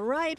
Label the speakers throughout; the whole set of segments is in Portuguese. Speaker 1: right,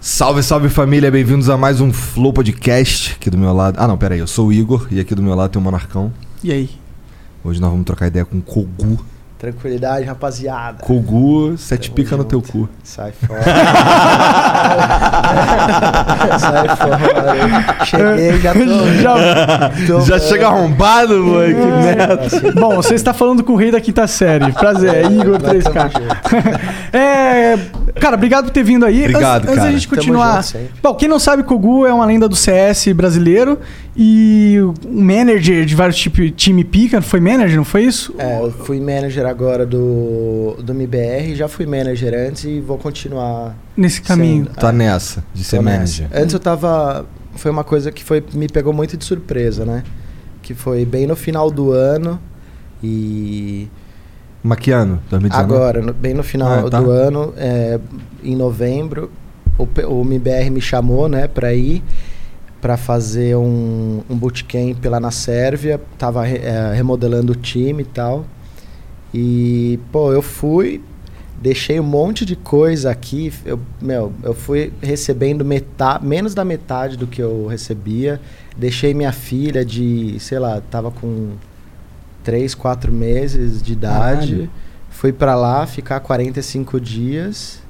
Speaker 2: Salve, salve família, bem-vindos a mais um Flow Podcast. Aqui do meu lado. Ah, não, pera aí, eu sou o Igor e aqui do meu lado tem o Monarcão.
Speaker 3: E aí?
Speaker 2: Hoje nós vamos trocar ideia com Kogu.
Speaker 3: Tranquilidade, rapaziada.
Speaker 2: Kogu, sete
Speaker 3: Tamo
Speaker 2: pica no
Speaker 3: junto.
Speaker 2: teu cu.
Speaker 3: Sai fora. Sai fora. Cheguei, já tô. tô
Speaker 2: Já chega arrombado, moleque.
Speaker 4: Bom, você está falando com o rei da quinta série. Prazer, é Igor
Speaker 3: Mas tamo
Speaker 4: 3K. É, cara, obrigado por ter vindo aí.
Speaker 2: Obrigado,
Speaker 4: antes, Antes
Speaker 2: cara.
Speaker 4: da gente
Speaker 3: Tamo
Speaker 4: continuar.
Speaker 3: junto sempre.
Speaker 4: Bom, quem não sabe, Kogu é uma lenda do CS brasileiro e um manager de vários tipos time pica. Foi manager, não foi isso?
Speaker 3: É, eu fui manager agora do, do MBR, já fui manager antes e vou continuar.
Speaker 4: Nesse caminho.
Speaker 3: sendo. É,
Speaker 2: Tá nessa, de ser
Speaker 3: Tô nessa.
Speaker 2: manager.
Speaker 3: Antes eu tava. Foi uma coisa que foi, me pegou muito de surpresa, né? Que foi bem no final do ano e.
Speaker 2: Maquiano, 2019.
Speaker 3: Agora, no- bem no final
Speaker 2: Ah, tá.
Speaker 3: do ano, é, em novembro, o, P- o MBR me chamou, né, pra ir pra fazer um, um bootcamp lá na Sérvia. Tava re- é, remodelando o time e tal. E, pô, eu fui, deixei um monte de coisa aqui. Eu, meu, eu fui recebendo metade, menos da metade do que eu recebia. Deixei minha filha de, sei lá, tava com 3, 4 meses de idade.
Speaker 2: Caralho.
Speaker 3: Fui pra lá ficar 45 dias.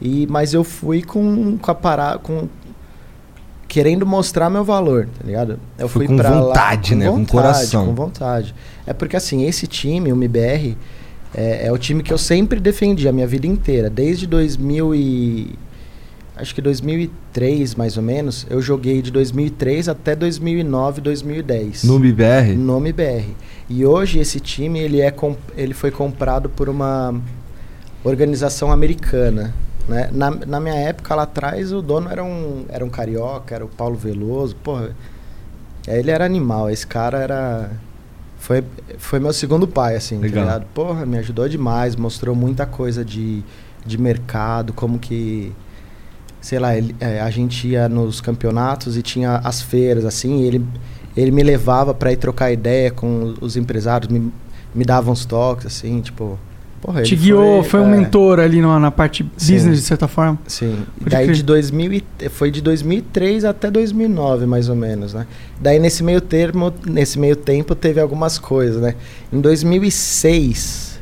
Speaker 3: E, mas eu fui com, com a parada. Com, querendo mostrar meu valor, tá ligado? Eu
Speaker 2: Foi
Speaker 3: fui
Speaker 2: com
Speaker 3: pra lá-
Speaker 2: vontade, né? Com coração.
Speaker 3: Com vontade. É porque assim, esse time, o MBR, é, é o time que eu sempre defendi a minha vida inteira. Desde 2000 e... Acho que 2003, mais ou menos. Eu joguei de 2003 até 2009, 2010.
Speaker 2: No BBR.
Speaker 3: No MBR. E hoje esse time, ele, é com- ele foi comprado por uma organização americana. Né? Na, na minha época, lá atrás, o dono era um, era um carioca, era o Paulo Veloso. Porra, é, ele era animal. Esse cara era... Foi, foi meu segundo pai, assim, tá
Speaker 2: Legal.
Speaker 3: ligado? Porra, me ajudou demais. Mostrou muita coisa de, de mercado, como que... Sei lá, ele- é, a gente ia nos campeonatos e tinha as feiras, assim, e ele, ele me levava pra ir trocar ideia com os empresários, me, me dava uns toques, assim, tipo... Porra,
Speaker 4: Te
Speaker 3: ele
Speaker 4: guiou, foi, um
Speaker 3: é,
Speaker 4: mentor ali na, na parte
Speaker 3: Sim.
Speaker 4: business, de certa forma.
Speaker 3: Sim.
Speaker 4: Pode
Speaker 3: Daí
Speaker 4: crer.
Speaker 3: de 2000 e, te- foi de 2003 até 2009, mais ou menos, né? Daí nesse meio termo, nesse meio tempo teve algumas coisas, né? Em 2006,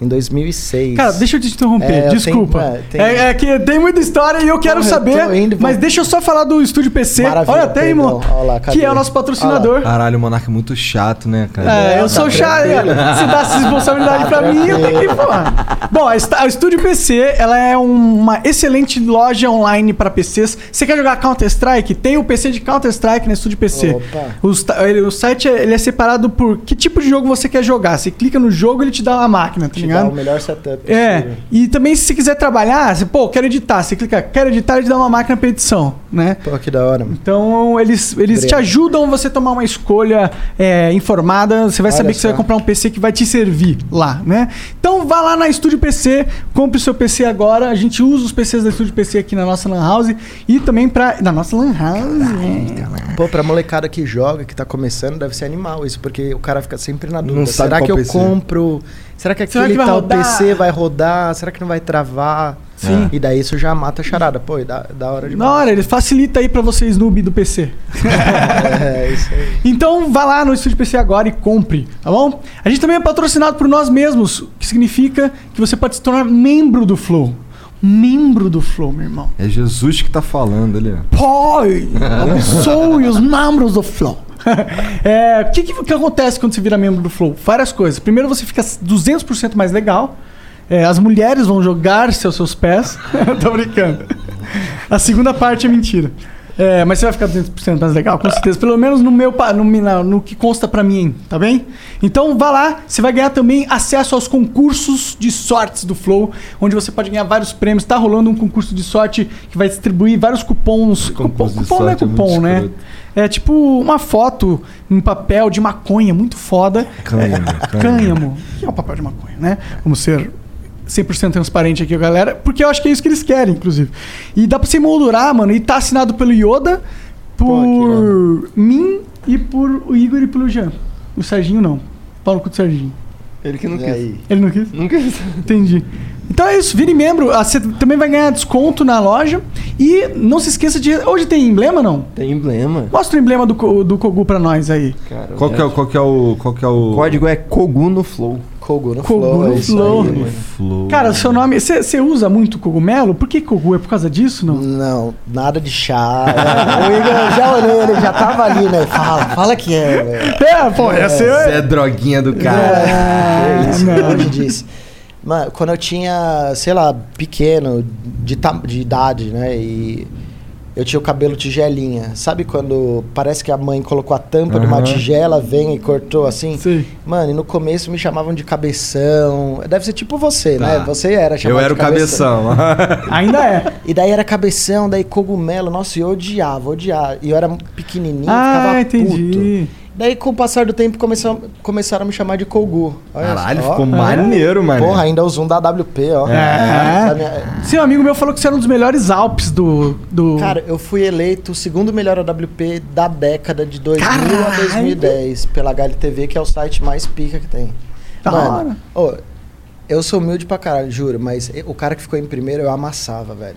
Speaker 3: em 2006.
Speaker 4: Cara, deixa eu te interromper,
Speaker 3: É, eu tenho-
Speaker 4: desculpa.
Speaker 3: é, tem-
Speaker 4: é, é que tem muita história e eu quero
Speaker 3: Porra, eu
Speaker 4: saber,
Speaker 3: tô indo,
Speaker 4: mas
Speaker 3: vou-
Speaker 4: deixa eu só falar do Estúdio PC.
Speaker 3: Maravilha,
Speaker 4: Olha, tem,
Speaker 3: perdão.
Speaker 4: irmão,
Speaker 3: Olha lá, Ah, cadê?
Speaker 4: que é o nosso patrocinador.
Speaker 2: Caralho, o Monarca é muito chato, né, cara?
Speaker 4: É, eu
Speaker 3: Tá
Speaker 4: sou o Chá,
Speaker 3: tranquilo.
Speaker 4: você dá essa responsabilidade
Speaker 3: Tá
Speaker 4: pra mim, eu tenho que
Speaker 3: tranquilo.
Speaker 4: porra. Bom, a Sta- a Estúdio PC, ela é uma excelente loja online pra PCs. Você quer jogar Counter-Strike? Tem o PC de Counter-Strike na Estúdio PC.
Speaker 3: Opa.
Speaker 4: Os ta- ele- o site é, ele é separado por que tipo de jogo você quer jogar. Você clica no jogo, ele te dá uma máquina, tá
Speaker 3: te dar o
Speaker 4: ligado?
Speaker 3: melhor setup
Speaker 4: É,
Speaker 3: possível.
Speaker 4: e também se você quiser trabalhar, você, pô, quero editar, você clica, quero editar, ele te dá uma máquina pra edição, né?
Speaker 3: Pô, que da hora. mano.
Speaker 4: Então, eles, eles te
Speaker 3: Obrigado.
Speaker 4: ajudam você a tomar uma escolha é, informada. Você vai
Speaker 3: Olha
Speaker 4: saber que você
Speaker 3: só.
Speaker 4: vai comprar um PC que vai te servir lá, né? Então, vá lá na Estúdio PC, compre o seu PC agora. A gente usa os PCs da Estúdio PC aqui na nossa Lan House e também pra. Na nossa Lan House. né?
Speaker 3: Pô, pra molecada que joga, que tá começando, deve ser animal isso, porque o cara fica sempre na dúvida.
Speaker 2: Não sabe
Speaker 3: Será
Speaker 2: qual
Speaker 3: que eu
Speaker 2: PC.
Speaker 3: compro? Será que
Speaker 4: Será
Speaker 3: aquele
Speaker 4: que vai
Speaker 3: tal
Speaker 4: rodar?
Speaker 3: PC vai rodar? Será que não vai travar?
Speaker 2: Sim.
Speaker 3: E daí isso já mata a charada. Pô, e da, da hora demais.
Speaker 4: Na hora, ele facilita aí pra vocês, noob do PC.
Speaker 3: É, isso aí.
Speaker 4: Então vá lá no Estúdio PC agora e compre, tá bom? A gente também é patrocinado por nós mesmos, o que significa que você pode se tornar membro do Flow. Membro do Flow, meu irmão.
Speaker 2: É Jesus que tá falando ali, ó.
Speaker 4: Pai, abençoe os membros do Flow. É, O que, que, que acontece quando você vira membro do Flow? Várias coisas. Primeiro, você fica 200% mais legal. É, as mulheres vão jogar-se aos seus pés. Tô brincando. A segunda parte é mentira. É, mas você vai ficar 200% mais legal, com certeza. Pelo menos no meu pa- no, mi- na- no que consta pra mim, tá bem? Então vá lá, você vai ganhar também acesso aos concursos de sortes do Flow, onde você pode ganhar vários prêmios. Tá rolando um concurso de sorte que vai distribuir vários cupons. Cupom,
Speaker 2: Concurso de
Speaker 4: cupom não é
Speaker 2: sorte é muito
Speaker 4: cupom, né?
Speaker 2: escroto.
Speaker 4: É tipo uma foto em papel de maconha, muito foda.
Speaker 2: Cânhamo, cânhamo.
Speaker 4: Cânhamo. Que é o papel de maconha, né? Vamos ser 100% transparente aqui, galera. Porque eu acho que é isso que eles querem, inclusive. E dá pra se moldurar, mano. E tá assinado pelo Yoda, por mim e por o Igor e pelo Jean. O Serginho não. Paulo com o Serginho.
Speaker 5: Ele que não
Speaker 3: E
Speaker 5: quis.
Speaker 3: aí?
Speaker 4: Ele não quis?
Speaker 5: Não quis.
Speaker 4: Entendi. Então é isso, vire membro. Ah, Você também vai ganhar desconto na loja. E não se esqueça de. Hoje tem emblema, não?
Speaker 5: Tem emblema.
Speaker 4: Mostra o emblema do, Co- do Kogu pra nós aí.
Speaker 5: Cara,
Speaker 2: Qual que é, o- qual que é o. Qual que é o.
Speaker 5: O código é Kogu no Flow.
Speaker 3: Kogu no
Speaker 4: Kogu
Speaker 3: flow.
Speaker 4: no
Speaker 3: é isso
Speaker 4: flow.
Speaker 3: aí.
Speaker 2: Flow.
Speaker 4: Cara, o seu nome. Você você usa muito cogumelo? Por que Kogu? É por causa disso, não?
Speaker 3: Não, nada de chá. É, o Igor já olhou, ele já tava ali, né? Fala, fala que é, velho.
Speaker 4: É, pô, é, seu.
Speaker 2: Zé droguinha do cara.
Speaker 4: Ah,
Speaker 3: É isso,
Speaker 4: não.
Speaker 3: como eu te disse. Mano, quando eu tinha, sei lá, pequeno, de, ta- de idade, né? E eu tinha o cabelo tigelinha. Sabe quando parece que a mãe colocou a tampa de uma
Speaker 2: Aham.
Speaker 3: tigela, vem e cortou assim?
Speaker 4: Sim.
Speaker 3: Mano, e no começo me chamavam de cabeção. Deve ser tipo você,
Speaker 2: Tá.
Speaker 3: né? Você era chamado
Speaker 2: Eu era o
Speaker 3: de
Speaker 2: cabeção.
Speaker 4: Ainda é.
Speaker 3: E daí era cabeção, daí cogumelo. Nossa, e eu odiava, odiava. E eu era pequenininho,
Speaker 4: Ah,
Speaker 3: ficava puto.
Speaker 4: entendi.
Speaker 3: Daí com o passar do tempo começou, começaram a me chamar de Kogu. Olha
Speaker 2: Caralho,
Speaker 3: só.
Speaker 2: ficou maneiro, mano.
Speaker 3: é. Porra, ainda é o zoom da AWP, ó.
Speaker 4: É.
Speaker 3: Da minha-
Speaker 4: Seu amigo meu falou que você era um dos melhores Alpes do. do...
Speaker 3: Cara, eu fui eleito o segundo melhor AWP da década de 2000 a
Speaker 4: Caralho!
Speaker 3: 2010 pela HLTV, que é o site mais pica que tem.
Speaker 4: Da hora.
Speaker 3: ô, eu sou humilde pra caralho, juro, mas e- o cara que ficou em primeiro eu amassava, velho.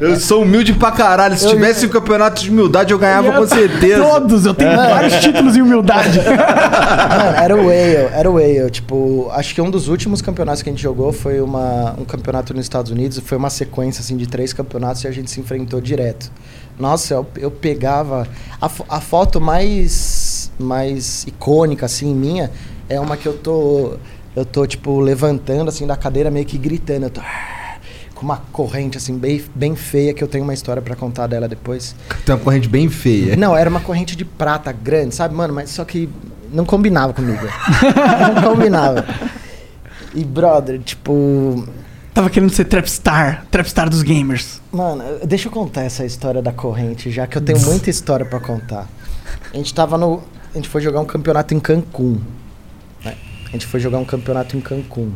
Speaker 2: Eu sou humilde pra caralho. Se tivesse um campeonato de humildade, eu ganhava com certeza.
Speaker 4: é Todos, eu tenho vários títulos em humildade.
Speaker 3: Mano, era o Whale, era o Whale. Tipo, acho que um dos últimos campeonatos que a gente jogou foi uma, um campeonato nos Estados Unidos. Foi uma sequência, assim, de três campeonatos e a gente se enfrentou direto. Nossa, eu, eu pegava... A, fo- a foto mais, mais icônica, assim, minha, é uma que eu tô... Eu tô, tipo, levantando, assim, da cadeira, meio que gritando. Eu tô... "Ah", Com uma corrente, assim, bem, bem feia, que eu tenho uma história pra contar dela depois.
Speaker 2: Tem uma corrente bem feia.
Speaker 3: Não, era uma corrente de prata grande, sabe, mano? Mas só que não combinava comigo. não combinava. E, brother, tipo.
Speaker 4: Tava querendo ser Trapstar, Trapstar dos gamers.
Speaker 3: Mano, eu- deixa eu contar essa história da corrente, já que eu tenho muita história pra contar. A gente tava no. A gente foi jogar um campeonato em Cancún. né? A gente foi jogar um campeonato em Cancún.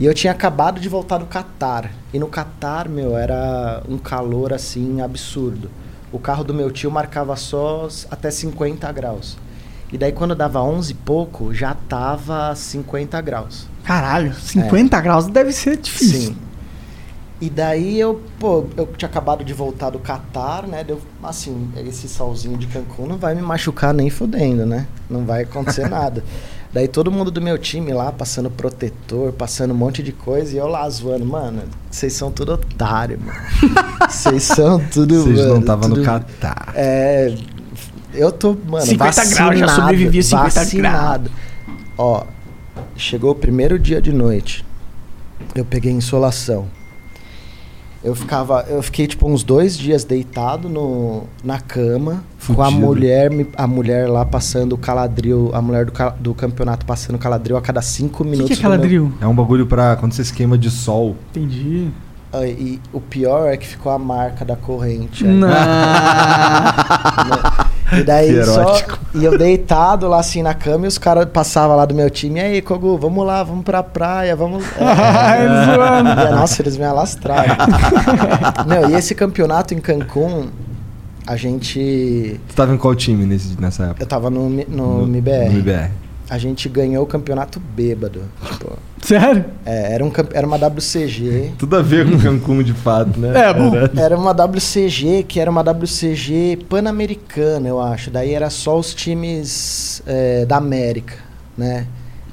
Speaker 3: E eu tinha acabado de voltar do Catar. E no Catar, meu, era um calor assim absurdo. O carro do meu tio marcava só s- até 50 graus. E daí quando dava 11 e pouco, já tava 50 graus.
Speaker 4: Caralho, 50 graus deve ser difícil.
Speaker 3: Sim. E daí eu, pô, eu tinha acabado de voltar do Catar, né? Deu, assim, esse solzinho de Cancún não vai me machucar nem fudendo, né? Não vai acontecer nada. Daí todo mundo do meu time lá passando protetor, passando um monte de coisa, e eu lá zoando, mano, vocês são tudo otário, mano. Vocês são tudo.
Speaker 2: Vocês não
Speaker 3: mano,
Speaker 2: estavam no
Speaker 3: tudo-
Speaker 2: Catar.
Speaker 3: é. Eu tô, mano.
Speaker 4: 50 graus, já
Speaker 3: vacinado,
Speaker 4: sobrevivi a 50
Speaker 3: vacinado. Ó, chegou o primeiro dia de noite. Eu peguei insolação. Eu ficava. Eu fiquei, tipo, uns dois dias deitado no, na cama, com a
Speaker 2: Fudido.
Speaker 3: mulher, me- a mulher lá passando o caladril, a mulher do, ca- do campeonato passando o caladril a cada cinco
Speaker 4: O que,
Speaker 3: minutos.
Speaker 4: que é
Speaker 3: do meu-
Speaker 4: caladril?
Speaker 2: É um bagulho pra quando você se queima de sol.
Speaker 4: Entendi.
Speaker 3: Ah, E o pior é que ficou a marca da corrente. aí.
Speaker 4: Não.
Speaker 3: E
Speaker 2: Que
Speaker 3: daí só,
Speaker 2: erótico.
Speaker 3: e eu deitado lá assim na cama e os caras passavam lá do meu time. E aí, Kogu, vamos lá, vamos pra praia, vamos. É,
Speaker 4: Ai, zoando.
Speaker 3: E, nossa, eles me alastraram. Não, e esse campeonato em Cancún, a gente.
Speaker 2: Você tava em qual time nesse, nessa época?
Speaker 3: Eu tava no, Mi- no, MBR.
Speaker 2: No IBR.
Speaker 3: A gente ganhou o campeonato bêbado. Tipo,
Speaker 4: Sério?
Speaker 3: é, era, um, campe- era uma WCG.
Speaker 2: Tudo a ver com Cancún de fato, né?
Speaker 4: É, bom.
Speaker 3: Era uma WCG, que era uma WCG pan-americana, eu acho. Daí era só os times eh, da América, né?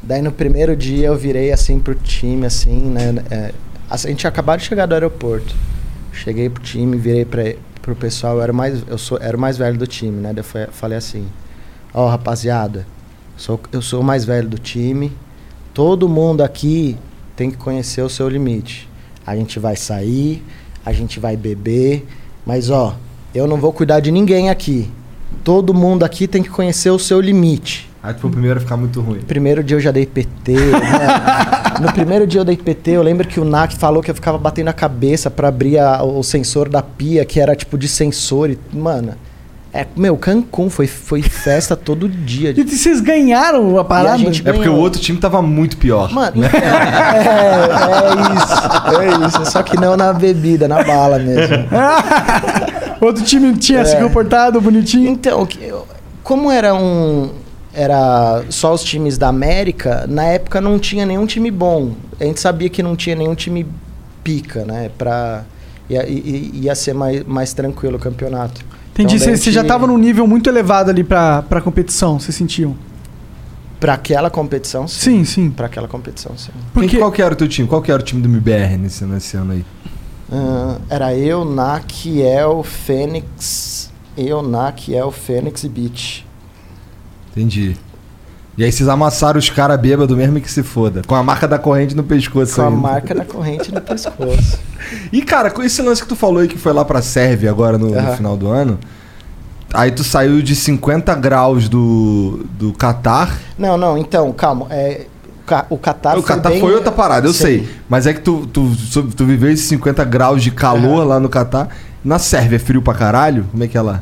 Speaker 3: Daí no primeiro dia eu virei assim pro time, assim, né? Eh, a gente tinha acabado de chegar do aeroporto. Cheguei pro time, virei pra, pro pessoal, eu era o mais, eu sou, era o mais velho do time, né? Daí eu fa- falei assim, ó rapaziada, sou, eu sou o mais velho do time, todo mundo aqui tem que conhecer o seu limite. A gente vai sair, a gente vai beber. Mas ó, eu não vou cuidar de ninguém aqui. Todo mundo aqui tem que conhecer o seu limite.
Speaker 2: Aí, tipo, o primeiro vai ficar muito ruim.
Speaker 3: Primeiro dia eu já dei PT. né? No primeiro dia eu dei PT, eu lembro que o NAC falou que eu ficava batendo a cabeça pra abrir a- o sensor da pia, que era tipo de sensor. E, mano, é, meu, Cancún foi, foi festa todo dia.
Speaker 4: E vocês ganharam a parada?
Speaker 3: gente
Speaker 2: É porque o
Speaker 3: ganhou.
Speaker 2: outro time tava muito pior.
Speaker 3: Mano, então, é, é isso, é isso. Só que não na bebida, na bala mesmo.
Speaker 4: Outro time tinha se comportado bonitinho.
Speaker 3: Então, o que eu- como era um. Era só os times da América, na época não tinha nenhum time bom. A gente sabia que não tinha nenhum time pica, né? Pra, ia, i- i- ia ser mais, mais tranquilo o campeonato.
Speaker 4: Entendi,
Speaker 3: Então, daí
Speaker 4: vocês
Speaker 3: a
Speaker 4: vocês já
Speaker 3: gente-
Speaker 4: estavam num nível muito elevado ali pra, pra competição, vocês sentiam?
Speaker 3: Pra aquela competição,
Speaker 4: Sim,
Speaker 3: sim.
Speaker 4: sim.
Speaker 3: Pra aquela competição, sim.
Speaker 2: Quem-
Speaker 4: Porque
Speaker 2: Qual que era o teu time? Qual que era o time do MBR nesse, nesse ano aí?
Speaker 3: Ah, era eu, Nakiel, Fênix. Eu, Nakiel, Fênix e Beach.
Speaker 2: Entendi. E aí vocês amassaram os caras bêbados mesmo que se foda. Com a marca da corrente no pescoço
Speaker 3: Com a
Speaker 2: ainda.
Speaker 3: marca da corrente no pescoço.
Speaker 2: E cara, com esse lance que tu falou aí que foi lá pra Sérvia agora no, no
Speaker 3: Aham.
Speaker 2: final do ano. Aí tu saiu de 50 graus do, do Catar.
Speaker 3: Não, não, então, calma. É, ca- o Catar
Speaker 2: o Catar
Speaker 3: bem-
Speaker 2: foi outra parada, eu
Speaker 3: Sim.
Speaker 2: sei. Mas é que tu, tu, so- tu viveu esses 50 graus de calor lá no Catar. Na Sérvia é frio pra caralho? Como é que é lá?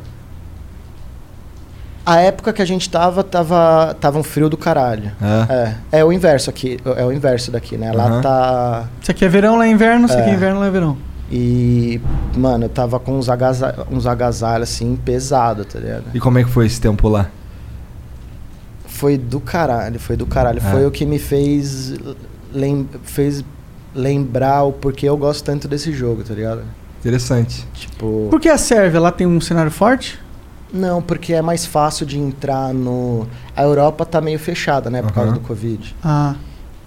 Speaker 3: A época que a gente tava, tava, tava um frio do caralho.
Speaker 2: É.
Speaker 3: É, é o inverso aqui, é o inverso daqui, né? Lá
Speaker 2: Aham.
Speaker 3: tá.
Speaker 4: isso aqui é verão, lá é inverno, isso aqui é
Speaker 3: É.
Speaker 4: inverno, lá é verão.
Speaker 3: E, mano, eu tava com uns, agasalhos, uns agasalhos assim, pesado, tá ligado?
Speaker 2: E como é que foi esse tempo lá?
Speaker 3: Foi do caralho, foi do caralho.
Speaker 2: É.
Speaker 3: Foi o que me fez, lem- fez lembrar o porquê eu gosto tanto desse jogo, tá ligado?
Speaker 2: Interessante.
Speaker 3: Tipo.
Speaker 4: Por que a Sérvia? Lá tem um cenário forte?
Speaker 3: Não, porque é mais fácil de entrar no. A Europa tá meio fechada, né? Por
Speaker 2: Aham.
Speaker 3: causa do Covid.
Speaker 4: Ah,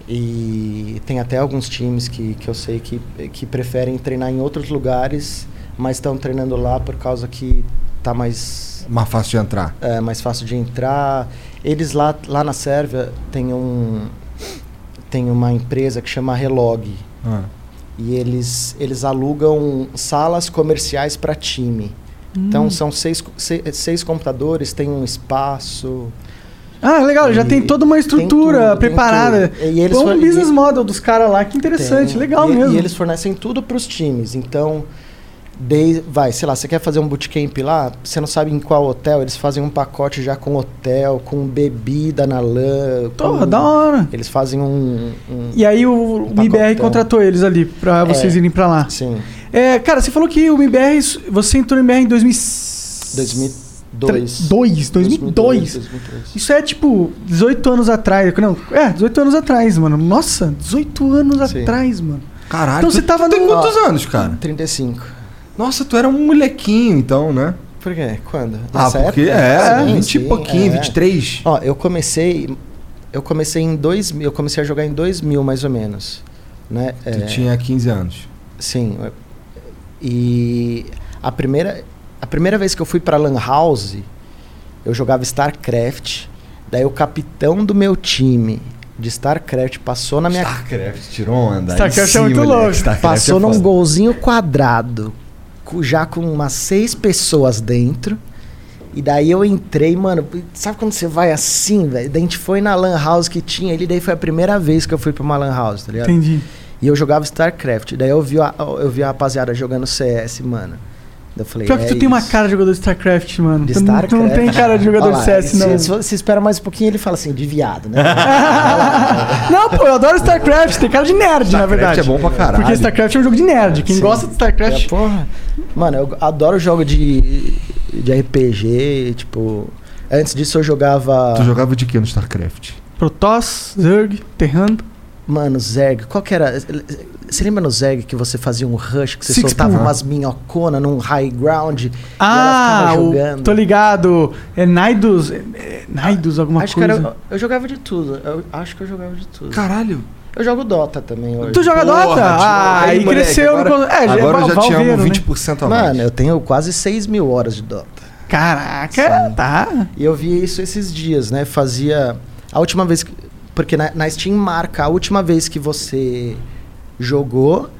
Speaker 3: E tem até alguns times que, que eu sei que, que preferem treinar em outros lugares, mas estão treinando lá por causa que tá mais
Speaker 2: Mais fácil de entrar.
Speaker 3: é mais fácil de entrar. Eles lá, lá na Sérvia tem um tem uma empresa que chama Relog
Speaker 2: Ah.
Speaker 3: e eles eles alugam salas comerciais para time.
Speaker 4: Hum.
Speaker 3: Então são seis, co- se- seis, computadores, tem um espaço.
Speaker 4: ah legal, já
Speaker 3: E-
Speaker 4: tem toda uma
Speaker 3: tem
Speaker 4: estrutura
Speaker 3: tudo, tem
Speaker 4: preparada.
Speaker 3: tudo. E eles
Speaker 4: é um
Speaker 3: foram-
Speaker 4: business
Speaker 3: e-
Speaker 4: model dos caras lá, que interessante,
Speaker 3: Tem. um,
Speaker 4: legal
Speaker 3: e,
Speaker 4: mesmo.
Speaker 3: E eles fornecem tudo para os times. Então, dei- vai, sei lá, você quer fazer um bootcamp lá, você não sabe em qual hotel, eles fazem um pacote já com hotel, com bebida na lã.
Speaker 4: Tô,
Speaker 3: com-
Speaker 4: da hora.
Speaker 3: Eles fazem um. um-
Speaker 4: E aí o, o MBR
Speaker 3: pacotão. É.
Speaker 4: contratou eles ali, pra vocês irem pra lá.
Speaker 3: Sim,
Speaker 4: É, cara, você falou que o MBR, você entrou no MBR em 2002.
Speaker 3: 2002.
Speaker 4: 2002, 2002.
Speaker 3: 2002.
Speaker 4: Isso é tipo 18 anos atrás. Não, é, 18 anos atrás, mano. Nossa, 18 anos
Speaker 3: Sim.
Speaker 4: atrás, mano.
Speaker 2: Caralho,
Speaker 4: Então
Speaker 2: tu,
Speaker 4: você tava
Speaker 2: tu tem
Speaker 4: no-
Speaker 2: quantos anos, cara?
Speaker 3: 35.
Speaker 2: Nossa, tu era um molequinho, então, né?
Speaker 3: Por quê? Quando?
Speaker 2: ah, porque é,
Speaker 3: Sim,
Speaker 2: 20 e
Speaker 3: né? sim,
Speaker 2: pouquinho,
Speaker 3: é.
Speaker 2: 23.
Speaker 3: Ó, eu comecei. Eu comecei em 2000, eu comecei a jogar em 2000 mais ou menos, né?
Speaker 2: Tu tinha 15 anos.
Speaker 3: Sim. eu- E a primeira, a primeira vez que eu fui pra Lan House, eu jogava StarCraft. Daí o capitão do meu time de StarCraft passou na minha
Speaker 2: StarCraft tirou onda. aí
Speaker 4: StarCraft
Speaker 2: sim,
Speaker 4: é muito
Speaker 2: moleque,
Speaker 4: louco.
Speaker 2: StarCraft
Speaker 3: Passou
Speaker 2: é
Speaker 3: num
Speaker 2: foda.
Speaker 3: golzinho quadrado, cu- já com umas seis pessoas dentro. E daí eu entrei, mano. Sabe quando você vai assim, velho? Daí a gente foi na Lan House que tinha ele, daí foi a primeira vez que eu fui pra uma Lan House,
Speaker 2: É.
Speaker 3: tá ligado?
Speaker 4: Entendi.
Speaker 3: E eu jogava StarCraft. Daí eu vi a, eu vi a rapaziada jogando CS, mano. Daí Eu falei,
Speaker 4: Pior que
Speaker 3: é
Speaker 4: tu tem uma
Speaker 3: isso.
Speaker 4: cara de jogador de StarCraft, mano.
Speaker 3: De
Speaker 4: tu, não- tu não
Speaker 3: StarCraft.
Speaker 4: tem cara de jogador
Speaker 3: Olha lá,
Speaker 4: de CS,
Speaker 3: se-
Speaker 2: é
Speaker 4: não.
Speaker 3: Se você espera mais um pouquinho, ele fala assim, de viado, né?
Speaker 4: Não, pô, eu adoro StarCraft. Tem cara de nerd, na
Speaker 2: StarCraft
Speaker 4: verdade.
Speaker 2: é bom pra caralho.
Speaker 4: Porque StarCraft é um jogo de nerd. Quem
Speaker 3: Sim.
Speaker 4: gosta de StarCraft.
Speaker 3: É, porra. Mano, eu adoro jogo de, de RPG, tipo. Antes disso eu jogava.
Speaker 2: Tu jogava de que no StarCraft?
Speaker 4: Protoss, Zerg, Terran.
Speaker 3: Mano, Zerg, qual que era? Você lembra no Zerg que você fazia um rush, que você
Speaker 4: Six
Speaker 3: soltava
Speaker 4: Pool.
Speaker 3: umas minhocona num high ground
Speaker 4: Ah,
Speaker 3: e ela ficava
Speaker 4: o-
Speaker 3: jogando?
Speaker 4: tô ligado. É Naidos. é- é Naidos, alguma
Speaker 3: Acho que
Speaker 4: coisa.
Speaker 3: era, eu jogava de tudo. Eu acho que eu jogava de tudo.
Speaker 2: Caralho.
Speaker 3: Eu jogo Dota também hoje.
Speaker 4: Tu joga
Speaker 2: Porra,
Speaker 4: Dota?
Speaker 2: de novo.
Speaker 4: Ah, aí
Speaker 2: moleque,
Speaker 4: cresceu.
Speaker 2: Agora,
Speaker 4: no- é,
Speaker 2: agora eu já te
Speaker 4: Valveiro,
Speaker 2: amo
Speaker 4: né?
Speaker 2: 20% a mais.
Speaker 3: Mano, eu tenho quase 6 mil horas de Dota.
Speaker 4: Caraca, tá.
Speaker 3: E eu vi isso esses dias, né? Fazia. A última vez. que- Porque na, na Steam marca a última vez que você jogou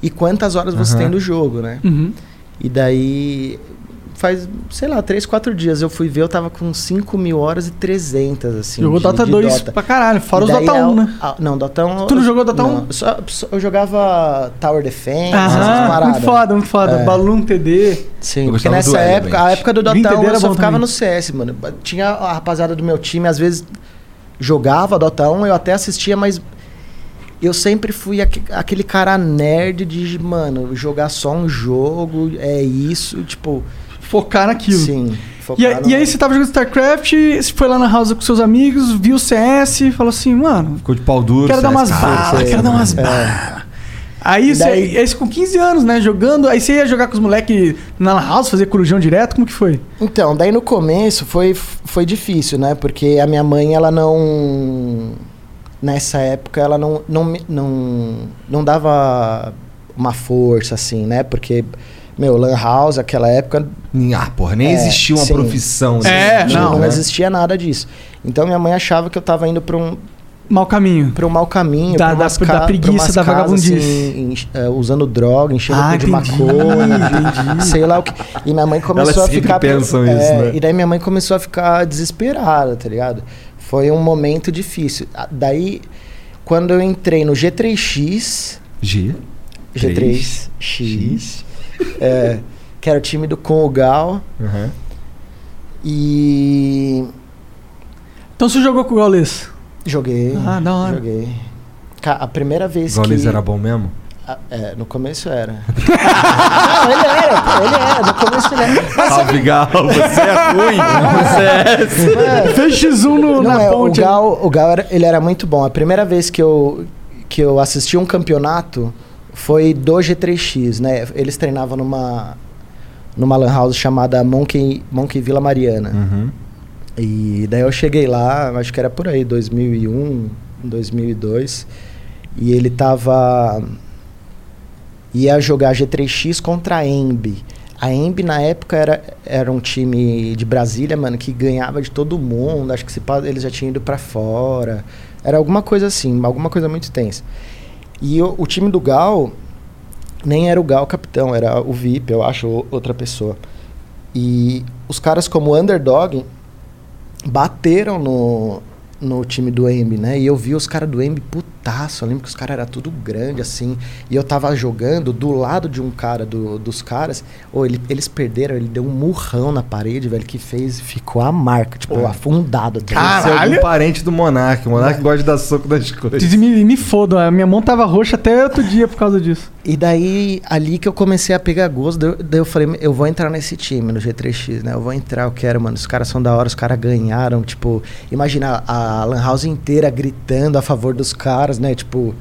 Speaker 3: e quantas horas você
Speaker 2: Aham.
Speaker 3: tem do jogo, né?
Speaker 4: Uhum.
Speaker 3: E daí, faz, sei lá, três, quatro dias. Eu fui ver, eu tava com 5 mil horas e 300, assim.
Speaker 4: Jogou
Speaker 3: de-
Speaker 4: Dota
Speaker 3: de
Speaker 4: 2
Speaker 3: Dota.
Speaker 4: pra caralho, fora
Speaker 3: E
Speaker 4: os
Speaker 3: daí é
Speaker 4: Dota
Speaker 3: a-
Speaker 4: 1, né?
Speaker 3: a- não, Dota 1.
Speaker 4: Tu não jogou Dota
Speaker 3: não,
Speaker 4: 1?
Speaker 3: Só, só- eu jogava Tower Defense, É, essas
Speaker 4: Aham,
Speaker 3: paradas.
Speaker 4: muito foda, muito foda. um
Speaker 3: É.
Speaker 4: Balloon TD.
Speaker 3: Sim,
Speaker 2: Eu
Speaker 3: porque
Speaker 2: gostava do
Speaker 3: nessa
Speaker 2: Element.
Speaker 3: época, a época do Dota 1
Speaker 4: Brincadeira
Speaker 3: eu
Speaker 4: era
Speaker 3: só
Speaker 4: bom
Speaker 3: ficava
Speaker 4: também.
Speaker 3: no CS, mano. Tinha a rapaziada do meu time, às vezes jogava Dota 1, eu até assistia, mas eu sempre fui aque- aquele cara nerd de, mano, jogar só um jogo, é isso, tipo,
Speaker 4: Focar naquilo.
Speaker 3: sim.
Speaker 4: E,
Speaker 3: focar
Speaker 4: aí-
Speaker 3: no-
Speaker 4: e aí você tava jogando StarCraft, você foi lá na house com seus amigos, viu o CS e falou assim, mano,
Speaker 2: Ficou de pau duro.
Speaker 4: quero dar
Speaker 2: CS,
Speaker 4: umas
Speaker 2: cara.
Speaker 4: balas,
Speaker 3: sei,
Speaker 4: "Ah, quero dar umas
Speaker 3: é.
Speaker 4: balas. Aí
Speaker 3: E
Speaker 4: você,
Speaker 3: daí-
Speaker 4: aí você com 15 anos, né, jogando, aí você ia jogar com os moleques na house, fazer corujão direto, como que foi?
Speaker 3: Então, daí no começo foi, foi difícil, né? Porque a minha mãe, ela não. Nessa época, ela não, não, me- não, não dava uma força, assim, né? Porque, meu, Lan House, aquela época,
Speaker 2: Ah, porra, nem
Speaker 3: É,
Speaker 2: existia uma
Speaker 3: sim.
Speaker 2: profissão.
Speaker 4: É,
Speaker 2: nesse
Speaker 3: não,
Speaker 2: sentido,
Speaker 4: não,
Speaker 2: né?
Speaker 3: existia nada disso. Então, minha mãe achava que eu tava indo pra um,
Speaker 4: Mau caminho.
Speaker 3: pra um mau caminho,
Speaker 4: Da-
Speaker 3: pra
Speaker 4: da-
Speaker 3: umas
Speaker 4: da
Speaker 3: pra
Speaker 4: preguiça,
Speaker 3: umas
Speaker 4: da
Speaker 3: casas,
Speaker 4: vagabundice.
Speaker 3: assim, enche- eh, usando droga, enchendo
Speaker 4: Ah,
Speaker 3: o cu de
Speaker 4: entendi,
Speaker 3: maconha, de- Ah, sei lá o que. E minha mãe começou a
Speaker 2: sempre
Speaker 3: ficar.
Speaker 2: pensam
Speaker 3: é,
Speaker 2: isso, né?
Speaker 3: E daí minha mãe começou a ficar desesperada, tá ligado? Foi um momento difícil. Ah, Daí, quando eu entrei no G3X,
Speaker 2: G.
Speaker 3: G3X, é, que era o time do Congal,
Speaker 2: Aham.
Speaker 3: e
Speaker 4: Então você jogou com o Gaules.
Speaker 3: joguei.
Speaker 4: Ah, da hora.
Speaker 3: Joguei. Ca- A primeira vez
Speaker 2: Gaules
Speaker 3: que.
Speaker 2: era bom mesmo?
Speaker 3: Ah, É, no começo era. Não, ele era, pô, ele era, no começo ele era.
Speaker 2: Salve, Gal, você é ruim. Você
Speaker 4: Fez X1 no,
Speaker 3: Não,
Speaker 4: na
Speaker 3: é, o
Speaker 4: ponte.
Speaker 3: Gal, o Gal era, ele era muito bom. A primeira vez que eu, que eu assisti um campeonato foi do G3X, né? Eles treinavam numa, numa lan house chamada Monkey, Monkey Vila Mariana.
Speaker 2: Uhum.
Speaker 3: E daí eu cheguei lá, acho que era por aí, 2001, 2002. E ele tava. ia jogar G3X contra a Embi. A Embi na época era, era um time de Brasília, mano, que ganhava de todo mundo. Acho que se pá, eles já tinham ido pra fora. Era alguma coisa assim, alguma coisa muito tensa. E o, o time do Gal nem era o Gal capitão, era o VIP, eu acho, ou outra pessoa. E os caras como underdog bateram no, no time do Embi, né? E eu vi os caras do Embi putaço. Eu lembro que os caras eram tudo grande, assim. E eu tava jogando do lado de um cara do- dos caras. Ou ele, eles perderam, ele deu um murrão na parede, velho, que fez ficou a marca, tipo, afundado. tá ligado?
Speaker 2: Você é algum parente do Monark. O Monark gosta de dar soco nas coisas.
Speaker 4: Diz, Me, me fodo, a minha mão tava roxa até outro dia por causa disso.
Speaker 3: E daí, ali que eu comecei a pegar gosto, daí eu- daí eu falei, eu vou entrar nesse time, no G3X, né? Eu vou entrar, eu quero, mano. Os caras são da hora, os caras ganharam, tipo... Imagina a Lan House inteira gritando a favor dos caras, né? Tipo...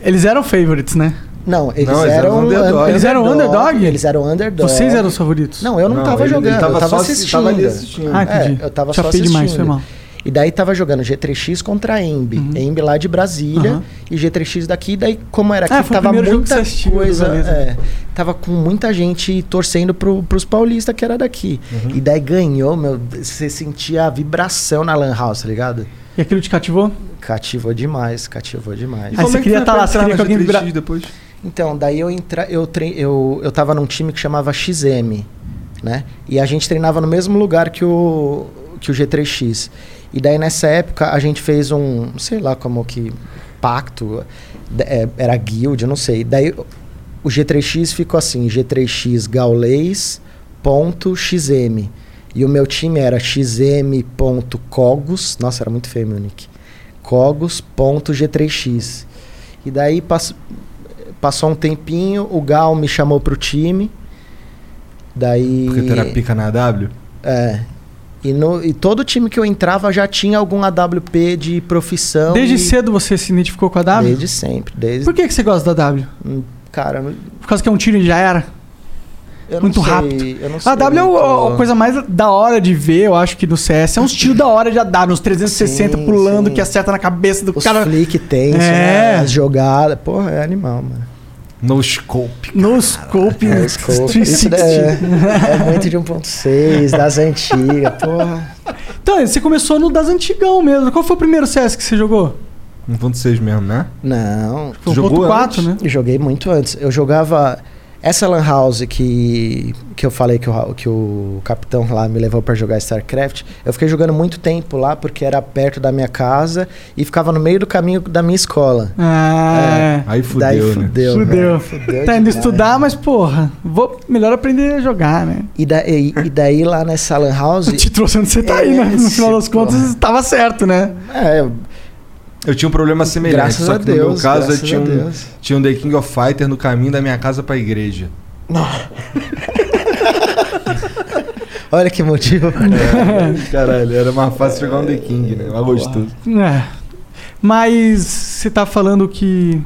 Speaker 4: Eles eram favorites, né?
Speaker 3: Não, eles,
Speaker 2: Não, eles eram
Speaker 3: eram...
Speaker 2: underdog.
Speaker 4: Eles eram underdog?
Speaker 3: Eles eram underdog.
Speaker 4: Vocês eram os favoritos.
Speaker 3: é. Não, eu não, tava
Speaker 2: ele- ele
Speaker 3: jogando, eu tava
Speaker 2: só
Speaker 3: assistindo.
Speaker 2: Tava ali assistindo.
Speaker 4: Ah, entendi.
Speaker 3: É, eu tava só
Speaker 4: Chapei demais, foi
Speaker 3: assistindo.
Speaker 4: mal.
Speaker 3: E daí tava jogando G3X contra a Embi. Embi lá de Brasília
Speaker 4: Uhum.
Speaker 3: e G3X daqui. E daí, como era que
Speaker 4: Ah, foi o
Speaker 3: tava
Speaker 4: primeiro jogo que
Speaker 3: muita
Speaker 4: você assistiu do
Speaker 3: coisa.
Speaker 4: Valesa.
Speaker 3: é, tava com muita gente torcendo pro, pros paulistas que era daqui.
Speaker 2: Uhum.
Speaker 3: E daí ganhou, meu. Você sentia a vibração na Lan House, tá ligado?
Speaker 4: E aquilo te cativou?
Speaker 3: Cativou demais, cativou demais.
Speaker 4: Aí
Speaker 2: é
Speaker 4: você queria tá lá, você queria que alguém vira-
Speaker 5: depois.
Speaker 3: Então, daí eu entra, eu, trein, eu, eu tava num time que chamava XM, né? E a gente treinava no mesmo lugar que o, que o G3X. E daí nessa época a gente fez um, sei lá como que, pacto, de- é, era guild, eu não sei. Daí o G3X ficou assim, G3X Gaulês ponto XM. E o meu time era xm.cogos, nossa, era muito feio meu nick, cogos.g3x. E daí pass- passou um tempinho, o Gal me chamou pro time. Daí.
Speaker 2: Porque tu era pica na W?
Speaker 3: É. E, no, e todo time que eu entrava já tinha algum AWP de profissão.
Speaker 4: Desde
Speaker 3: e-
Speaker 4: cedo você se identificou com a W?
Speaker 3: Desde sempre. Desde.
Speaker 4: Por que, que você gosta da W?
Speaker 3: Hum, Cara,
Speaker 4: Por causa que é um tiro e já era?
Speaker 3: eu não
Speaker 4: Muito
Speaker 3: sei,
Speaker 4: rápido.
Speaker 3: Eu não sei
Speaker 4: A W é o-
Speaker 3: muito-
Speaker 4: a coisa mais da hora de ver, eu acho que no CS. É uns tiros da hora de AW, uns 360
Speaker 3: Sim,
Speaker 4: pulando
Speaker 3: sim.
Speaker 4: que acerta na cabeça do
Speaker 3: Os
Speaker 4: cara.
Speaker 3: flick tenso,
Speaker 4: É.
Speaker 3: né? As jogadas. Porra, é animal, mano.
Speaker 2: No scope.
Speaker 4: No scope,
Speaker 3: É, scope. Isso
Speaker 4: 360.
Speaker 3: daí é, é muito de 1.6, das antigas, porra.
Speaker 4: Então, você começou no das antigão mesmo. Qual foi o primeiro CS que você jogou?
Speaker 2: 1.6 mesmo, né?
Speaker 3: Não,
Speaker 4: Foi
Speaker 2: Tu jogou
Speaker 4: 1.4, né?
Speaker 3: eu joguei muito antes. Eu jogava. Essa Lan House que, que eu falei que o, Ra- que o capitão lá me levou pra jogar StarCraft, eu fiquei jogando muito tempo lá porque era perto da minha casa e ficava no meio do caminho da minha escola.
Speaker 4: Ah, é.
Speaker 2: Aí fudeu,
Speaker 3: Daí
Speaker 2: né?
Speaker 3: fudeu.
Speaker 4: Fudeu.
Speaker 3: né? Fudeu
Speaker 4: Tá indo
Speaker 3: demais.
Speaker 4: estudar, mas porra, vou melhor aprender a jogar, né?
Speaker 3: E, da, e, e daí lá nessa Lan House.
Speaker 4: Te trouxe onde você tá aí, né? No
Speaker 3: Esse,
Speaker 4: final das contas, tava certo, né?
Speaker 3: é,
Speaker 2: Eu tinha um problema semelhante,
Speaker 3: graças
Speaker 2: só
Speaker 3: a
Speaker 2: que
Speaker 3: Deus.
Speaker 2: no meu caso eu
Speaker 3: graças
Speaker 2: tinha
Speaker 3: a
Speaker 2: um,
Speaker 3: Deus.
Speaker 2: tinha um The King of Fighter no caminho da minha casa pra igreja.
Speaker 3: Olha que motivo.
Speaker 2: Caralho, era mais fácil jogar um The King, né? Mais gostoso.
Speaker 4: É. Mas você tá falando que.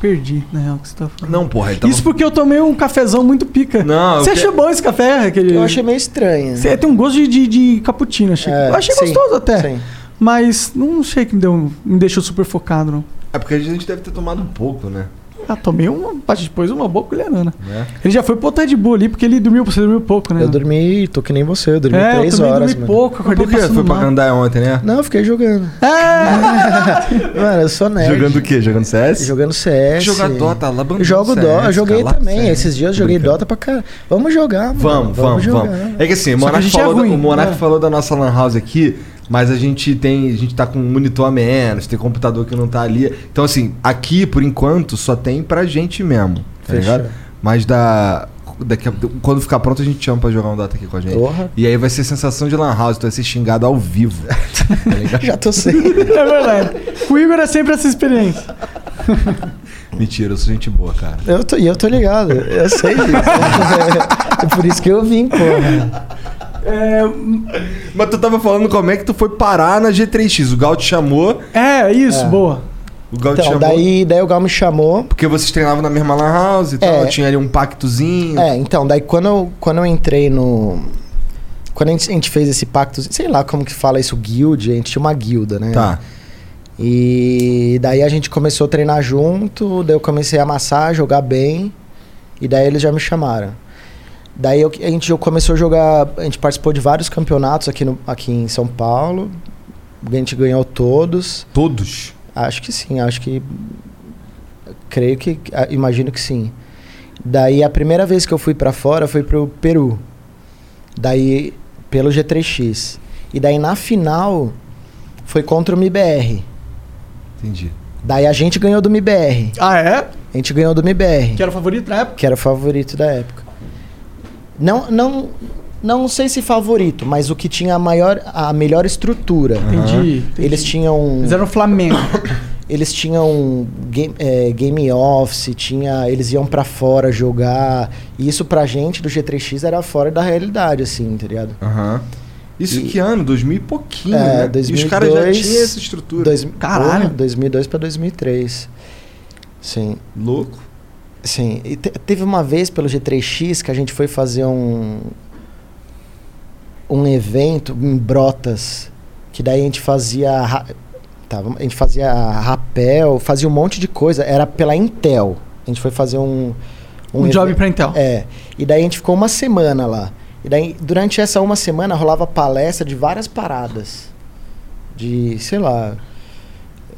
Speaker 4: Perdi, na real, o que você tá falando.
Speaker 2: Não, porra, ele tava...
Speaker 4: Isso porque eu tomei um cafezão muito pica.
Speaker 2: Não, eu
Speaker 4: você
Speaker 2: que-
Speaker 4: achou bom esse café? Aquele...
Speaker 3: Eu achei meio estranho. né?
Speaker 4: Você tem um gosto de, de, de cappuccino, achei.
Speaker 3: É,
Speaker 4: eu achei
Speaker 3: sim,
Speaker 4: gostoso até.
Speaker 3: Sim.
Speaker 4: Mas não achei que me, deu, um, me deixou super focado, não.
Speaker 2: É porque a gente deve ter tomado um pouco, né?
Speaker 4: Ah, tomei uma parte depois, uma boa colherana.
Speaker 2: Né?
Speaker 4: Ele já foi pro Ted Bull ali, porque ele dormiu, você dormiu pouco, né?
Speaker 3: É. Eu dormi, tô que nem você, É. eu dormi
Speaker 4: é,
Speaker 3: três
Speaker 4: eu também
Speaker 3: horas.
Speaker 4: dormi
Speaker 3: mano.
Speaker 4: pouco, acordei
Speaker 2: Por que
Speaker 4: passando
Speaker 2: foi pra
Speaker 4: mal.
Speaker 2: Gandai ontem, né?
Speaker 3: Não, eu fiquei jogando. Ah! Mano, eu sou nerd.
Speaker 2: Jogando o quê? Jogando CS?
Speaker 3: Jogando CS.
Speaker 2: Jogar Dota, lá bandou
Speaker 3: Eu jogo
Speaker 2: CS,
Speaker 3: Dota, eu joguei
Speaker 2: cara, lá
Speaker 3: também.
Speaker 2: CS.
Speaker 3: Esses dias eu joguei
Speaker 2: Brincando.
Speaker 3: Dota pra caralho. Vamos jogar, mano.
Speaker 2: Vamos, vamos,
Speaker 3: jogar.
Speaker 2: vamos. É que assim, o
Speaker 4: Só que a
Speaker 2: Monark,
Speaker 4: gente é
Speaker 2: falou, da-
Speaker 4: ruim,
Speaker 2: o Monark
Speaker 4: né?
Speaker 2: falou da nossa lan house aqui, mas a gente tem, a gente tá com um monitor a menos, tem computador que não tá ali. Então assim, aqui por enquanto só tem pra gente mesmo, tá
Speaker 3: Fechou.
Speaker 2: ligado? Mas da daqui a, quando ficar pronto a gente chama pra jogar um data aqui com a gente.
Speaker 3: Porra.
Speaker 2: E aí vai ser sensação de lan house, tu vai ser xingado ao vivo. tá ligado?
Speaker 3: Já tô sem.
Speaker 4: É verdade. Com o Igor é sempre essa experiência.
Speaker 2: Mentira, eu sou gente boa, cara.
Speaker 3: Eu tô, e eu tô ligado. Eu sei disso. É por isso que eu vim, porra.
Speaker 2: É, Mas tu tava falando como é que tu foi parar na G3X? O Gal te chamou,
Speaker 4: É, isso, boa.
Speaker 2: o Gal te
Speaker 3: Então,
Speaker 2: chamou.
Speaker 3: daí, daí o Gal me chamou.
Speaker 2: Porque vocês treinavam na mesma lan house e tal,
Speaker 3: É.
Speaker 2: tinha ali um pactozinho.
Speaker 3: É, então, daí quando eu, quando eu entrei no. Quando a gente, a gente fez esse pacto, sei lá como que fala isso, guild, a gente tinha uma guilda, né?
Speaker 2: Tá.
Speaker 3: E daí a gente começou a treinar junto, daí eu comecei a amassar, jogar bem, e daí eles já me chamaram. Daí eu- a gente jo- começou a jogar, a gente participou de vários campeonatos aqui, no- aqui em São Paulo, a gente ganhou todos,
Speaker 2: Todos?
Speaker 3: acho que sim, acho que, creio que, ah, imagino que sim. Daí a primeira vez que eu fui pra fora foi pro Peru, daí pelo G3X, e daí na final foi contra o MBR.
Speaker 2: Entendi.
Speaker 3: Daí a gente ganhou do MBR.
Speaker 4: Ah, é?
Speaker 3: A gente ganhou do MBR,
Speaker 4: Que era o favorito na época?
Speaker 3: que era o favorito da época. Não, não, não sei se favorito, mas o que tinha a maior, a melhor estrutura.
Speaker 4: Entendi. entendi.
Speaker 3: Eles tinham,
Speaker 4: Eles eram Flamengo.
Speaker 3: eles tinham game, é, game office, tinha, eles iam pra fora jogar. E isso pra gente do G3X era fora da realidade, assim, tá ligado?
Speaker 2: Aham. Isso
Speaker 3: E-
Speaker 2: que ano? 2000 e pouquinho,
Speaker 3: É,
Speaker 2: né? E os caras já
Speaker 3: 2002,
Speaker 2: tinham essa estrutura.
Speaker 3: Dois,
Speaker 4: Caralho.
Speaker 3: porra, 2002 pra 2003. Sim.
Speaker 2: Louco.
Speaker 3: Sim, e te- teve uma vez pelo G3X que a gente foi fazer um um evento em Brotas, que daí a gente fazia ra- tá, vamos- a gente fazia rapel, fazia um monte de coisa, era pela Intel. A gente foi fazer um
Speaker 4: Um job pra Intel.
Speaker 3: É. E daí a gente ficou uma semana lá. E daí durante essa uma semana rolava palestra de várias paradas. De, sei lá,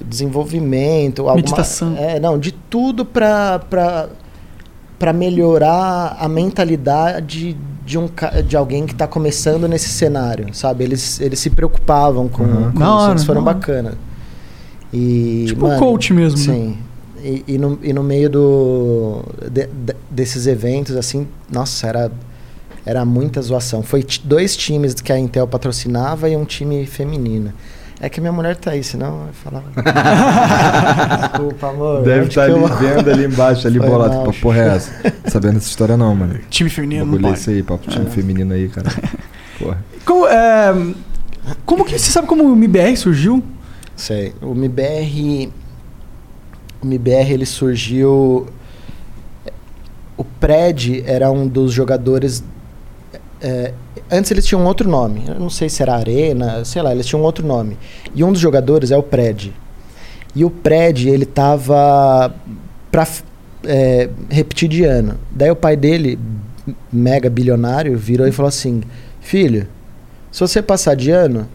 Speaker 3: desenvolvimento, alguma-
Speaker 4: Meditação.
Speaker 3: é, não, de tudo pra, pra, pra melhorar a mentalidade de, um, ca- de alguém que tá começando nesse cenário, sabe? Eles, eles se preocupavam com,
Speaker 2: Uhum.
Speaker 3: com
Speaker 4: Da
Speaker 3: isso,
Speaker 4: hora,
Speaker 3: eles foram
Speaker 4: da hora.
Speaker 3: bacanas. E,
Speaker 4: Tipo coach mesmo, né?
Speaker 3: É, Sim. E, e no, e no meio do, de- de- desses eventos, assim, nossa, era, era muita zoação. Foi ti- dois times que a Intel patrocinava e um time feminino. É que minha mulher tá aí, senão eu falava. Desculpa, amor.
Speaker 2: Deve
Speaker 3: Acho
Speaker 2: estar
Speaker 3: que eu-
Speaker 2: ali vendo ali embaixo, ali
Speaker 3: Foi
Speaker 2: bolado.
Speaker 3: mal.
Speaker 2: Que porra é essa? Não Sabendo essa história não, mano.
Speaker 4: Time feminino,
Speaker 2: Bagulho é isso aí, papo time feminino aí, cara. Porra.
Speaker 4: Como, é, como que. Você sabe como o MBR surgiu?
Speaker 3: Sei. O MBR. O MBR ele surgiu. O Pred era um dos jogadores. é, antes eles tinham outro nome. Eu não sei se era Arena, sei lá, eles tinham outro nome. E um dos jogadores é o Pred. E o Pred, ele tava pra f- é, repetir de ano. Daí o pai dele, m- mega bilionário, virou e falou assim: Filho, se você passar de ano,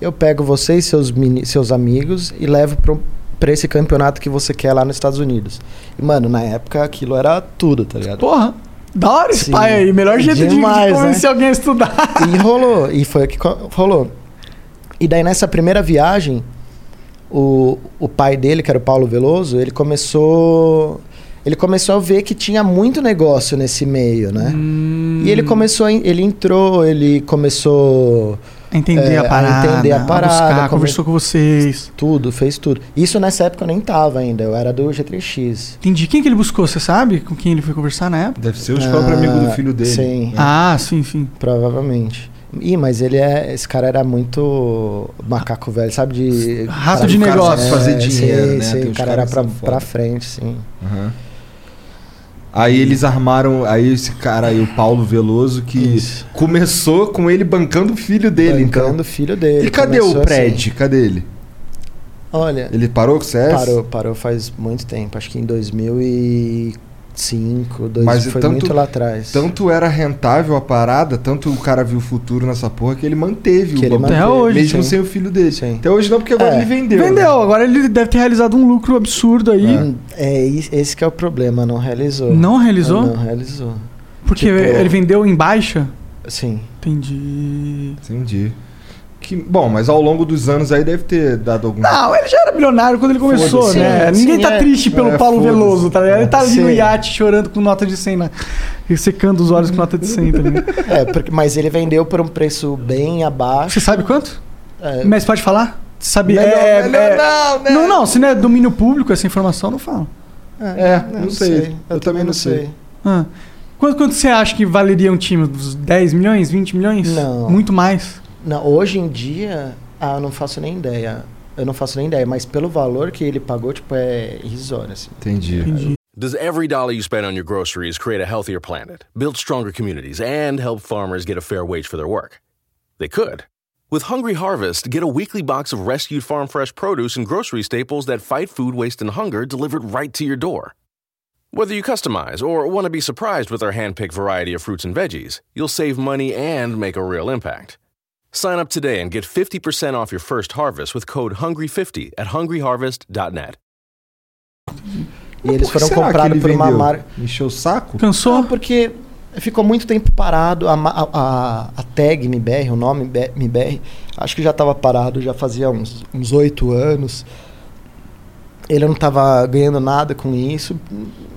Speaker 3: eu pego você e seus, meni- seus amigos e levo pro, pra esse campeonato que você quer lá nos Estados Unidos. E, mano, na época aquilo era tudo, tá ligado?
Speaker 4: Porra, da hora esse
Speaker 3: Sim.
Speaker 4: pai aí. Melhor jeito de- de
Speaker 3: Demais, né?
Speaker 4: convencer alguém a estudar.
Speaker 3: E rolou, e foi o que co- rolou. E daí nessa primeira viagem, o, o pai dele, que era o Paulo Veloso, ele começou. Ele começou a ver que tinha muito negócio nesse meio, né? E
Speaker 2: Hum.
Speaker 3: ele começou, a en- ele entrou, ele começou
Speaker 4: Entender
Speaker 3: É,
Speaker 4: a
Speaker 3: a
Speaker 4: parada.
Speaker 3: entender a parada,
Speaker 4: buscar,
Speaker 3: como-
Speaker 4: conversou com vocês.
Speaker 3: tudo, fez tudo. Isso nessa época eu nem tava ainda, eu era do G3X.
Speaker 4: Entendi. Quem que ele buscou, você sabe? Com quem ele foi conversar na época?
Speaker 2: Deve ser os próprios amigos do filho dele.
Speaker 3: Sim,
Speaker 4: Ah, sim, sim.
Speaker 3: provavelmente. Ih, mas ele é. Esse cara era muito macaco velho, sabe? De.
Speaker 4: Rato
Speaker 3: pra- assim,
Speaker 4: de
Speaker 3: o cara-
Speaker 4: negócio,
Speaker 2: fazer dinheiro, né?
Speaker 3: Sim,
Speaker 2: Tem
Speaker 3: o
Speaker 2: uns
Speaker 3: cara
Speaker 2: caras
Speaker 3: era
Speaker 2: que
Speaker 3: pra,
Speaker 2: são foda.
Speaker 3: pra frente, sim.
Speaker 2: Aham. Aí eles armaram, aí esse cara aí, o Paulo Veloso, que
Speaker 3: Isso.
Speaker 2: começou com ele bancando o filho dele,
Speaker 3: Bancando o filho dele.
Speaker 2: então. E cadê
Speaker 3: começou
Speaker 2: o prédio? Cadê ele?
Speaker 3: assim. Olha,
Speaker 2: Ele parou com o CS?
Speaker 3: parou, parou faz muito tempo, acho que em 2005, dois,
Speaker 2: Mas
Speaker 3: foi
Speaker 2: tanto-
Speaker 3: muito lá atrás.
Speaker 2: Tanto era rentável a parada, tanto o cara viu o futuro nessa porra que ele manteve
Speaker 3: Que
Speaker 2: o
Speaker 3: ele
Speaker 2: bagulho,
Speaker 4: Até
Speaker 3: manteve,
Speaker 4: hoje,
Speaker 2: mesmo
Speaker 3: sim.
Speaker 2: sem o filho dele.
Speaker 3: Sim.
Speaker 2: Até hoje não, porque agora
Speaker 3: É.
Speaker 2: ele vendeu. né?
Speaker 4: Vendeu, agora ele deve ter realizado um lucro absurdo aí.
Speaker 3: É, is- esse que é o problema, não realizou.
Speaker 4: Não realizou?
Speaker 3: Ah, Não realizou.
Speaker 4: Porque
Speaker 3: Tipo-
Speaker 4: ele vendeu em baixa?
Speaker 3: Sim.
Speaker 4: Entendi.
Speaker 2: Entendi. Que, bom, mas ao longo dos anos aí deve ter dado algum.
Speaker 4: Não, ele já era milionário quando ele começou,
Speaker 3: Foda-se.
Speaker 4: né?
Speaker 3: Sim,
Speaker 4: Ninguém
Speaker 3: sim,
Speaker 4: tá
Speaker 3: é.
Speaker 4: triste pelo
Speaker 2: É,
Speaker 4: Paulo
Speaker 2: foda-se.
Speaker 4: Veloso, tá ligado? Ele tá ali no
Speaker 3: Sim.
Speaker 4: iate chorando com nota de 100, né? E secando os olhos com nota de tá 100 também.
Speaker 3: É, porque- mas ele vendeu por um preço bem abaixo.
Speaker 4: Você sabe quanto?
Speaker 3: É,
Speaker 4: Mas pode falar? Sabe?
Speaker 2: Melhor-
Speaker 4: é,
Speaker 2: melhor
Speaker 4: é-
Speaker 2: não, né?
Speaker 4: Não, não, se não é domínio público essa informação, não fala.
Speaker 2: É, não sei. Eu também não sei.
Speaker 4: Ah. Quanto, quanto você acha que valeria um time? Uns 10 milhões? 20 milhões?
Speaker 3: Não.
Speaker 4: Muito mais.
Speaker 3: Não, hoje em dia, ah, eu não faço nem ideia. Eu não faço nem ideia, mas pelo valor que ele pagou, tipo, é irrisório, assim.
Speaker 2: Entendi.
Speaker 4: Entendi.
Speaker 6: Does every dollar you spend on your groceries create a healthier planet, build stronger communities, and help farmers get a fair wage for their work? They could. With Hungry Harvest, get a weekly box of rescued farm fresh produce and grocery staples that fight food waste and hunger delivered right to your door. Whether you customize or want to be surprised with our hand-picked variety of fruits and veggies, you'll save money and make a real impact. Sign up today and get 50% off your first harvest with code HUNGRY50 at hungryharvest.net.
Speaker 3: E eles
Speaker 2: Por que
Speaker 3: foram
Speaker 2: será que
Speaker 3: comprados
Speaker 2: ele
Speaker 3: por uma
Speaker 2: vendeu?
Speaker 3: marca.
Speaker 2: Encheu o saco?
Speaker 4: Cansou?
Speaker 3: Não, porque ficou muito tempo parado. A, ma- a- a- a tag MBR, o nome MBR, MBR, acho que já estava parado, já fazia uns uns oito anos. Ele não estava ganhando nada com isso.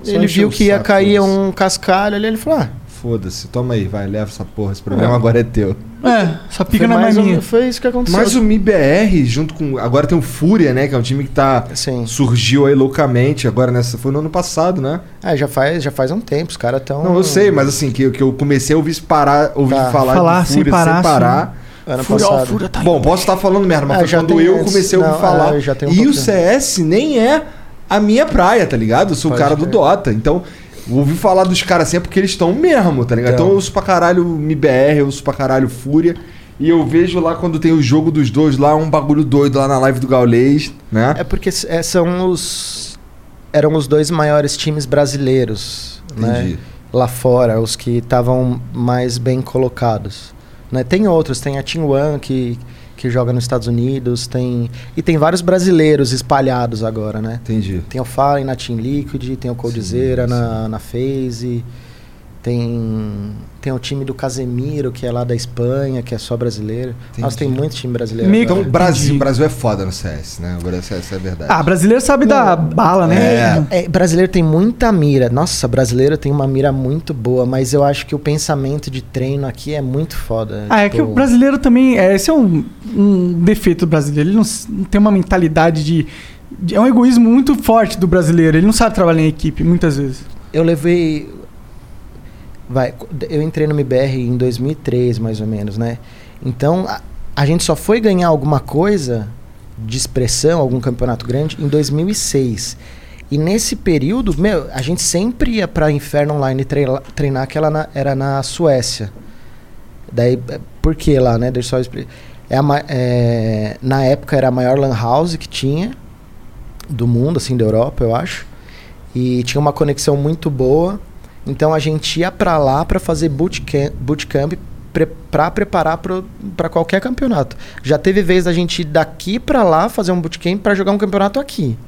Speaker 2: Só
Speaker 3: ele
Speaker 2: encheu
Speaker 3: viu
Speaker 2: o
Speaker 3: que ia
Speaker 2: saco,
Speaker 3: cair
Speaker 2: isso.
Speaker 3: um cascalho ali, ele falou: ah,
Speaker 2: Foda-se, toma aí, vai, leva essa porra, esse problema agora é teu.
Speaker 4: É, só pica
Speaker 3: foi,
Speaker 4: na
Speaker 3: mais ou
Speaker 4: maminha.
Speaker 3: menos- foi isso que aconteceu.
Speaker 2: Mas o MIBR, junto com. Agora tem o Fúria, né? Que é um time que tá.
Speaker 3: Sim.
Speaker 2: Surgiu aí loucamente, agora nessa. Foi no ano passado, né?
Speaker 3: É, já faz, já faz um tempo, os caras estão.
Speaker 2: Não, eu sei, mas assim, que, que eu comecei a ouvir se parar, ouvir
Speaker 3: Tá.
Speaker 2: falar,
Speaker 4: Falar
Speaker 2: do
Speaker 4: sem
Speaker 2: Fúria
Speaker 4: parar, sim.
Speaker 3: Ano
Speaker 4: Fúria, ó,
Speaker 3: passado.
Speaker 4: fúria tá
Speaker 2: Bom, posso estar falando merda, mas
Speaker 3: Ah,
Speaker 2: foi
Speaker 3: já
Speaker 2: quando
Speaker 3: tem
Speaker 2: eu
Speaker 3: antes.
Speaker 2: comecei a ouvir
Speaker 3: Não,
Speaker 2: falar.
Speaker 3: é, já tem um
Speaker 2: e o
Speaker 3: pouquinho.
Speaker 2: CS nem é a minha praia, tá ligado? Eu sou o
Speaker 3: Pode
Speaker 2: cara do
Speaker 3: crer.
Speaker 2: Dota, então ouvi falar dos caras assim é porque eles estão mesmo, tá ligado? Então,
Speaker 3: Então.
Speaker 2: eu uso pra caralho o MBR, eu uso pra caralho o Fúria. E eu vejo lá quando tem o jogo dos dois lá, um bagulho doido lá na live do Gaulês, né?
Speaker 3: É porque s- é, são os. Eram os dois maiores times brasileiros. Né?
Speaker 2: Entendi.
Speaker 3: lá fora, os que estavam mais bem colocados. Né? Tem outros, tem a Team One que, que joga nos Estados Unidos, tem e tem vários brasileiros espalhados agora, né?
Speaker 2: Entendi.
Speaker 3: Tem o Fallen na Team Liquid, tem o Coldzera
Speaker 2: Sim,
Speaker 3: na, na FaZe, tem, tem o time do Casemiro, que é lá da Espanha, que é só brasileiro. Nossa, tem
Speaker 2: Entendi.
Speaker 3: muito time brasileiro.
Speaker 4: Meio
Speaker 3: agora.
Speaker 2: Então,
Speaker 4: Entendi.
Speaker 2: Brasil, Brasil é foda no CS, né? Agora o CS é verdade.
Speaker 4: Ah, brasileiro sabe da bala, né?
Speaker 2: É.
Speaker 3: É, brasileiro tem muita mira. Nossa, brasileiro tem uma mira muito boa, mas eu acho que o pensamento de treino aqui é muito foda.
Speaker 4: Ah, é
Speaker 3: Tipo,
Speaker 4: que o brasileiro também. É, esse é um, um defeito do brasileiro. Ele não, s- não tem uma mentalidade de, de- É um egoísmo muito forte do brasileiro. Ele não sabe trabalhar em equipe, muitas vezes.
Speaker 3: Eu levei. Vai, eu entrei no MBR em 2003, mais ou menos, né? Então, a, a gente só foi ganhar alguma coisa de expressão, algum campeonato grande, em 2006. E nesse período, meu, a gente sempre ia pra Inferno Online treila- treinar, que ela na- era na Suécia. Daí, eh, por que lá, né? Deixa eu só explicar. É a ma- é, na época era a maior lan house que tinha do mundo, assim, da Europa, eu acho. E tinha uma conexão muito boa. Então a gente ia pra lá pra fazer bootcamp, bootcamp pre pra preparar pro- pra qualquer campeonato. Já teve vez da gente ir daqui pra lá fazer um bootcamp pra jogar um campeonato aqui.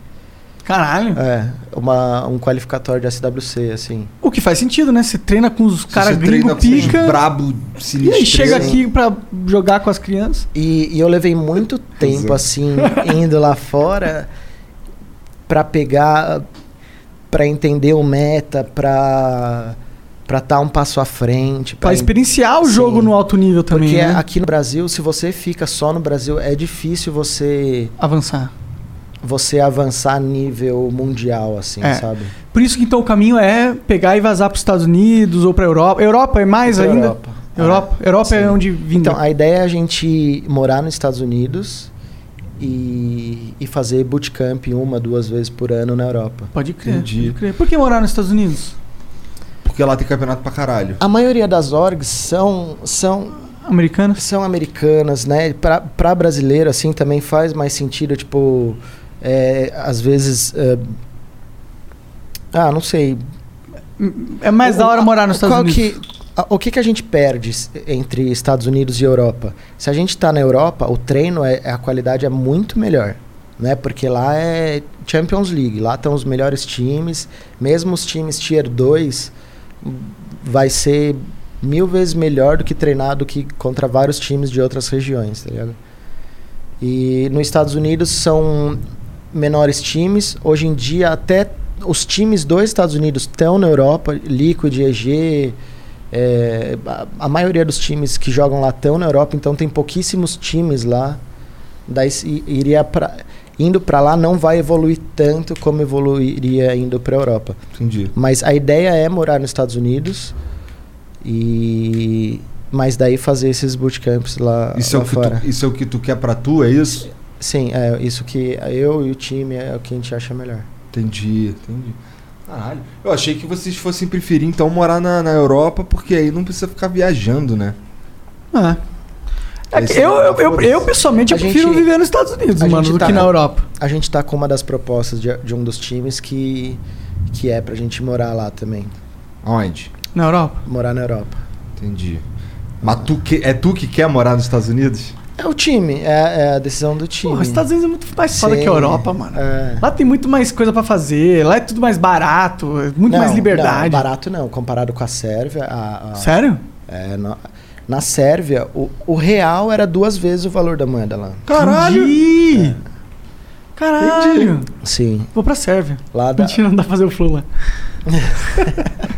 Speaker 4: Caralho.
Speaker 3: É, uma, um qualificatório de SWC, assim.
Speaker 4: O que faz sentido, né? Você treina com os caras
Speaker 2: Você treina
Speaker 4: gringo
Speaker 2: com
Speaker 4: pica.
Speaker 2: uns brabo
Speaker 4: E
Speaker 2: sinistro.
Speaker 4: aí chega
Speaker 2: né?
Speaker 4: aqui pra jogar com as crianças.
Speaker 3: E, e eu levei muito tempo, assim, indo lá fora pra pegar, pra entender o meta, pra pra estar um passo à frente.
Speaker 4: Pra
Speaker 3: pra en-
Speaker 4: experienciar o
Speaker 3: Sim.
Speaker 4: jogo no alto nível também,
Speaker 3: Porque
Speaker 4: né?
Speaker 3: aqui no Brasil, se você fica só no Brasil, é difícil você
Speaker 4: Avançar.
Speaker 3: você avançar a nível mundial, assim,
Speaker 4: É.
Speaker 3: sabe?
Speaker 4: Por isso que então o caminho é pegar e vazar pros Estados Unidos ou pra Europa. Europa é mais
Speaker 3: Pra
Speaker 4: ainda?
Speaker 3: Então, Europa.
Speaker 4: Europa, Europa é
Speaker 3: Sim.
Speaker 4: onde vinga.
Speaker 3: Então, a ideia é a gente morar nos Estados Unidos e, e fazer bootcamp uma, duas vezes por ano na Europa.
Speaker 4: Pode crer,
Speaker 2: Entendi.
Speaker 4: pode crer. Por que morar nos Estados Unidos?
Speaker 2: Porque lá tem campeonato pra caralho.
Speaker 3: A maioria das orgs são, são,
Speaker 4: Americanas?
Speaker 3: são americanas, né? Pra, pra brasileiro, assim, também faz mais sentido, tipo, é, às vezes... é, ah, não sei.
Speaker 4: É mais
Speaker 3: O-
Speaker 4: da hora
Speaker 3: a-
Speaker 4: morar nos Estados
Speaker 3: qual
Speaker 4: Unidos.
Speaker 3: Que, a- o que, que a gente perde s- entre Estados Unidos e Europa? Se a gente está na Europa, o treino, é, a qualidade é muito melhor. Né? Porque lá é Champions League, lá estão os melhores times, mesmo os times Tier 2 hum, vai ser mil vezes melhor do que treinar do que contra vários times de outras regiões, tá ligado? E nos Estados Unidos são menores times. Hoje em dia, até os times dos Estados Unidos estão na Europa, Liquid, EG. é, a, a maioria dos times que jogam lá estão na Europa, então tem pouquíssimos times lá. Daí se- iria pra, indo para lá não vai evoluir tanto como evoluiria indo para Europa.
Speaker 2: Entendi.
Speaker 3: Mas a ideia é morar nos Estados Unidos e mas daí fazer esses bootcamps
Speaker 4: Tá,
Speaker 3: lá,
Speaker 2: Isso é,
Speaker 3: lá
Speaker 2: o que
Speaker 3: fora.
Speaker 2: tu, isso é o que tu quer pra tu, é isso?
Speaker 3: Sim, é isso que eu e o time é o que a gente acha melhor.
Speaker 2: Entendi, entendi. Caralho. Eu achei que vocês fossem preferir, então, morar na, na Europa, porque aí não precisa ficar viajando, né?
Speaker 4: Ah. É
Speaker 2: Aí
Speaker 4: que
Speaker 2: você
Speaker 4: eu,
Speaker 2: mora
Speaker 4: eu, eu,
Speaker 2: fora.
Speaker 4: eu, pessoalmente, eu
Speaker 3: A
Speaker 4: prefiro
Speaker 3: gente-
Speaker 4: viver nos Estados Unidos,
Speaker 3: a
Speaker 4: mano,
Speaker 3: gente
Speaker 4: do
Speaker 3: tá-
Speaker 4: que na Europa.
Speaker 3: A gente tá com uma das propostas de, de um dos times que, que é pra gente morar lá também.
Speaker 2: Onde?
Speaker 4: Na Europa?
Speaker 3: Morar na Europa.
Speaker 2: Entendi. Mas tu que, é tu que quer morar nos Estados Unidos?
Speaker 3: É o time, é, é a decisão do time.
Speaker 4: Porra, os Estados Unidos é muito mais foda
Speaker 3: Sim.
Speaker 4: que a Europa, mano.
Speaker 3: É.
Speaker 4: Lá tem muito mais coisa pra fazer, lá é tudo mais barato, é muito
Speaker 3: Não,
Speaker 4: mais liberdade.
Speaker 3: Não, barato não, comparado com a Sérvia. a- a-
Speaker 4: Sério?
Speaker 3: é, na, na Sérvia, o, o real era duas vezes o valor da moeda lá.
Speaker 4: Caralho! Entendi.
Speaker 3: É.
Speaker 4: Caralho!
Speaker 3: Sim,
Speaker 4: Vou pra Sérvia.
Speaker 3: lá da,
Speaker 4: Mentira, não dá pra fazer o flow lá.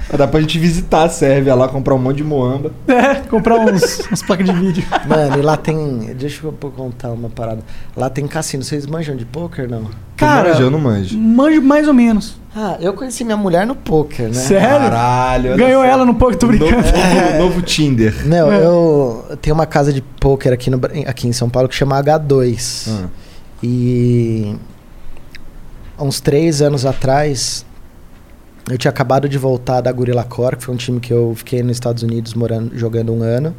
Speaker 2: Mas Dá pra gente visitar a Sérvia lá, comprar um monte de moamba.
Speaker 4: É, comprar uns, umas placas de vídeo.
Speaker 3: Mano, e lá tem. Deixa eu contar uma parada. Lá tem cassino. Vocês manjam de pôquer, não?
Speaker 4: Cara,
Speaker 2: tu manja, eu não manjo.
Speaker 4: manjo mais ou menos.
Speaker 3: Ah, eu conheci minha mulher no pôquer, né?
Speaker 4: Sério?
Speaker 2: Caralho. olha
Speaker 4: Ganhou
Speaker 2: só.
Speaker 4: ela no pouco, tô brincando.
Speaker 2: Novo, novo- novo Tinder.
Speaker 3: Não,
Speaker 4: É.
Speaker 3: eu tenho uma casa de pôquer aqui, no Bra- aqui em São Paulo que chama H2.
Speaker 2: Ah,
Speaker 3: E há uns três anos atrás, eu tinha acabado de voltar da Gorilla Core, que foi um time que eu fiquei nos Estados Unidos morando, jogando um ano.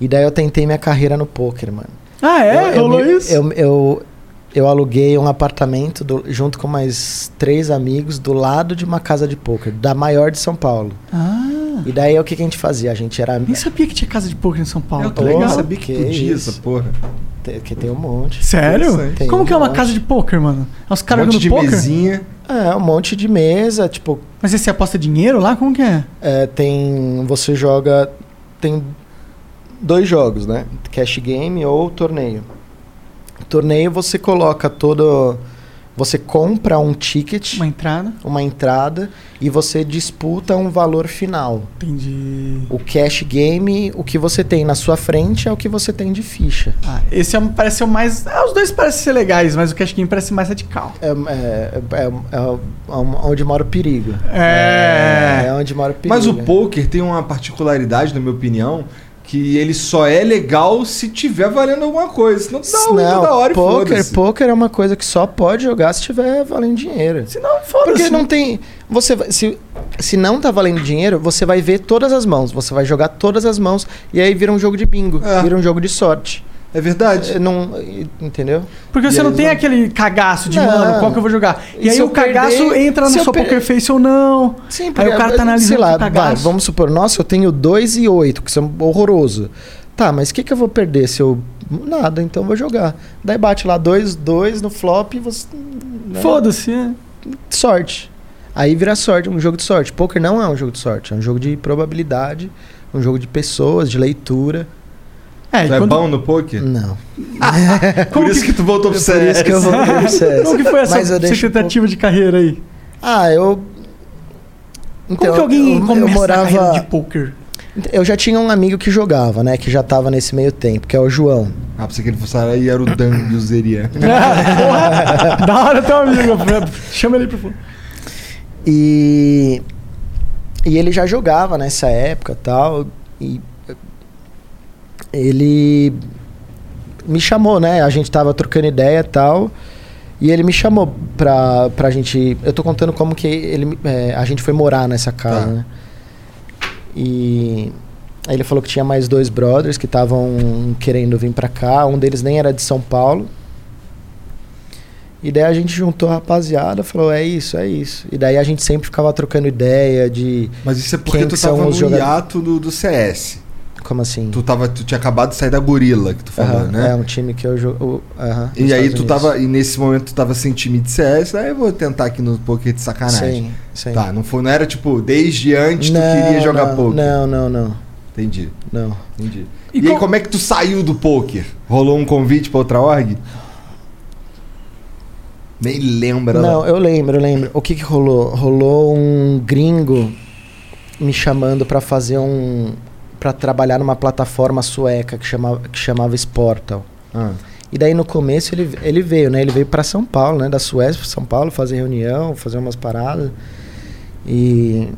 Speaker 3: E daí eu tentei minha carreira no pôquer, mano.
Speaker 4: Ah, é?
Speaker 3: eu, eu
Speaker 4: Rolou
Speaker 3: me-
Speaker 4: isso?
Speaker 3: Eu, eu, eu aluguei um apartamento do- junto com mais três amigos do lado de uma casa de pôquer, da maior de São Paulo.
Speaker 4: Ah,
Speaker 3: E daí o que, que a gente fazia? A gente era.
Speaker 4: nem sabia que tinha casa de poker em São Paulo.
Speaker 2: eu
Speaker 4: Que
Speaker 3: tô-
Speaker 2: também não
Speaker 4: legal.
Speaker 2: sabia que
Speaker 3: Que
Speaker 2: podia
Speaker 3: isso.
Speaker 2: essa porra.
Speaker 3: Tem, que tem um monte.
Speaker 4: Sério?
Speaker 3: Tem
Speaker 4: Como
Speaker 3: um
Speaker 4: que é uma
Speaker 3: monte.
Speaker 4: casa de poker, mano? É Os
Speaker 2: Um
Speaker 4: caras
Speaker 2: monte de
Speaker 4: jogando poker?
Speaker 2: mesinha.
Speaker 3: É, um monte de mesa, tipo,
Speaker 4: Mas aí você aposta dinheiro lá? Como que é?
Speaker 3: É, tem. Você joga. Tem dois jogos, né? Cash game ou torneio. Torneio você coloca todo. Você compra um ticket,
Speaker 4: Uma entrada?
Speaker 3: uma entrada, e você disputa um valor final.
Speaker 4: Entendi.
Speaker 3: O cash game, o que você tem na sua frente é o que você tem de ficha.
Speaker 4: Ah, esse é, um- parece ser o mais. Ah, os dois parecem ser legais, mas o Cash Game parece mais radical.
Speaker 3: É, é, é, é onde mora o perigo.
Speaker 4: É.
Speaker 3: É onde mora o perigo.
Speaker 2: Mas o poker tem uma particularidade, na minha opinião, que ele só é legal se tiver valendo alguma coisa. Senão tu dá um
Speaker 3: Não,
Speaker 2: toda hora e
Speaker 3: poker,
Speaker 2: foda-se.
Speaker 3: poker é uma coisa que só pode jogar se tiver valendo dinheiro.
Speaker 4: Se não, foda-se.
Speaker 3: Porque não tem. Você vai- se, se não tá valendo dinheiro, você vai ver todas as mãos. Você vai jogar todas as mãos e aí vira um jogo de bingo,
Speaker 2: É.
Speaker 3: vira um jogo de sorte.
Speaker 2: É verdade.
Speaker 3: É, Não, e- entendeu?
Speaker 4: Porque
Speaker 3: E
Speaker 4: você
Speaker 3: aí
Speaker 4: não tem
Speaker 3: não-
Speaker 4: aquele cagaço de,
Speaker 3: Não.
Speaker 4: mano, qual que eu vou jogar? E,
Speaker 3: E
Speaker 4: aí
Speaker 3: se
Speaker 4: o
Speaker 3: eu perder-
Speaker 4: cagaço entra
Speaker 3: se
Speaker 4: na
Speaker 3: eu
Speaker 4: sua
Speaker 3: per-
Speaker 4: poker face ou não.
Speaker 3: Sim, é,
Speaker 4: Aí o cara tá analisando
Speaker 3: sei lá,
Speaker 4: que tá
Speaker 3: vai,
Speaker 4: gasto.
Speaker 3: vamos supor, nossa, eu tenho 2 e 8, que são horroroso. Tá, mas o que, que eu vou perder se eu. Nada, então eu vou jogar. Daí bate lá 2, 2 no flop e você. né?
Speaker 4: Foda-se, é.
Speaker 3: sorte. Aí vira sorte, um jogo de sorte. Poker não é um jogo de sorte, é um jogo de probabilidade, um jogo de pessoas, de leitura.
Speaker 4: É,
Speaker 2: Tu é bom no poker?
Speaker 3: Não.
Speaker 2: Por isso que tu voltou pro
Speaker 3: Por
Speaker 2: CS.
Speaker 3: isso que eu vou pro CS.
Speaker 4: Como que foi essa
Speaker 3: Mas eu deixo um pouco-
Speaker 4: tentativa de carreira aí?
Speaker 3: Ah, eu Então,
Speaker 4: Como que alguém
Speaker 3: eu, eu
Speaker 4: começa a carreira de
Speaker 3: morava
Speaker 4: poker?
Speaker 3: Eu já tinha um amigo que jogava, né, que já tava nesse meio tempo, que é o João.
Speaker 2: Ah, pensei que ele fosse aí era o Dan de Uzeria.
Speaker 4: Porra, da hora teu amigo. Chama ele pro fundo.
Speaker 3: E e ele já jogava nessa época, tal, e ele me chamou, né? A gente tava trocando ideia, tal, e ele me chamou pra, pra gente, eu tô contando como que ele é, a gente foi morar nessa casa,
Speaker 2: Tá.
Speaker 3: né? E aí ele falou que tinha mais dois brothers que estavam querendo vir pra cá, um deles nem era de São Paulo. E daí a gente juntou a rapaziada, falou, é isso, é isso. E daí a gente sempre ficava trocando ideia de.
Speaker 2: Mas isso é porque
Speaker 3: Quem
Speaker 2: tu
Speaker 3: que são
Speaker 2: tava no
Speaker 3: os jogadores?
Speaker 2: hiato do, do CS.
Speaker 3: Como assim?
Speaker 2: Tu, tava, tu tinha acabado de sair da gorila, que tu falou,
Speaker 3: Aham,
Speaker 2: né?
Speaker 3: É um time que eu jogo. aham, nos
Speaker 2: E aí
Speaker 3: Estados
Speaker 2: tu
Speaker 3: Unidos.
Speaker 2: tava. E nesse momento tu tava sem time de CS, aí eu vou tentar aqui no poker de sacanagem.
Speaker 3: Sim, sim.
Speaker 2: Tá, não, foi, não era tipo, desde antes tu queria jogar
Speaker 3: não,
Speaker 2: poker.
Speaker 3: Não, não, não.
Speaker 2: Entendi,
Speaker 3: não.
Speaker 2: entendi.
Speaker 4: E
Speaker 2: E,
Speaker 4: qual-
Speaker 2: aí como é que tu saiu do poker? Rolou um convite pra outra org? Nem lembra né? lá.
Speaker 3: Não, eu lembro, eu lembro. O que que rolou? Rolou um gringo me chamando pra fazer um Pra trabalhar numa plataforma sueca que chamava que chamava Sportal.
Speaker 2: Ah,
Speaker 3: E daí no começo ele, ele veio, né? Ele veio pra São Paulo, né? Da Suécia pra São Paulo fazer reunião, fazer umas paradas. E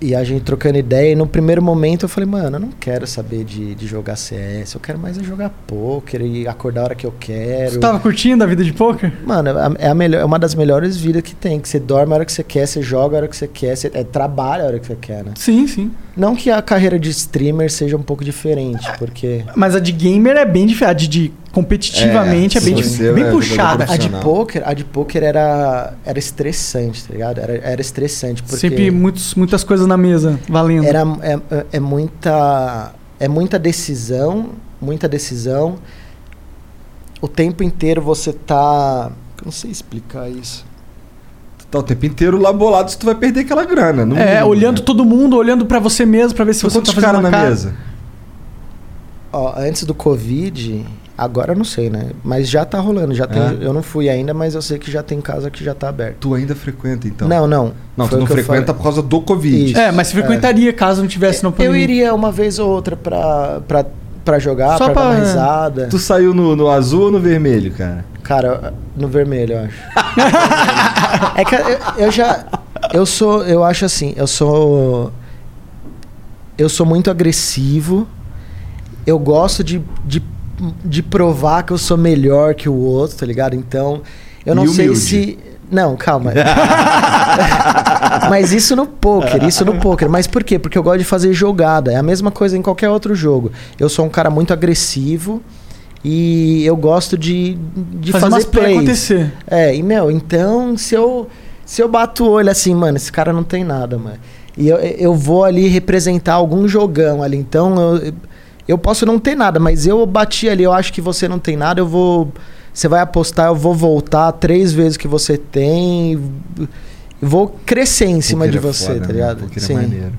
Speaker 3: e a gente trocando ideia, e no primeiro momento eu falei, mano, eu não quero saber de, de jogar CS, eu quero mais é jogar poker e acordar a hora que eu quero.
Speaker 4: Tu
Speaker 2: tá
Speaker 4: tava curtindo a vida de poker?
Speaker 3: Mano, é a- é, a melhor, é uma das melhores vidas que tem. Que você dorme a hora que você quer, você joga a hora que você quer, você é, trabalha a hora que você quer, né?
Speaker 4: Sim, sim.
Speaker 3: Não que a carreira de streamer seja um pouco diferente, porque.
Speaker 4: Mas a de gamer é bem diferente. A de, de competitivamente é,
Speaker 2: É,
Speaker 4: bem,
Speaker 2: você
Speaker 4: dif- bem
Speaker 2: é
Speaker 4: puxada.
Speaker 2: jogador
Speaker 3: A de
Speaker 2: Profissional.
Speaker 3: poker, a de poker era, era estressante, tá ligado? Era, era estressante, porque.
Speaker 4: Sempre muitos, muitas coisas na mesa, valendo.
Speaker 3: era, é, é- é muita. É muita decisão, muita decisão. O tempo inteiro você tá. eu Não sei explicar isso.
Speaker 2: tu tá o tempo inteiro lá bolado se tu vai perder aquela grana. no
Speaker 4: É,
Speaker 2: mínimo,
Speaker 4: olhando
Speaker 2: né?
Speaker 4: todo mundo, olhando pra você mesmo, pra ver se
Speaker 2: Tu
Speaker 4: você tá
Speaker 2: quantos
Speaker 4: fazendo
Speaker 2: caras
Speaker 4: uma
Speaker 2: na
Speaker 4: cara.
Speaker 2: mesa?
Speaker 3: Ó, antes do Covid, agora eu não sei, né? Mas já tá rolando, já tem.
Speaker 2: É?
Speaker 3: Eu não fui ainda, mas eu sei que já tem casa que já tá aberta.
Speaker 2: Tu ainda frequenta, então?
Speaker 3: não, não.
Speaker 2: Não, tu
Speaker 3: Foi o
Speaker 2: não
Speaker 3: que eu
Speaker 2: frequenta
Speaker 3: falei.
Speaker 2: por causa do Covid.
Speaker 3: Isso.
Speaker 4: É, mas se frequentaria caso não tivesse no
Speaker 3: Eu iria uma vez ou outra pra, pra, pra jogar,
Speaker 4: Só
Speaker 3: pra, dar
Speaker 4: pra-
Speaker 3: uma risada.
Speaker 2: Tu saiu no, no azul ou no vermelho, cara?
Speaker 3: Cara, no vermelho, eu acho. é que eu, eu já. Eu sou. Eu acho assim, eu sou. Eu sou muito agressivo. Eu gosto de, de, de provar que eu sou melhor que o outro, tá ligado? Então, eu não
Speaker 2: E
Speaker 3: sei
Speaker 2: humilde.
Speaker 3: se. Não, calma. Mas isso no poker, isso no poker. Mas por quê? Porque eu gosto de fazer jogada. É a mesma coisa em qualquer outro jogo. Eu sou um cara muito agressivo e eu gosto de, de
Speaker 4: fazer
Speaker 3: fazer,
Speaker 4: umas play
Speaker 3: plays.
Speaker 4: acontecer.
Speaker 3: É, e meu, então se eu se eu bato o olho assim, mano, esse cara não tem nada, mano. E eu, eu vou ali representar algum jogão ali. Então eu, eu posso não ter nada, mas eu bati ali, eu acho que você não tem nada, eu vou você vai apostar, eu vou voltar três vezes o que você tem, vou crescer em cima de
Speaker 2: Poker é
Speaker 3: você,
Speaker 2: foda,
Speaker 3: tá
Speaker 2: né?
Speaker 3: ligado?
Speaker 2: Poker é maneiro.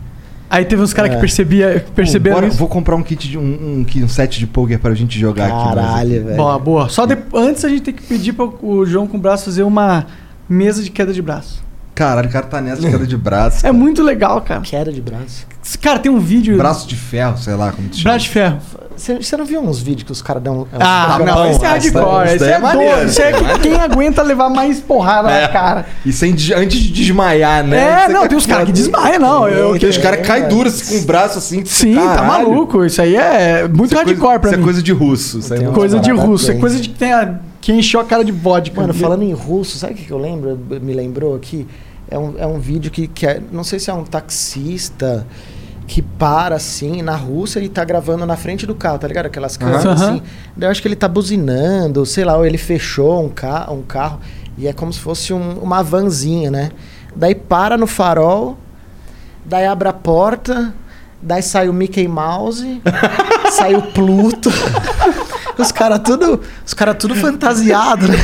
Speaker 4: Aí teve uns caras que
Speaker 3: É.
Speaker 4: percebia, que perceberam
Speaker 2: Bora,
Speaker 4: isso.
Speaker 2: vou comprar um kit de um, um, ki- um set de poker pra gente jogar aqui. no Brasil.
Speaker 3: Caralho, velho.
Speaker 4: Boa, boa. Só de- antes a gente tem que pedir para o João com o braço fazer uma mesa de queda de braço.
Speaker 2: Caralho, o cara tá nessa queda de braço.
Speaker 4: É
Speaker 2: cara.
Speaker 4: muito legal, cara.
Speaker 3: Queda de braço.
Speaker 4: Esse cara tem um vídeo.
Speaker 2: Braço de ferro, sei lá como tu chama.
Speaker 4: braço de ferro.
Speaker 3: Você você não viu uns vídeos que os caras dão.
Speaker 4: Ah,
Speaker 2: tá
Speaker 4: não,
Speaker 2: bom, mas
Speaker 4: esse é
Speaker 2: tá-
Speaker 4: hardcore.
Speaker 2: isso
Speaker 4: Esse
Speaker 2: daí
Speaker 4: é,
Speaker 2: é maneiro,
Speaker 4: doido. Esse é que- quem aguenta levar mais porrada na cara.
Speaker 2: É. E sem, de- antes de desmaiar, né?
Speaker 4: É, não, tem uns caras que desmaiam, não. Eu,
Speaker 2: Porque os caras caem duro assim, com o braço assim.
Speaker 4: sim, tá
Speaker 2: caralho.
Speaker 4: maluco. Isso aí é muito
Speaker 2: Isso é coisa-
Speaker 4: hardcore pra
Speaker 2: Isso
Speaker 4: mim.
Speaker 2: é coisa de russo. Isso aí
Speaker 3: Tem
Speaker 2: não-
Speaker 3: uma
Speaker 4: Coisa de
Speaker 3: Parabéns.
Speaker 4: russo, é coisa de que, tem a, que encheu a cara de vodka.
Speaker 3: Mano, falando em russo, sabe o que que eu lembro? Me lembrou aqui? É um, é um vídeo que, que é, não sei se é um taxista que para assim na Rússia e tá gravando na frente do carro, tá ligado? Aquelas câmeras
Speaker 4: Aham.
Speaker 3: assim. Daí eu acho que ele tá buzinando, sei lá, ou ele fechou um, ca um carro e é como se fosse um- uma vanzinha, né? Daí para no farol, daí abre a porta, Daí saiu Mickey Mouse, saiu Pluto. Os caras tudo, os cara tudo fantasiado, né?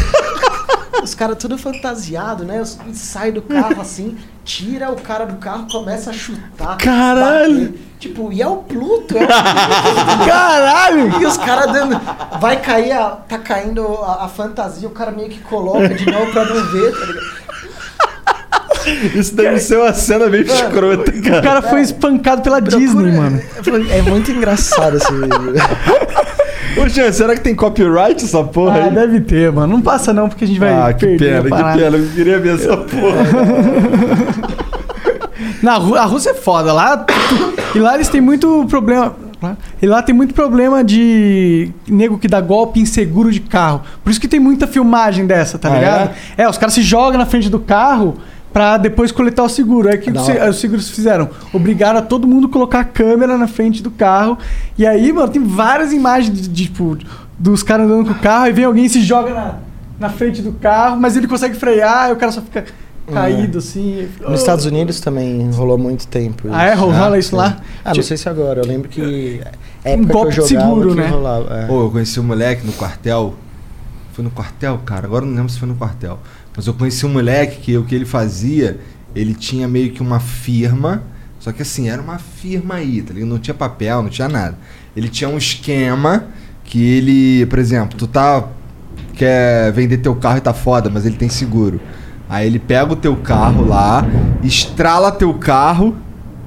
Speaker 3: Os caras tudo fantasiado, né? Os- Sai do carro assim, tira o cara do carro, começa a chutar.
Speaker 4: Caralho!
Speaker 3: bater. Tipo, e é o Pluto, é o Pluto.
Speaker 4: Caralho!
Speaker 3: E os caras dando. Vai cair, a, tá caindo a, a fantasia, o cara meio que coloca de novo pra não ver, tá ligado?
Speaker 5: Isso deve ser uma cena meio escrota,
Speaker 4: O
Speaker 5: cara.
Speaker 4: cara foi espancado pela Disney, mano.
Speaker 3: É muito engraçado esse vídeo.
Speaker 5: Ô, Jean, será que tem copyright essa porra
Speaker 4: Ah,
Speaker 5: aí?
Speaker 4: deve ter, mano. Não passa não, porque a gente vai
Speaker 5: Ah, que
Speaker 4: perder a
Speaker 5: pena, que
Speaker 4: parada. É.
Speaker 5: pena. Eu queria ver essa porra.
Speaker 4: Na Ru- a Rússia é foda. Lá, tu- e lá eles têm muito problema. lá- E lá tem muito problema de nego que dá golpe em seguro de carro. Por isso que tem muita filmagem dessa, tá
Speaker 5: Ah,
Speaker 4: ligado? É? os caras se jogam na frente do carro pra depois coletar o seguro. Aí o que
Speaker 3: Da
Speaker 4: os se-
Speaker 3: hora.
Speaker 4: os seguros fizeram? Obrigaram a todo mundo a colocar a câmera na frente do carro. E aí, mano, tem várias imagens de, de, tipo, dos caras andando com o carro e vem alguém e se joga na, na frente do carro, mas ele consegue frear e o cara só fica caído assim. Oh.
Speaker 3: É. Nos Estados Unidos também rolou muito tempo.
Speaker 4: Ah, é? Rola isso
Speaker 3: sim.
Speaker 4: lá?
Speaker 3: Ah, não sei se agora. Eu lembro que. É um
Speaker 4: golpe
Speaker 3: que eu jogava
Speaker 4: seguro,
Speaker 3: que
Speaker 4: né?
Speaker 3: rolava, é.
Speaker 2: Pô, eu conheci um moleque no quartel. Foi no quartel, cara? Agora eu não lembro se foi no quartel. Mas eu conheci um moleque que o que ele fazia, ele tinha meio que uma firma. Só que assim, era uma firma aí, tá ligado? Não tinha papel, não tinha nada. Ele tinha um esquema que ele, por exemplo, tu tá. Quer vender teu carro e tá foda, mas ele tem seguro. Aí ele pega o teu carro lá, estrala teu carro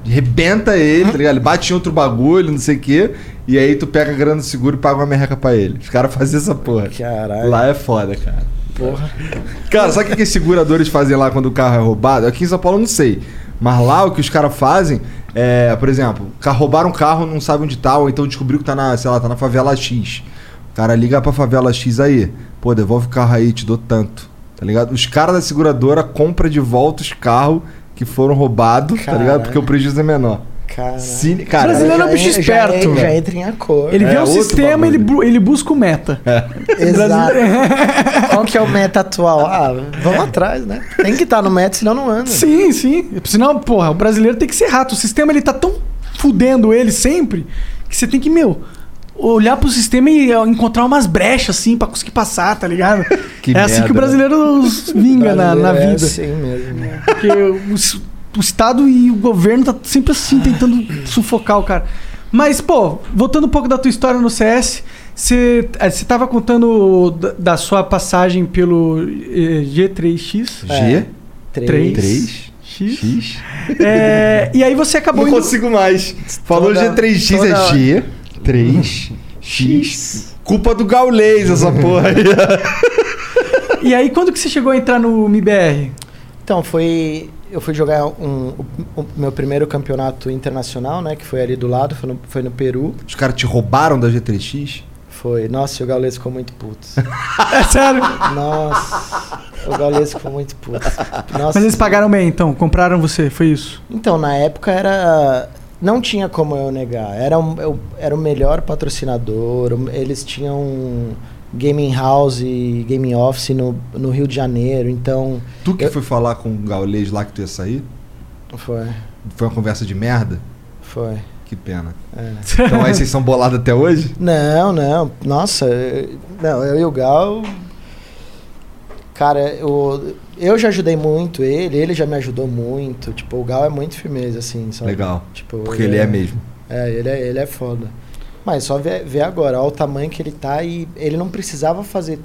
Speaker 2: Rebenta ele, tá ligado? Ele bate em outro bagulho, não sei o quê. E aí tu pega a grana do seguro e paga uma merreca pra ele. Os caras fazem essa porra.
Speaker 3: Caralho.
Speaker 2: Lá é foda, cara. Porra. Cara, sabe o que, que os seguradores fazem lá quando o carro é roubado? Aqui em São Paulo eu não sei. Mas lá o que os caras fazem é, por exemplo, ca- roubaram um carro, não sabe onde tá, ou então descobriu que tá na, sei lá, tá na favela X. O cara liga pra favela X aí. Pô, devolve o carro aí, te dou tanto. Tá ligado? Os caras da seguradora compram de volta os carros que foram roubados, tá ligado? Porque o prejuízo é menor.
Speaker 3: Caralho.
Speaker 2: Cine, cara,
Speaker 4: Brasileiro é um
Speaker 3: Já
Speaker 4: bicho
Speaker 3: en- já en-
Speaker 4: esperto,
Speaker 3: Já,
Speaker 4: velho.
Speaker 3: entra em acordo.
Speaker 4: Ele
Speaker 2: É
Speaker 4: vê o
Speaker 2: outro
Speaker 4: sistema, ele,
Speaker 2: bagulho. É.
Speaker 4: bu- ele busca o meta.
Speaker 3: Exato.
Speaker 4: é-
Speaker 3: Qual que é o meta atual? Ah, vamos atrás, né? Tem que estar no meta, senão não anda.
Speaker 4: É, Sim, sim. Senão, porra, o brasileiro tem que ser rato. O sistema, ele tá tão fudendo ele sempre que você tem que, meu, olhar pro sistema e ó, encontrar umas brechas, assim, pra conseguir passar, tá ligado?
Speaker 2: Que
Speaker 4: é assim
Speaker 2: merda, né?
Speaker 4: que o brasileiro vinga na, na
Speaker 3: Brasileiro é
Speaker 4: vida.
Speaker 3: assim mesmo.
Speaker 4: Porque o, s- o Estado e o governo tá sempre assim, tentando sufocar o cara. Mas, pô, voltando um pouco da tua história no CS, você eh, você tava contando da, da sua passagem pelo eh, G3X.
Speaker 2: G?
Speaker 4: Três.
Speaker 2: Três?
Speaker 4: X.
Speaker 2: X?
Speaker 4: É, e aí você acabou
Speaker 2: Não
Speaker 4: indo.
Speaker 2: consigo mais. Falou
Speaker 3: Toda-
Speaker 2: G3X
Speaker 3: toda-
Speaker 2: é G. 3 X. Culpa do Gaulês essa porra aí.
Speaker 4: E aí, quando que você chegou a entrar no MBR?
Speaker 3: Então, foi. Eu fui jogar um, o, o meu primeiro campeonato internacional, né? Que foi ali do lado, foi no, foi no Peru.
Speaker 2: Os caras te roubaram da G3X?
Speaker 3: Foi. Nossa, e o Gaules ficou muito puto.
Speaker 4: É sério.
Speaker 3: Nossa, o Gaules ficou muito puto. Nossa.
Speaker 4: Mas eles pagaram bem, então, compraram você, foi isso.
Speaker 3: Então, na época era. Não tinha como eu negar. Era, um- eu- era o melhor patrocinador. um- Eles tinham gaming house e gaming office no, no Rio de Janeiro. Então.
Speaker 2: Tu que
Speaker 3: Eu-
Speaker 2: foi falar com o Gaulês lá que tu ia sair?
Speaker 3: Foi.
Speaker 2: Foi uma conversa de merda?
Speaker 3: Foi.
Speaker 2: Que pena.
Speaker 3: É.
Speaker 2: Então aí vocês são bolados até hoje?
Speaker 3: Não, não. Nossa, eu- não, eu e o Gal. Cara, eu, eu já ajudei muito ele, ele já me ajudou muito. Tipo, o Gal é muito firmeza, assim. sabe?
Speaker 2: Legal.
Speaker 3: Tipo,
Speaker 2: Porque ele é mesmo.
Speaker 3: É, ele é, ele é foda. Mas só vê, vê agora, olha o tamanho que ele tá e ele não precisava fazer.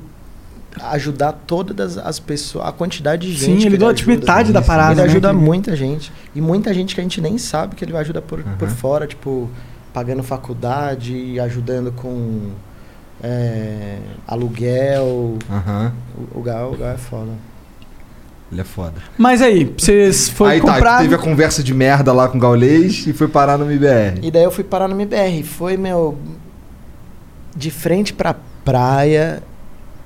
Speaker 3: ajudar todas as, as pessoas, a quantidade de gente.
Speaker 4: Sim,
Speaker 3: que
Speaker 4: ele doa tipo,
Speaker 3: ajuda.
Speaker 4: metade da parada.
Speaker 3: Ele
Speaker 4: né?
Speaker 3: ajuda muita gente. E muita gente que a gente nem sabe que ele ajuda por, por
Speaker 4: Uhum.
Speaker 2: Aham.
Speaker 3: fora, tipo, pagando faculdade, ajudando com é, aluguel.
Speaker 2: Aham.
Speaker 3: O, o, Gal, o Gal é foda.
Speaker 2: Ele é foda.
Speaker 4: Mas aí, vocês foram
Speaker 2: aí
Speaker 4: comprar.
Speaker 2: tá, tu teve a conversa de merda lá com o Gaulês e foi parar no MBR.
Speaker 3: E daí eu fui parar no MBR. Foi, meu. De frente pra praia,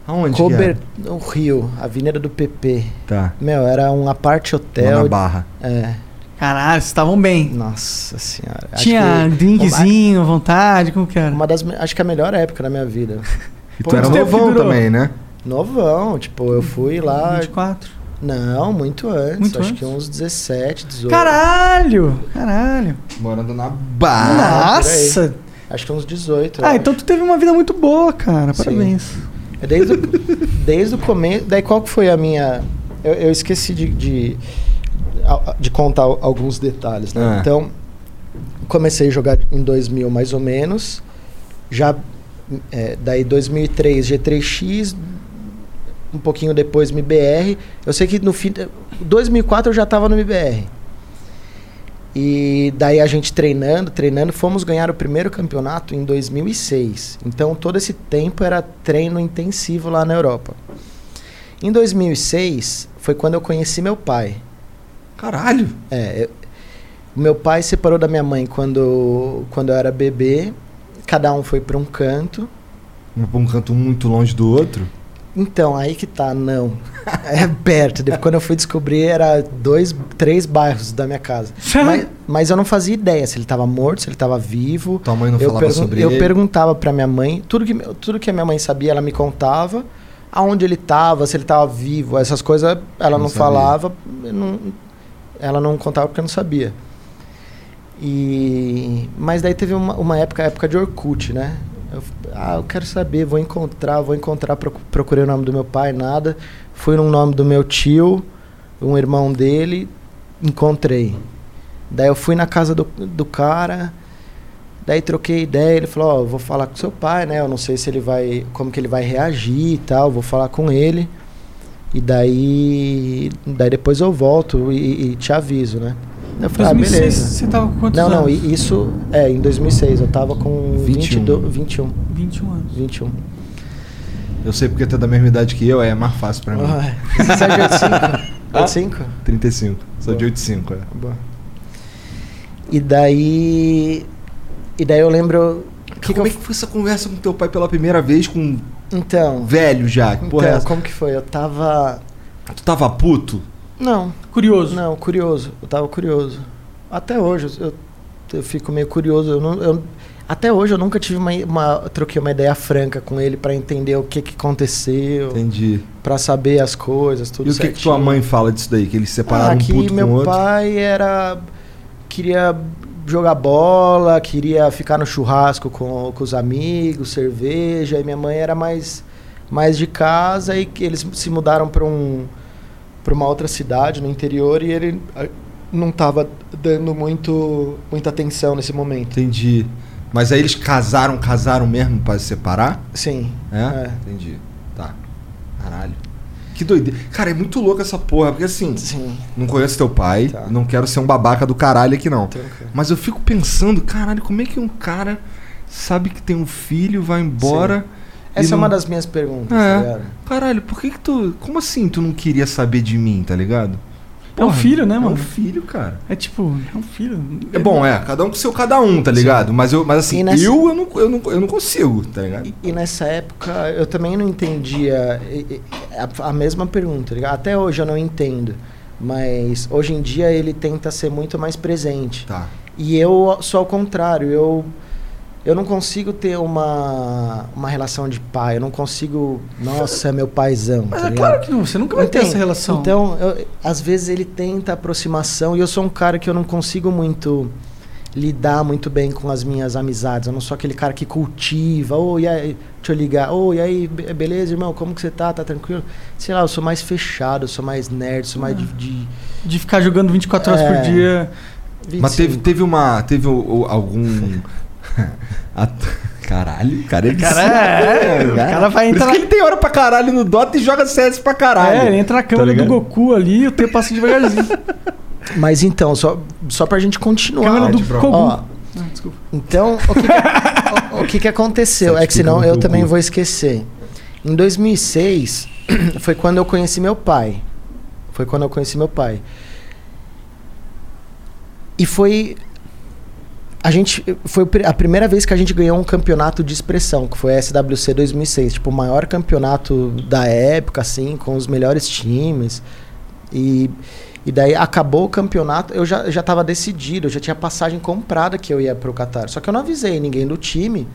Speaker 2: Aonde que
Speaker 3: cober...
Speaker 2: era?
Speaker 3: no Rio, Avenida do PP.
Speaker 2: Tá.
Speaker 3: Meu, era um aparte
Speaker 2: Lá
Speaker 3: hotel.
Speaker 2: na Barra.
Speaker 3: É,
Speaker 4: Caralho, vocês estavam bem.
Speaker 3: nossa senhora. Acho
Speaker 4: Tinha
Speaker 3: que-
Speaker 4: drinkzinho à vontade, como que era?
Speaker 3: Uma das, me- acho que a melhor época da minha vida.
Speaker 2: E tu
Speaker 4: Pô,
Speaker 2: era
Speaker 4: quanto tempo que
Speaker 2: novão
Speaker 4: durou?
Speaker 2: também, né?
Speaker 3: Novão, tipo, eu fui lá.
Speaker 4: 24.
Speaker 3: Não, muito antes.
Speaker 4: Muito
Speaker 3: acho
Speaker 4: antes?
Speaker 3: que uns 17, 18.
Speaker 4: Caralho! Caralho.
Speaker 2: Morando na Barra.
Speaker 4: Nossa!
Speaker 3: Acho que uns 18.
Speaker 4: Ah,
Speaker 3: eu
Speaker 4: então tu teve uma vida muito boa, cara. Parabéns.
Speaker 3: É Desde o, desde o começo. Daí qual que foi a minha. Eu, eu esqueci de, de, de contar al- alguns detalhes, né?
Speaker 2: Ah.
Speaker 3: Então, comecei a jogar em 2000 mais ou menos. Já. é, daí 2003 G3X. Um pouquinho depois MBR. Eu sei que no fim. 2004 eu já tava no MBR. E daí a gente treinando, treinando, fomos ganhar o primeiro campeonato em 2006. Então todo esse tempo era treino intensivo lá na Europa. Em 2006 foi quando eu conheci meu pai.
Speaker 2: Caralho.
Speaker 3: É, eu- meu pai separou da minha mãe quando, quando eu era bebê. Cada um foi para um canto.
Speaker 2: Um pra um canto muito longe do outro.
Speaker 3: Então, aí que tá, não. É perto. De- Quando eu fui descobrir, era dois, três bairros da minha casa. Mas, Ah, mas eu não fazia ideia se ele tava morto, se ele tava vivo.
Speaker 2: Tua mãe não
Speaker 3: eu
Speaker 2: falava
Speaker 3: pergun-
Speaker 2: sobre
Speaker 3: eu
Speaker 2: ele.
Speaker 3: perguntava pra minha mãe, tudo que, tudo que a minha mãe sabia, ela me contava. Aonde ele tava, se ele tava vivo, essas coisas ela não,
Speaker 2: Não sabia.
Speaker 3: falava, eu não- ela não contava porque eu não sabia. E, mas daí teve uma, uma época, a época de Orkut, né? Eu, f- ah, eu quero saber, vou encontrar, vou encontrar, proc- procurei o nome do meu pai, nada. Fui no nome do meu tio, um irmão dele, encontrei. Daí eu fui na casa do, do cara, daí troquei ideia, ele falou, ó, eu vou falar com seu pai, né? Eu não sei se ele vai. como que ele vai reagir e tal, vou falar com ele. E daí. Daí depois eu volto e, e te aviso, né? Eu falei, ah,
Speaker 4: 2006,
Speaker 3: beleza.
Speaker 4: você tava com quantos
Speaker 3: Não,
Speaker 4: anos?
Speaker 3: não, e isso é em 2006, eu tava com
Speaker 2: 21.
Speaker 3: 22, 21,
Speaker 4: 21 anos.
Speaker 3: 21.
Speaker 2: Eu sei porque tu é da mesma idade que eu, aí é mais fácil pra mim.
Speaker 3: Ah, Você é de 85? 85?
Speaker 2: 35. Sou de 85, é.
Speaker 3: Boa. E daí e daí eu lembro que, que eu,
Speaker 2: Como é que foi essa conversa com teu pai pela primeira vez com um
Speaker 3: então,
Speaker 2: velho já? Que Porra, é
Speaker 3: então
Speaker 2: essa?
Speaker 3: como que foi? Eu tava
Speaker 2: tu tava puto?
Speaker 3: não,
Speaker 4: Curioso.
Speaker 3: Não, curioso. Eu tava curioso. Até hoje eu- eu, eu fico meio curioso. Eu não- eu- até hoje eu nunca tive uma, uma troquei uma ideia franca com ele pra entender o que que aconteceu,
Speaker 2: Entendi.
Speaker 3: pra saber as coisas, tudo
Speaker 2: E o que, que
Speaker 3: certinho.
Speaker 2: tua mãe fala disso daí? Que eles separaram
Speaker 3: Ah,
Speaker 2: um
Speaker 3: que
Speaker 2: puto
Speaker 3: meu
Speaker 2: com o outro?
Speaker 3: pai era queria jogar bola, queria ficar no churrasco com, com os amigos, cerveja, e minha mãe era mais mais de casa e que eles se mudaram para um para uma outra cidade no interior e ele ah, não estava dando muito muita atenção nesse momento.
Speaker 2: Entendi. Mas aí eles casaram, casaram mesmo pra se separar?
Speaker 3: Sim.
Speaker 2: É? Entendi. Tá. Caralho. Que doideira. Cara, é muito louco essa porra, porque assim,
Speaker 3: é. Sim.
Speaker 2: não conheço teu pai,
Speaker 3: Tá.
Speaker 2: não quero ser um babaca do caralho aqui não.
Speaker 3: Tranquilo.
Speaker 2: Mas eu fico pensando, caralho, como é que um cara sabe que tem um filho, vai embora.
Speaker 3: Essa
Speaker 2: não-
Speaker 3: é uma das minhas perguntas, tá
Speaker 2: É.
Speaker 3: ligado?
Speaker 2: Caralho, por que que tu. Como assim tu não queria saber de mim, tá ligado?
Speaker 4: É um filho, né,
Speaker 2: É um
Speaker 4: mano?
Speaker 2: filho, cara.
Speaker 4: É tipo, é um filho.
Speaker 2: É bom, é, cada um com seu cada um, tá ligado? Mas, eu, mas assim,
Speaker 3: E nessa-
Speaker 2: eu, eu, não, eu, não, eu não consigo, tá ligado?
Speaker 3: E nessa época eu também não entendia e- e- a, a mesma pergunta, tá ligado? Até hoje eu não entendo. Mas hoje em dia ele tenta ser muito mais presente.
Speaker 2: Tá.
Speaker 3: E eu sou ao contrário, eu eu não consigo ter uma, uma relação de pai, eu não consigo, nossa, é meu paizão.
Speaker 4: Mas
Speaker 3: tá
Speaker 4: é
Speaker 3: ligado?
Speaker 4: claro que não, você nunca vai ter
Speaker 3: Entende?
Speaker 4: essa relação.
Speaker 3: Então, eu- às vezes ele tenta aproximação e eu sou um cara que eu não consigo muito lidar muito bem com as minhas amizades. Eu não sou aquele cara que cultiva, ô, e aí, deixa eu ligar, ô, e aí, be- beleza, irmão, como que você tá? Tá tranquilo? Sei lá, eu sou mais fechado, eu sou mais nerd, sou
Speaker 4: Ah.
Speaker 3: mais de... de
Speaker 4: de ficar jogando 24 horas por
Speaker 3: É.
Speaker 4: dia.
Speaker 2: Mas teve,
Speaker 3: 25.
Speaker 2: teve uma. Teve o- o- algum. At- Caralho, cara, ele
Speaker 4: é, o cara vai
Speaker 2: Por isso
Speaker 4: entrar-
Speaker 2: que ele tem hora pra caralho no Dota e joga CS pra
Speaker 4: É,
Speaker 2: caralho.
Speaker 4: ele entra na câmera do
Speaker 2: ligado?
Speaker 4: Goku ali e o tempo passa devagarzinho.
Speaker 3: Mas então, só, só pra gente continuar.
Speaker 4: câmera do
Speaker 2: de bro.
Speaker 4: Kogu.
Speaker 3: Ó,
Speaker 4: Ah, desculpa.
Speaker 3: Então, o que, que- o- o que que aconteceu?
Speaker 2: Sete
Speaker 3: É que senão
Speaker 2: pica
Speaker 4: um
Speaker 2: no
Speaker 3: eu
Speaker 2: teu
Speaker 3: também
Speaker 2: cu.
Speaker 3: vou esquecer. Em 2006 foi quando eu conheci meu pai. Foi quando eu conheci meu pai. E foi a gente foi o pri- a primeira vez que a gente ganhou um campeonato de expressão, que foi a SWC 2006, tipo o maior campeonato da época assim, com os melhores times. E e daí acabou o campeonato, eu já, eu já tava decidido, eu já tinha passagem comprada que eu ia pro Qatar. Só que eu não avisei ninguém do time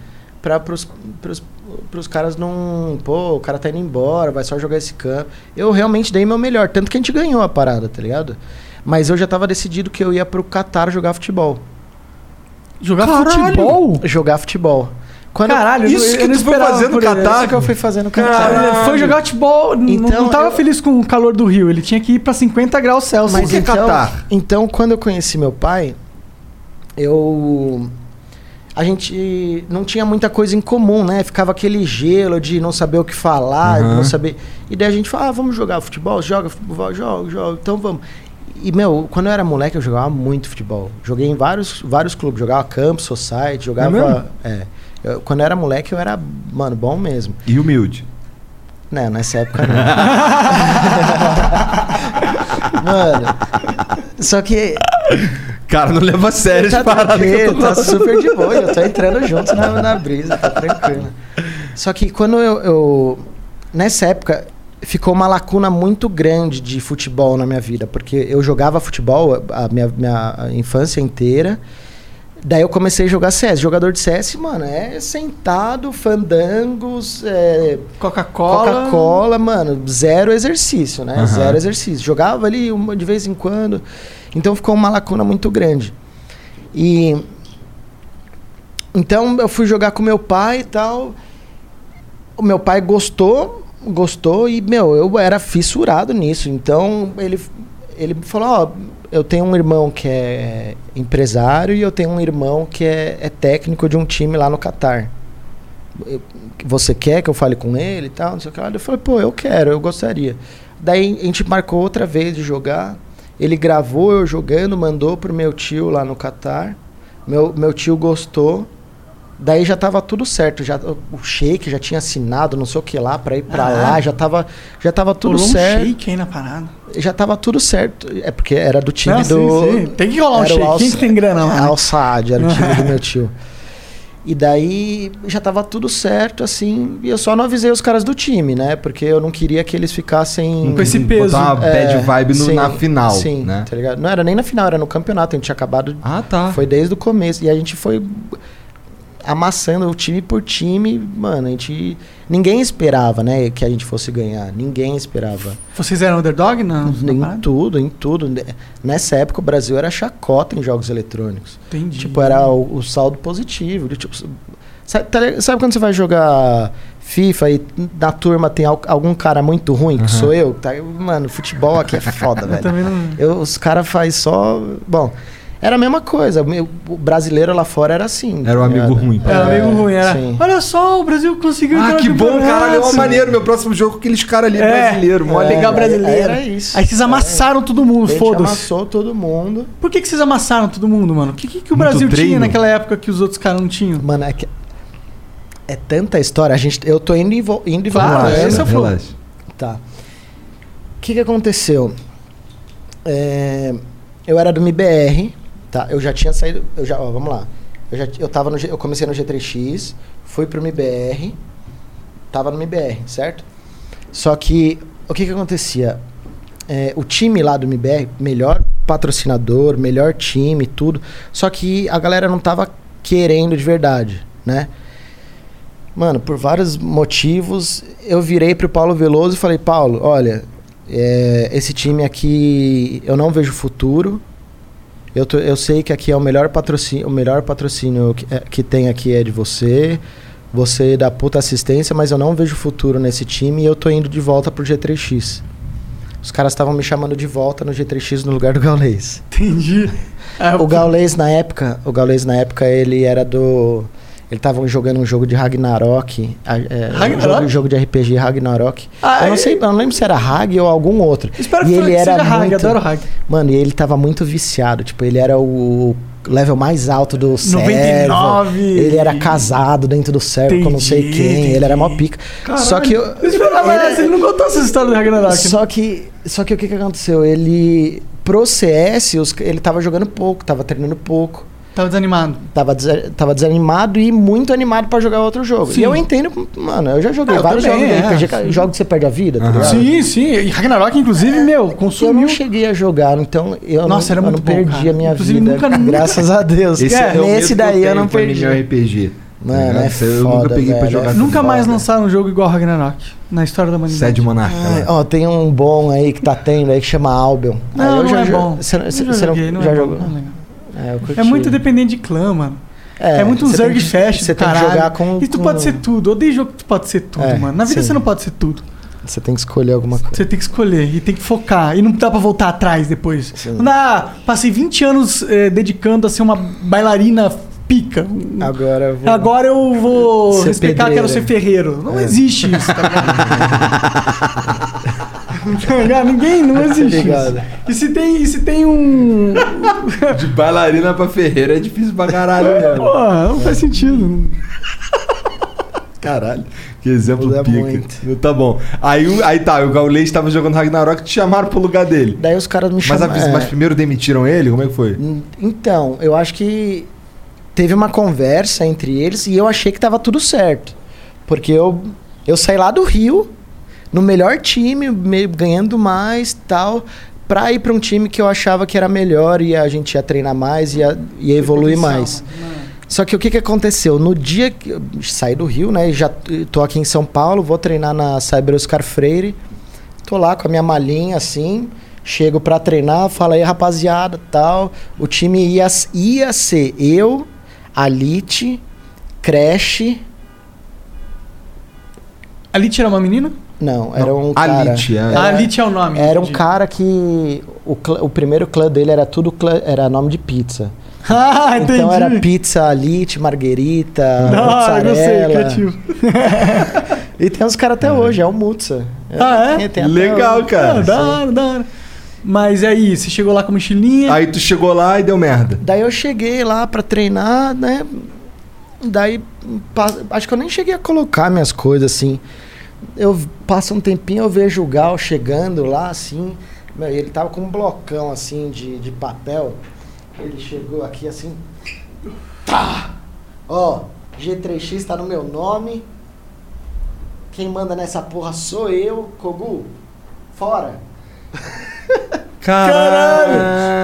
Speaker 3: para pros, pros para os caras não. Pô, o cara tá indo embora, vai só jogar esse campo. Eu realmente dei meu melhor, tanto que a gente ganhou a parada, tá ligado? Mas eu já tava decidido que eu ia pro Catar jogar futebol.
Speaker 4: Jogar
Speaker 3: Caralho!
Speaker 4: futebol?
Speaker 3: Jogar futebol. Quando
Speaker 4: Uh. Caralho,
Speaker 5: Isso que
Speaker 4: não
Speaker 5: tu foi
Speaker 4: esperava
Speaker 5: fazer no
Speaker 4: por ele,
Speaker 5: Catar?
Speaker 3: Isso que é? eu fui fazer no Catar.
Speaker 4: Cara, ele foi jogar futebol, n-
Speaker 3: Então,
Speaker 4: não tava
Speaker 3: eu-
Speaker 4: feliz com o calor do Rio. Ele tinha que ir pra 50 graus Celsius.
Speaker 3: Mas
Speaker 4: Ele-
Speaker 3: então,
Speaker 5: Catar?
Speaker 3: então, quando eu conheci meu pai, eu. A gente não tinha muita coisa em comum, né? Ficava aquele gelo de não saber o que falar,
Speaker 2: Uhum.
Speaker 3: não saber. E daí a gente fala, ah, vamos jogar futebol? Joga futebol, joga, joga, então vamos. E, meu, quando eu era moleque, eu jogava muito futebol. Joguei em vários, vários clubes. Jogava campo, society,
Speaker 4: mesmo?
Speaker 3: jogava. É. Eu- quando eu era moleque, eu era, mano, bom mesmo.
Speaker 2: E humilde.
Speaker 3: Não, nessa época não. Mano, só que.
Speaker 2: Cara, não leva a sério
Speaker 3: Tá
Speaker 2: as paradas que eu
Speaker 3: tranquilo,
Speaker 2: tô
Speaker 3: tá
Speaker 2: falando.
Speaker 3: super de boa, eu tô entrando junto na, na brisa, tá tranquilo. Só que quando eu, eu- Nessa época, ficou uma lacuna muito grande de futebol na minha vida, porque eu jogava futebol a minha, minha infância inteira. Daí eu comecei a jogar CS. Jogador de CS, mano, é sentado, fandangos, é,
Speaker 4: Coca-Cola.
Speaker 3: Coca-Cola, mano, zero exercício, né?
Speaker 2: Aham.
Speaker 3: Zero exercício. Jogava ali uma, de vez em quando. Então ficou uma lacuna muito grande. E. Então eu fui jogar com meu pai e tal. O meu pai gostou, gostou e, meu, eu era fissurado nisso. Então ele, ele falou: Ó, eu tenho um irmão que é empresário e eu tenho um irmão que é, é técnico de um time lá no Catar que você quer que eu fale com ele e tal, não sei o que lá. Eu falei, pô, eu quero, eu gostaria. Daí a gente marcou outra vez de jogar. Ele gravou eu jogando, mandou pro meu tio lá no Catar. Meu, meu tio gostou. Daí já tava tudo certo, já o shake já tinha assinado, não sei o que lá, pra ir pra lá, já tava já tava tudo
Speaker 4: Rolou um
Speaker 3: certo.
Speaker 4: shake aí na parada.
Speaker 3: já tava tudo certo. É porque era do time
Speaker 4: Não,
Speaker 3: do
Speaker 4: Ah, sim, sim. Tem que rolar um
Speaker 3: era o
Speaker 4: shake.
Speaker 3: Al-
Speaker 4: Quem que tem grana lá? né?
Speaker 3: é, Al Saad, era o time do meu tio. E daí já tava tudo certo, assim, e eu só não avisei os caras do time, né? Porque eu não queria que eles ficassem.
Speaker 4: Com esse peso.
Speaker 2: Uhum. Botar uma bad
Speaker 3: É,
Speaker 2: vibe no-
Speaker 3: sim,
Speaker 2: na final,
Speaker 3: Sim,
Speaker 2: né?
Speaker 3: tá ligado? Não era nem na final, era no campeonato, a gente tinha acabado.
Speaker 2: Ah, tá.
Speaker 3: Foi desde o começo. E a gente foi amassando o time por time, mano, a gente. Ninguém esperava, né, que a gente fosse ganhar. Ninguém esperava.
Speaker 4: Vocês eram underdog na, na
Speaker 3: Em
Speaker 4: parada?
Speaker 3: tudo, em tudo. né? Nessa época o Brasil era chacota em jogos eletrônicos.
Speaker 4: Entendi.
Speaker 3: Tipo, era o, o saldo positivo. de, Tipo, sabe, tá li- sabe quando você vai jogar FIFA e na turma tem al- algum cara muito ruim, que sou eu? que Tá, mano, futebol aqui é foda, velho.
Speaker 4: também não-
Speaker 3: Eu- os caras fazem só. Bom, era a mesma coisa. meu- O brasileiro lá fora era assim.
Speaker 2: Era o
Speaker 3: tá
Speaker 2: amigo
Speaker 3: ligado?
Speaker 2: ruim.
Speaker 4: Era
Speaker 3: É,
Speaker 4: meio ruim, era.
Speaker 3: sim.
Speaker 4: Olha só, o Brasil conseguiu
Speaker 2: Ah,
Speaker 4: entrar no
Speaker 2: que bom,
Speaker 4: campeonato."
Speaker 2: caralho. É uma maneiro. Meu próximo jogo com aqueles caras ali,
Speaker 4: É.
Speaker 2: brasileiro. Mó
Speaker 3: É,
Speaker 4: Legal
Speaker 3: aí-
Speaker 4: brasileiro.
Speaker 3: aí era isso.
Speaker 4: Aí vocês amassaram todo mundo,
Speaker 3: A gente
Speaker 4: foda-se.
Speaker 3: amassou todo mundo.
Speaker 4: Por que, que vocês amassaram todo mundo, mano? O que, que, que o
Speaker 2: Muito
Speaker 4: Brasil tinha
Speaker 2: treino.
Speaker 4: naquela época que os outros caras não tinham?
Speaker 3: Mano, é que. É tanta história, a gente, eu tô indo e, vo, indo e
Speaker 4: Claro,
Speaker 2: Ah,
Speaker 3: voltando.
Speaker 4: esse é o flow.
Speaker 2: Relaxa.
Speaker 3: Tá. O que, que aconteceu? É, eu era do MBR, tá? Eu já tinha saído. Eu já, ó, vamos lá. Eu, já, eu, tava no, G- eu comecei no G3X, fui pro MBR, tava no MBR, certo? Só que o que, que acontecia? É, o time lá do MBR, melhor patrocinador, melhor time, tudo. Só que a galera não tava querendo de verdade, né? Mano, por vários motivos, eu virei pro Paulo Veloso e falei, Paulo, olha, é, esse time aqui eu não vejo futuro. Eu, tô- eu sei que aqui é o melhor patrocínio, o melhor patrocínio que, é, que tem aqui é de você. Você dá puta assistência, mas eu não vejo futuro nesse time e eu tô indo de volta pro G3X. Os caras estavam me chamando de volta no G3X no lugar do Gaulês.
Speaker 4: Entendi. É,
Speaker 3: O Gaules na época, o Gaules na época ele era do ele tava jogando um jogo de Ragnarok, a- é,
Speaker 4: Ragnarok?
Speaker 3: Um jogo, jogo de RPG Ragnarok.
Speaker 4: Ah,
Speaker 3: eu não
Speaker 4: e-
Speaker 3: sei, eu não lembro se era Rag ou algum outro.
Speaker 4: Espero
Speaker 3: e
Speaker 4: que
Speaker 3: ele
Speaker 4: seja
Speaker 3: era
Speaker 4: hack,
Speaker 3: muito,
Speaker 4: adoro hack.
Speaker 3: Mano, e ele tava muito viciado, tipo, ele era o level mais alto do server.
Speaker 4: 99.
Speaker 3: Ele era casado dentro do server com não sei
Speaker 4: Entendi,
Speaker 3: quem, ele era mó
Speaker 4: entendi.
Speaker 3: pica. Só que eu,
Speaker 4: Eu esperava essa, ele não contou essa história do Ragnarok.
Speaker 3: só que, só que o que, que aconteceu? Ele pro CS, os- ele tava jogando pouco, tava treinando pouco
Speaker 4: Tava desanimado.
Speaker 3: tava, desa- tava desanimado e muito animado pra jogar outro jogo.
Speaker 4: Sim.
Speaker 3: E eu entendo, mano, eu já joguei
Speaker 4: Ah, eu
Speaker 3: vários
Speaker 4: também,
Speaker 3: jogos de
Speaker 4: é,
Speaker 3: RPG,
Speaker 4: sim.
Speaker 3: jogo que você perde a vida, tá ligado?
Speaker 4: Sim, sim. E Ragnarok, inclusive, meu, um-
Speaker 3: Eu não
Speaker 4: consumiu.
Speaker 3: cheguei a jogar, então eu
Speaker 4: Nossa,
Speaker 3: não,
Speaker 4: era
Speaker 3: eu
Speaker 4: muito
Speaker 3: não
Speaker 4: bom,
Speaker 3: perdi
Speaker 4: cara.
Speaker 3: a minha
Speaker 4: Inclusive,
Speaker 3: vida.
Speaker 4: nunca- nunca-
Speaker 3: graças a Deus.
Speaker 2: Esse é, o medo
Speaker 3: Nesse
Speaker 2: que
Speaker 3: daí eu,
Speaker 2: tenho
Speaker 3: não
Speaker 2: pra mim,
Speaker 3: perdi.
Speaker 2: Meu RPG.
Speaker 3: Mano,
Speaker 2: tá
Speaker 3: é
Speaker 2: ligado? Eu
Speaker 3: foda,
Speaker 2: nunca peguei pra
Speaker 3: velho,
Speaker 2: jogar
Speaker 3: é
Speaker 4: Nunca
Speaker 3: foda.
Speaker 4: mais lançaram um jogo igual Ragnarok na história da humanidade.
Speaker 3: é
Speaker 2: Sede Monarca.
Speaker 3: Ai,
Speaker 2: lá.
Speaker 3: ó, tem um bom aí que tá tendo aí que chama Albion.
Speaker 4: Não,
Speaker 3: aí
Speaker 4: não é
Speaker 3: jo-
Speaker 4: bom.
Speaker 3: Você não-
Speaker 4: Eu
Speaker 3: você-
Speaker 4: já
Speaker 3: você não-
Speaker 4: joguei, não
Speaker 3: já
Speaker 4: é bom,
Speaker 3: jogou?
Speaker 4: não é legal.
Speaker 3: É, eu curti.
Speaker 4: É muito dependente de clã, mano. É, muito um
Speaker 3: você tem
Speaker 4: Zerg
Speaker 3: que-
Speaker 4: Fest
Speaker 3: Você
Speaker 4: do
Speaker 3: tem que
Speaker 4: caralho.
Speaker 3: jogar com.
Speaker 4: E tu
Speaker 3: com-
Speaker 4: pode ser tudo. Odeio jogo que tu pode ser tudo,
Speaker 3: É,
Speaker 4: mano. Na vida
Speaker 3: sim.
Speaker 4: você não pode ser tudo.
Speaker 3: Você tem que escolher alguma coisa.
Speaker 4: Você tem que escolher e tem que focar. E não dá pra voltar atrás depois.
Speaker 3: Sim.
Speaker 4: Não dá. Passei 20 anos eh, dedicando a ser uma bailarina pica.
Speaker 3: Agora eu vou.
Speaker 4: Agora eu vou
Speaker 3: Ser
Speaker 4: respeitar que quero
Speaker 3: pedreiro.
Speaker 4: ser ferreiro. Não
Speaker 3: É.
Speaker 4: existe isso, tá ligado? Tá ligado? Ninguém, não existe
Speaker 3: ligado.
Speaker 4: isso. E se tem, e se tem um...
Speaker 2: De bailarina pra Ferreira é difícil pra caralho, né?
Speaker 4: Porra, não faz sentido.
Speaker 2: Caralho. Que exemplo
Speaker 3: Muda
Speaker 2: pica.
Speaker 3: muito.
Speaker 2: Tá bom. Aí, o- aí tá, o Gaulês tava jogando Ragnarok e te chamaram pro lugar dele.
Speaker 3: Daí os caras me
Speaker 2: Mas,
Speaker 3: chamaram.
Speaker 2: avisa- mas primeiro demitiram ele? Como é que foi?
Speaker 3: Então, eu acho que teve uma conversa entre eles e eu achei que tava tudo certo. Porque eu, eu saí lá do Rio, no melhor time, meio ganhando mais tal, pra ir pra um time que eu achava que era melhor e a gente ia treinar mais e ia, ia evoluir mais. Só que o que, que aconteceu? No dia que eu saí do Rio, né? e Já t- tô aqui em São Paulo, vou treinar na Cyber Oscar Freire. Tô lá com a minha malinha assim, chego pra treinar, falo aí, rapaziada, tal. O time ia, ia ser eu, Alite, Crash.
Speaker 4: A Lich era uma menina?
Speaker 3: Não, era um cara.
Speaker 2: Alite, é.
Speaker 4: a Lich é o nome.
Speaker 3: Era um
Speaker 4: entendi.
Speaker 3: cara que o, clã- o primeiro clã dele era tudo clã, era nome de pizza.
Speaker 4: ah, entendi.
Speaker 3: Então era pizza, Alite, Marguerita,
Speaker 4: Ah, eu sei,
Speaker 3: mozzarella.
Speaker 4: criativo.
Speaker 3: E tem uns caras até hoje, é o Mutsa.
Speaker 4: Ah, é?
Speaker 3: Então, Tem- tem até
Speaker 2: Legal,
Speaker 3: hoje.
Speaker 4: Ah,
Speaker 2: cara.
Speaker 4: da hora, da hora. Mas aí, você chegou lá com a mochilinha.
Speaker 2: Aí tu chegou lá e deu merda.
Speaker 3: Daí eu cheguei lá pra treinar, né? Daí pa- acho que eu nem cheguei a colocar minhas coisas assim. Eu passo um tempinho, eu vejo o Gal chegando lá assim. Meu, ele tava com um blocão assim de, de papel. Ele chegou aqui assim. Tá! Ó, G3X tá no meu nome. Quem manda nessa porra sou eu, Kogu. Fora!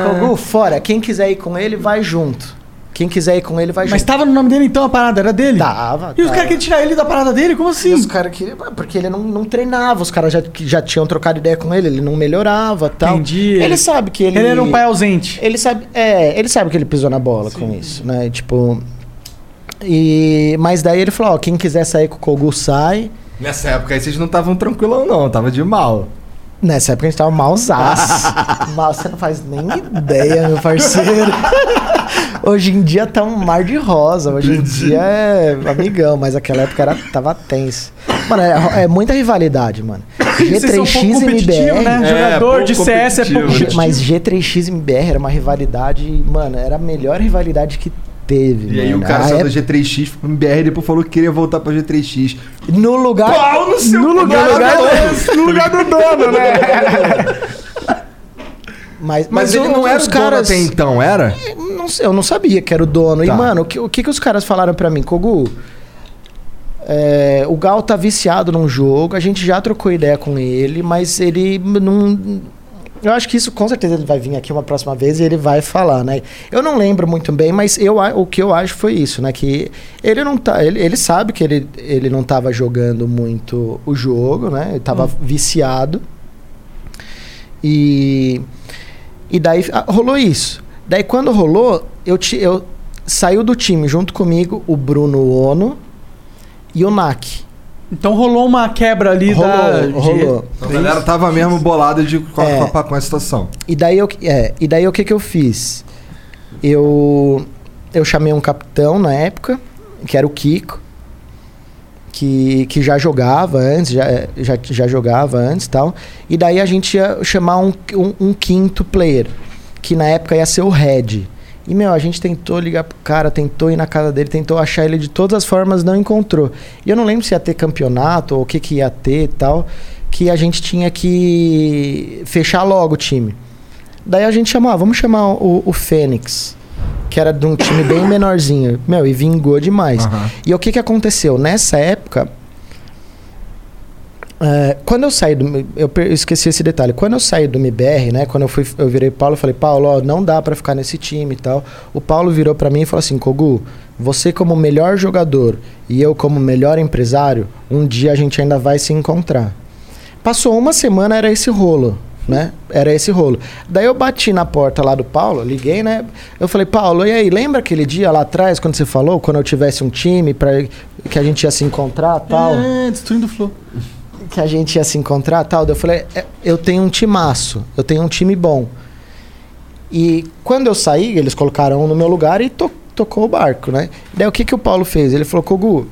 Speaker 3: Kogu, fora. Quem quiser ir com ele, vai junto. Quem quiser ir com ele, vai
Speaker 4: Mas
Speaker 3: junto.
Speaker 4: tava no nome dele então a parada, era dele?
Speaker 3: Tava.
Speaker 4: E os caras queriam tirar ele da parada dele? Como assim?
Speaker 3: Tá. Os caras queriam. Porque ele não, não treinava, os caras já, que já tinham trocado ideia com ele, ele não melhorava tal.
Speaker 4: Entendi.
Speaker 3: Ele sabe que ele.
Speaker 4: Ele era um pai ausente.
Speaker 3: Ele sabe, é, ele sabe que ele pisou na bola com isso, né? Tipo. E, mas daí ele falou: ó, quem quiser sair com o Kogu sai.
Speaker 2: Nessa época aí vocês não estavam tranquilão, não. Tava de mal.
Speaker 3: Nessa época a gente tava mausaço. Mal, você não faz nem ideia, meu parceiro. Hoje em dia tá um mar de rosa. Hoje em dia é amigão, mas naquela época era, tava tenso. Mano, é, é muita rivalidade, mano.
Speaker 2: um
Speaker 3: G3X e MBR.
Speaker 4: né?
Speaker 2: É,
Speaker 4: Jogador
Speaker 2: pouco
Speaker 4: de CS é pouco
Speaker 2: competitivo, né?
Speaker 3: G-
Speaker 4: competitivo.
Speaker 3: Mas G3X e MBR era uma rivalidade, mano, era a melhor rivalidade que teve.
Speaker 2: E aí o
Speaker 3: mano.
Speaker 2: cara
Speaker 3: A
Speaker 2: saiu da
Speaker 3: Né? época-
Speaker 2: G3X pro MBR e depois falou que queria voltar pra G3X.
Speaker 3: No lugar.
Speaker 2: no seu
Speaker 3: no lugar,
Speaker 2: do, no lugar do dono, né? Mas,
Speaker 3: Mas, mas
Speaker 2: ele
Speaker 3: o-
Speaker 2: não era
Speaker 3: os
Speaker 2: o dono
Speaker 3: caras.
Speaker 2: até então, era?
Speaker 3: Não sei, eu não sabia que era o dono.
Speaker 2: Tá.
Speaker 3: E, mano, o que, o que que os caras falaram pra mim? Kogu, é, o Gal tá viciado num jogo, a gente já trocou ideia com ele, mas ele não. Eu acho que isso com certeza ele vai vir aqui uma próxima vez e ele vai falar, né? Eu não lembro muito bem, mas eu, a- o que eu acho foi isso, né? Que ele não tá. Ele, ele sabe que ele, ele não tava jogando muito o jogo, né? Ele tava viciado. E. E daí ah, rolou isso. Daí quando rolou, eu, ti- eu saiu do time junto comigo o Bruno Ono e o Nak.
Speaker 4: Então rolou uma quebra ali da.
Speaker 3: Rolou, rolou.
Speaker 2: Então, a galera tava mesmo bolada de, com, a-
Speaker 3: É.
Speaker 2: com a- com a situação.
Speaker 3: E daí eu, é, e daí o que que eu fiz? Eu eu chamei um capitão na época, que era o Kiko, que, que já jogava antes, já, é, já, já jogava antes e tal. E daí a gente ia chamar um, um, um quinto player, que na época ia ser o Red. E, meu, a gente tentou ligar pro cara, tentou ir na casa dele, tentou achar ele de todas as formas, não encontrou. E eu não lembro se ia ter campeonato ou o que, que ia ter e tal, que a gente tinha que fechar logo o time. Daí a gente chamou, ah, vamos chamar o, o Fênix, que era de um time bem menorzinho. Meu, e vingou demais.
Speaker 2: Aham.
Speaker 3: E o que, que aconteceu? Nessa época, É, quando eu saí do. Eu per- eu esqueci esse detalhe. Quando eu saí do MBR, né? Quando eu fui, eu virei pro Paulo, eu falei, Paulo, ó, não dá pra ficar nesse time e tal. O Paulo virou pra mim e falou assim, Kogu, você como melhor jogador e eu como melhor empresário, um dia a gente ainda vai se encontrar. Passou uma semana, era esse rolo, né? Era esse rolo. Daí eu bati na porta lá do Paulo, liguei, né? Eu falei, Paulo, e aí, lembra aquele dia lá atrás, quando você falou, quando eu tivesse um time, pra, que a gente ia se encontrar e tal?
Speaker 4: É, destruindo o flow.
Speaker 3: que a gente ia se encontrar tal. daí Eu falei, "É, eu tenho um timaço, eu tenho um time bom. E quando eu saí, eles colocaram um no meu lugar e to- tocou o barco, né? Daí o que, que o Paulo fez? Ele falou, Kogu,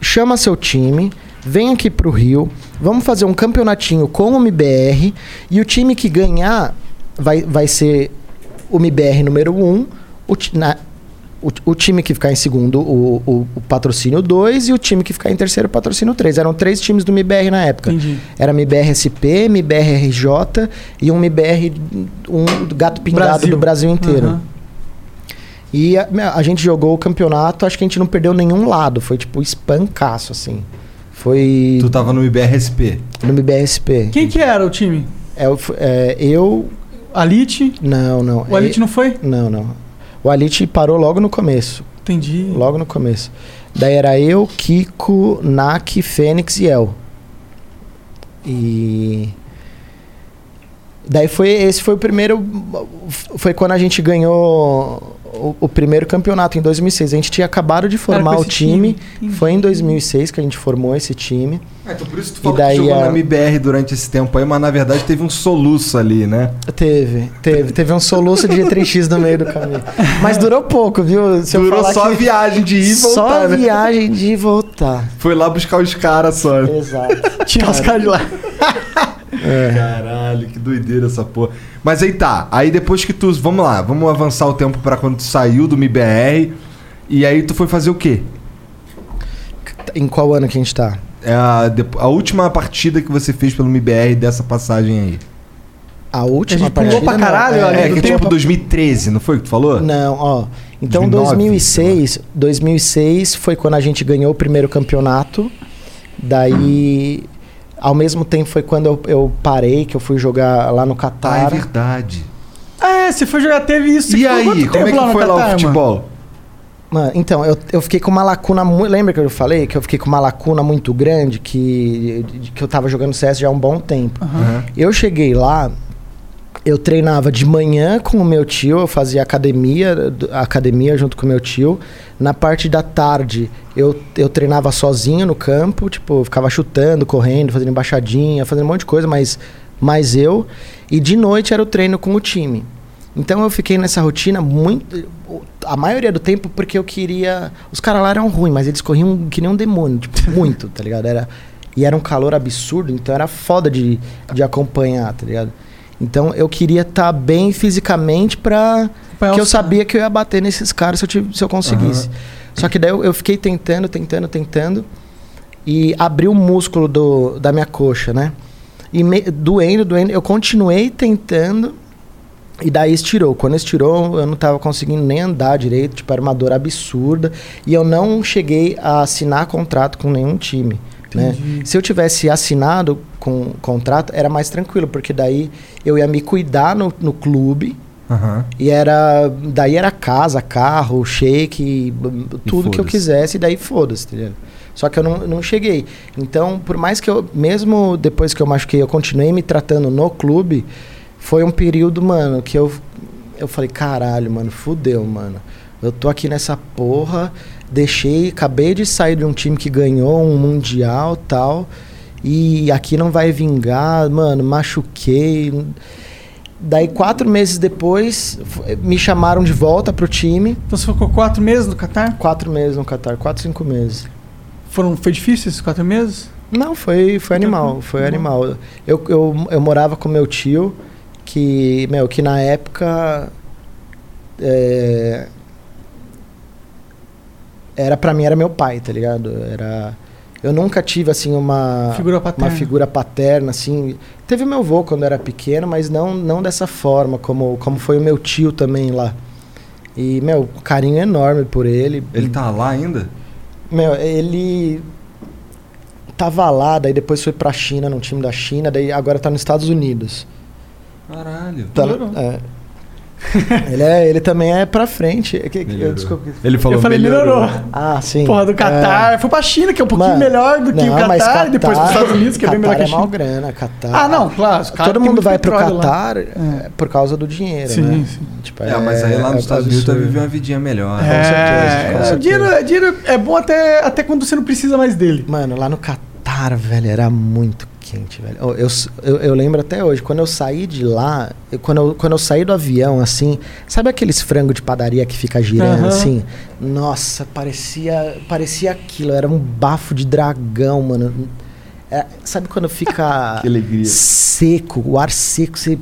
Speaker 3: chama seu time, vem aqui pro Rio, vamos fazer um campeonatinho com o MBR e o time que ganhar vai, vai ser o MBR número 1, um, o, ti- na- o, o time que ficar em segundo, o, o, o patrocínio 2 e o time que ficar em terceiro, o patrocínio 3. Eram três times do MBR na época.
Speaker 4: Entendi.
Speaker 3: Era MBR-SP, MBR-RJ e um MBR, um do gato pingado
Speaker 4: Brasil.
Speaker 3: do Brasil inteiro.
Speaker 4: Aham.
Speaker 3: E a, meu, a gente jogou o campeonato, acho que a gente não perdeu nenhum lado. Foi tipo espancaço, assim. Foi
Speaker 2: Tu tava no IBRSP.
Speaker 3: no MBRSP.
Speaker 4: Quem que era o time?
Speaker 3: É, eu fu- é, eu.
Speaker 4: Alite?
Speaker 3: Não, não.
Speaker 4: O Alite não foi?
Speaker 3: é, não, não. O Alit parou logo no começo.
Speaker 4: Entendi.
Speaker 3: Logo no começo. Daí era eu, Kiko, Nak, Fênix e El. E. Daí foi. Esse foi o primeiro. Foi quando a gente ganhou o, o primeiro campeonato, em 2006. A gente tinha acabado de
Speaker 4: Era com
Speaker 3: formar o
Speaker 4: esse
Speaker 3: time.
Speaker 4: Entendi.
Speaker 3: Foi em 2006 que a gente formou esse time.
Speaker 2: Ah, então por isso tu falou
Speaker 3: daí
Speaker 2: que tu jogou
Speaker 3: a-
Speaker 2: no MBR durante esse tempo aí, mas na verdade teve um soluço ali, né?
Speaker 3: Teve, teve. Teve um soluço de G3X no meio do caminho. Mas durou pouco, viu? Se eu
Speaker 2: Durou
Speaker 3: falar
Speaker 2: só
Speaker 3: que-
Speaker 2: a viagem de ir e voltar,
Speaker 3: Só a
Speaker 2: né?
Speaker 3: viagem É. de voltar.
Speaker 2: Foi lá buscar os caras só.
Speaker 3: Exato.
Speaker 4: Tirar os caras de lá.
Speaker 2: Caralho, que doideira essa porra. Mas aí tá, aí depois que tu. Vamos lá, vamos avançar o tempo pra quando tu saiu do MBR. E aí tu foi fazer o quê?
Speaker 3: Em qual ano que a gente tá?
Speaker 2: É a, dep- a última partida que você fez pelo MBR dessa passagem aí.
Speaker 3: A
Speaker 4: A
Speaker 3: última
Speaker 4: gente pulou
Speaker 3: partida.
Speaker 4: pra caralho,
Speaker 3: não,
Speaker 4: olha,
Speaker 2: É,
Speaker 4: do
Speaker 2: que é tipo
Speaker 4: tempo.
Speaker 2: 2013, não foi o que tu falou?
Speaker 3: né, Não, ó. Então
Speaker 2: 2009,
Speaker 3: 2006, 2006 foi quando a gente ganhou o primeiro campeonato. Daí, ao mesmo tempo foi quando eu, eu parei, que eu fui jogar lá no
Speaker 2: Tá, é
Speaker 4: Ah,
Speaker 3: Catar.
Speaker 2: verdade.
Speaker 4: É, você foi jogar, teve isso. Você
Speaker 2: e
Speaker 4: ficou
Speaker 2: aí,
Speaker 4: quanto
Speaker 2: como é
Speaker 4: tempo
Speaker 2: que
Speaker 4: no
Speaker 2: foi lá
Speaker 4: Catar,
Speaker 2: o
Speaker 4: mano?
Speaker 2: futebol?
Speaker 3: Mano, então, eu, eu fiquei com uma lacuna muito. Lembra que eu falei que eu fiquei com uma lacuna muito grande que, de- que eu tava jogando CS já há um bom tempo.
Speaker 2: Aham.
Speaker 3: Eu cheguei lá, eu treinava de manhã com o meu tio, eu fazia academia, d- academia junto com o meu tio. Na parte da tarde, eu, eu treinava sozinho no campo, tipo, eu ficava chutando, correndo, fazendo embaixadinha, fazendo um monte de coisa, mas mais eu. E de noite era o treino com o time. Então eu fiquei nessa rotina muito. A maioria do tempo, porque eu queria. Os caras lá eram ruins, mas eles corriam que nem um demônio, tipo, muito, tá ligado? Era, e era um calor absurdo, então era foda de, de acompanhar, tá ligado? Então eu queria estar bem fisicamente pra.
Speaker 4: Acompanhar
Speaker 3: que eu
Speaker 4: os-
Speaker 3: sabia que eu ia bater nesses caras se eu, tive- se eu conseguisse. Só que daí eu, eu fiquei tentando, tentando, tentando. E abri o músculo do, da minha coxa, né? E me- doendo, doendo. Eu continuei tentando. E daí estirou. Quando estirou, eu não tava conseguindo nem andar direito, tipo, era uma dor absurda. E eu não cheguei a assinar contrato com nenhum time. Né? Se eu tivesse assinado com contrato, era mais tranquilo, porque daí eu ia me cuidar no, no clube.
Speaker 2: Aham.
Speaker 3: E era. Daí era casa, carro, shake, b- b- tudo que eu
Speaker 2: foda-se.
Speaker 3: quisesse, e daí foda-se, tá ligado? Só que eu não, não cheguei. Então, por mais que eu. Mesmo depois que eu machuquei, eu continuei me tratando no clube, foi um período, mano, que eu. Eu falei, caralho, mano, fudeu, mano. Eu tô aqui nessa porra, deixei, acabei de sair de um time que ganhou um mundial tal. E aqui não vai vingar, mano, machuquei. Daí, quatro meses depois, f- me chamaram de volta pro time.
Speaker 4: Então você ficou quatro meses no Catar?
Speaker 3: Quatro meses no Qatar, quatro, cinco meses.
Speaker 4: Foram, foi difícil esses quatro meses?
Speaker 3: Não, foi, foi animal, foi animal. Eu, eu, eu morava com meu tio, que, meu, que na época... é, era, pra mim, era meu pai, tá ligado? Era... Eu nunca tive, assim, uma...
Speaker 4: Figura paterna.
Speaker 3: Uma figura paterna, assim. Teve meu avô quando eu era pequeno, mas não, não dessa forma, como, como foi o meu tio também lá. E, meu, carinho enorme por ele.
Speaker 2: Ele tá lá ainda?
Speaker 3: Meu, ele tava lá, daí depois foi pra China, num time da China, daí agora tá nos Estados Unidos.
Speaker 2: Caralho.
Speaker 3: Tá- é. ele, é- ele também é pra frente. É que- que- eu-
Speaker 2: Melhorou.
Speaker 3: desculpa.
Speaker 2: Ele falou,
Speaker 4: Eu falei, melhorou.
Speaker 3: Ah, sim.
Speaker 4: Porra, do Qatar. Foi pra China, que é um pouquinho
Speaker 3: Mano,
Speaker 4: melhor do que o
Speaker 3: não,
Speaker 4: Qatar,
Speaker 3: mas
Speaker 4: e depois pros
Speaker 3: Qatar-
Speaker 4: Estados Unidos, que é bem melhor que a
Speaker 3: Qatar mal
Speaker 4: China.
Speaker 3: grana, Qatar.
Speaker 4: Ah, não, claro. os caras
Speaker 3: Todo
Speaker 4: têm
Speaker 3: mundo
Speaker 4: muito
Speaker 3: vai pro
Speaker 4: petróleo lá.
Speaker 3: Qatar é, por causa do dinheiro,
Speaker 4: Sim,
Speaker 3: né?
Speaker 4: sim.
Speaker 3: Tipo,
Speaker 2: É, mas aí lá nos Estados Unidos tá
Speaker 3: absurdo.
Speaker 2: vivendo uma vidinha melhor.
Speaker 4: É,
Speaker 3: certeza, com
Speaker 4: é,
Speaker 3: certeza.
Speaker 4: dinheiro, dinheiro é bom até, até quando você não precisa mais dele.
Speaker 3: Mano, lá no Catar, velho, era muito quente, velho. Eu, eu, eu- eu lembro até hoje, quando eu saí de lá, eu- quando, eu, quando eu saí do avião, assim, sabe aqueles frango de padaria que fica girando,
Speaker 4: Aham.
Speaker 3: assim? Nossa, parecia, parecia aquilo, era um bafo de dragão, mano. É, sabe quando fica
Speaker 2: Que alegria.
Speaker 3: seco, o ar seco, você...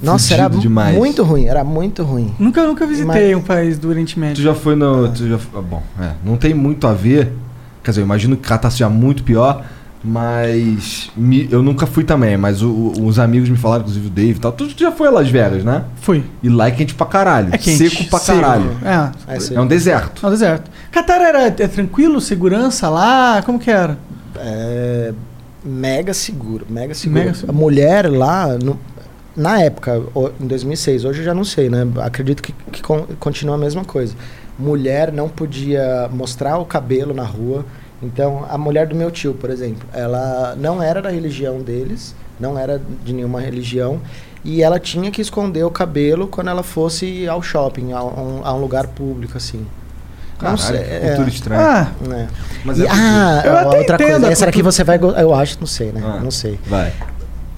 Speaker 3: Nossa,
Speaker 2: Fudido
Speaker 3: era
Speaker 2: demais.
Speaker 3: muito ruim, era muito ruim.
Speaker 4: Nunca, nunca visitei um país do Oriente
Speaker 2: Tu
Speaker 4: Médio.
Speaker 2: já foi no. Tu já, ah, bom, é, não tem muito a ver. Quer dizer, eu imagino que Catar seja muito pior, mas. me- eu nunca fui também, mas o- o- os amigos me falaram, inclusive o Dave e tal. Tu, tu já foi a Las Vegas, né?
Speaker 4: Fui.
Speaker 2: E lá é quente pra caralho.
Speaker 4: É quente.
Speaker 2: Seco pra caralho.
Speaker 4: É,
Speaker 3: Aí você-
Speaker 2: É um deserto.
Speaker 4: no deserto. Catar era é tranquilo? Segurança lá? Como que era?
Speaker 3: É, mega seguro, mega seguro.
Speaker 4: Mega seguro.
Speaker 3: A mulher lá, no- na época, o- em 2006, hoje eu já não sei, né? Acredito que, que con- continua a mesma coisa. Mulher não podia mostrar o cabelo na rua. Então, a mulher do meu tio, por exemplo, ela não era da religião deles, não era de nenhuma religião, e ela tinha que esconder o cabelo quando ela fosse ao shopping, a, um, a um lugar público, assim.
Speaker 2: Caralho,
Speaker 3: sei,
Speaker 2: que
Speaker 3: é.
Speaker 2: cultura estranha.
Speaker 4: Ah,
Speaker 3: Né?
Speaker 2: mas
Speaker 3: E-
Speaker 2: é cultura.
Speaker 3: ah,
Speaker 4: Eu até
Speaker 3: outra
Speaker 4: entendo
Speaker 3: coisa.
Speaker 4: a
Speaker 3: Essa aqui
Speaker 4: cultura.
Speaker 3: você vai. go- Eu acho, não sei, né?
Speaker 2: Ah.
Speaker 3: Não sei.
Speaker 2: Vai.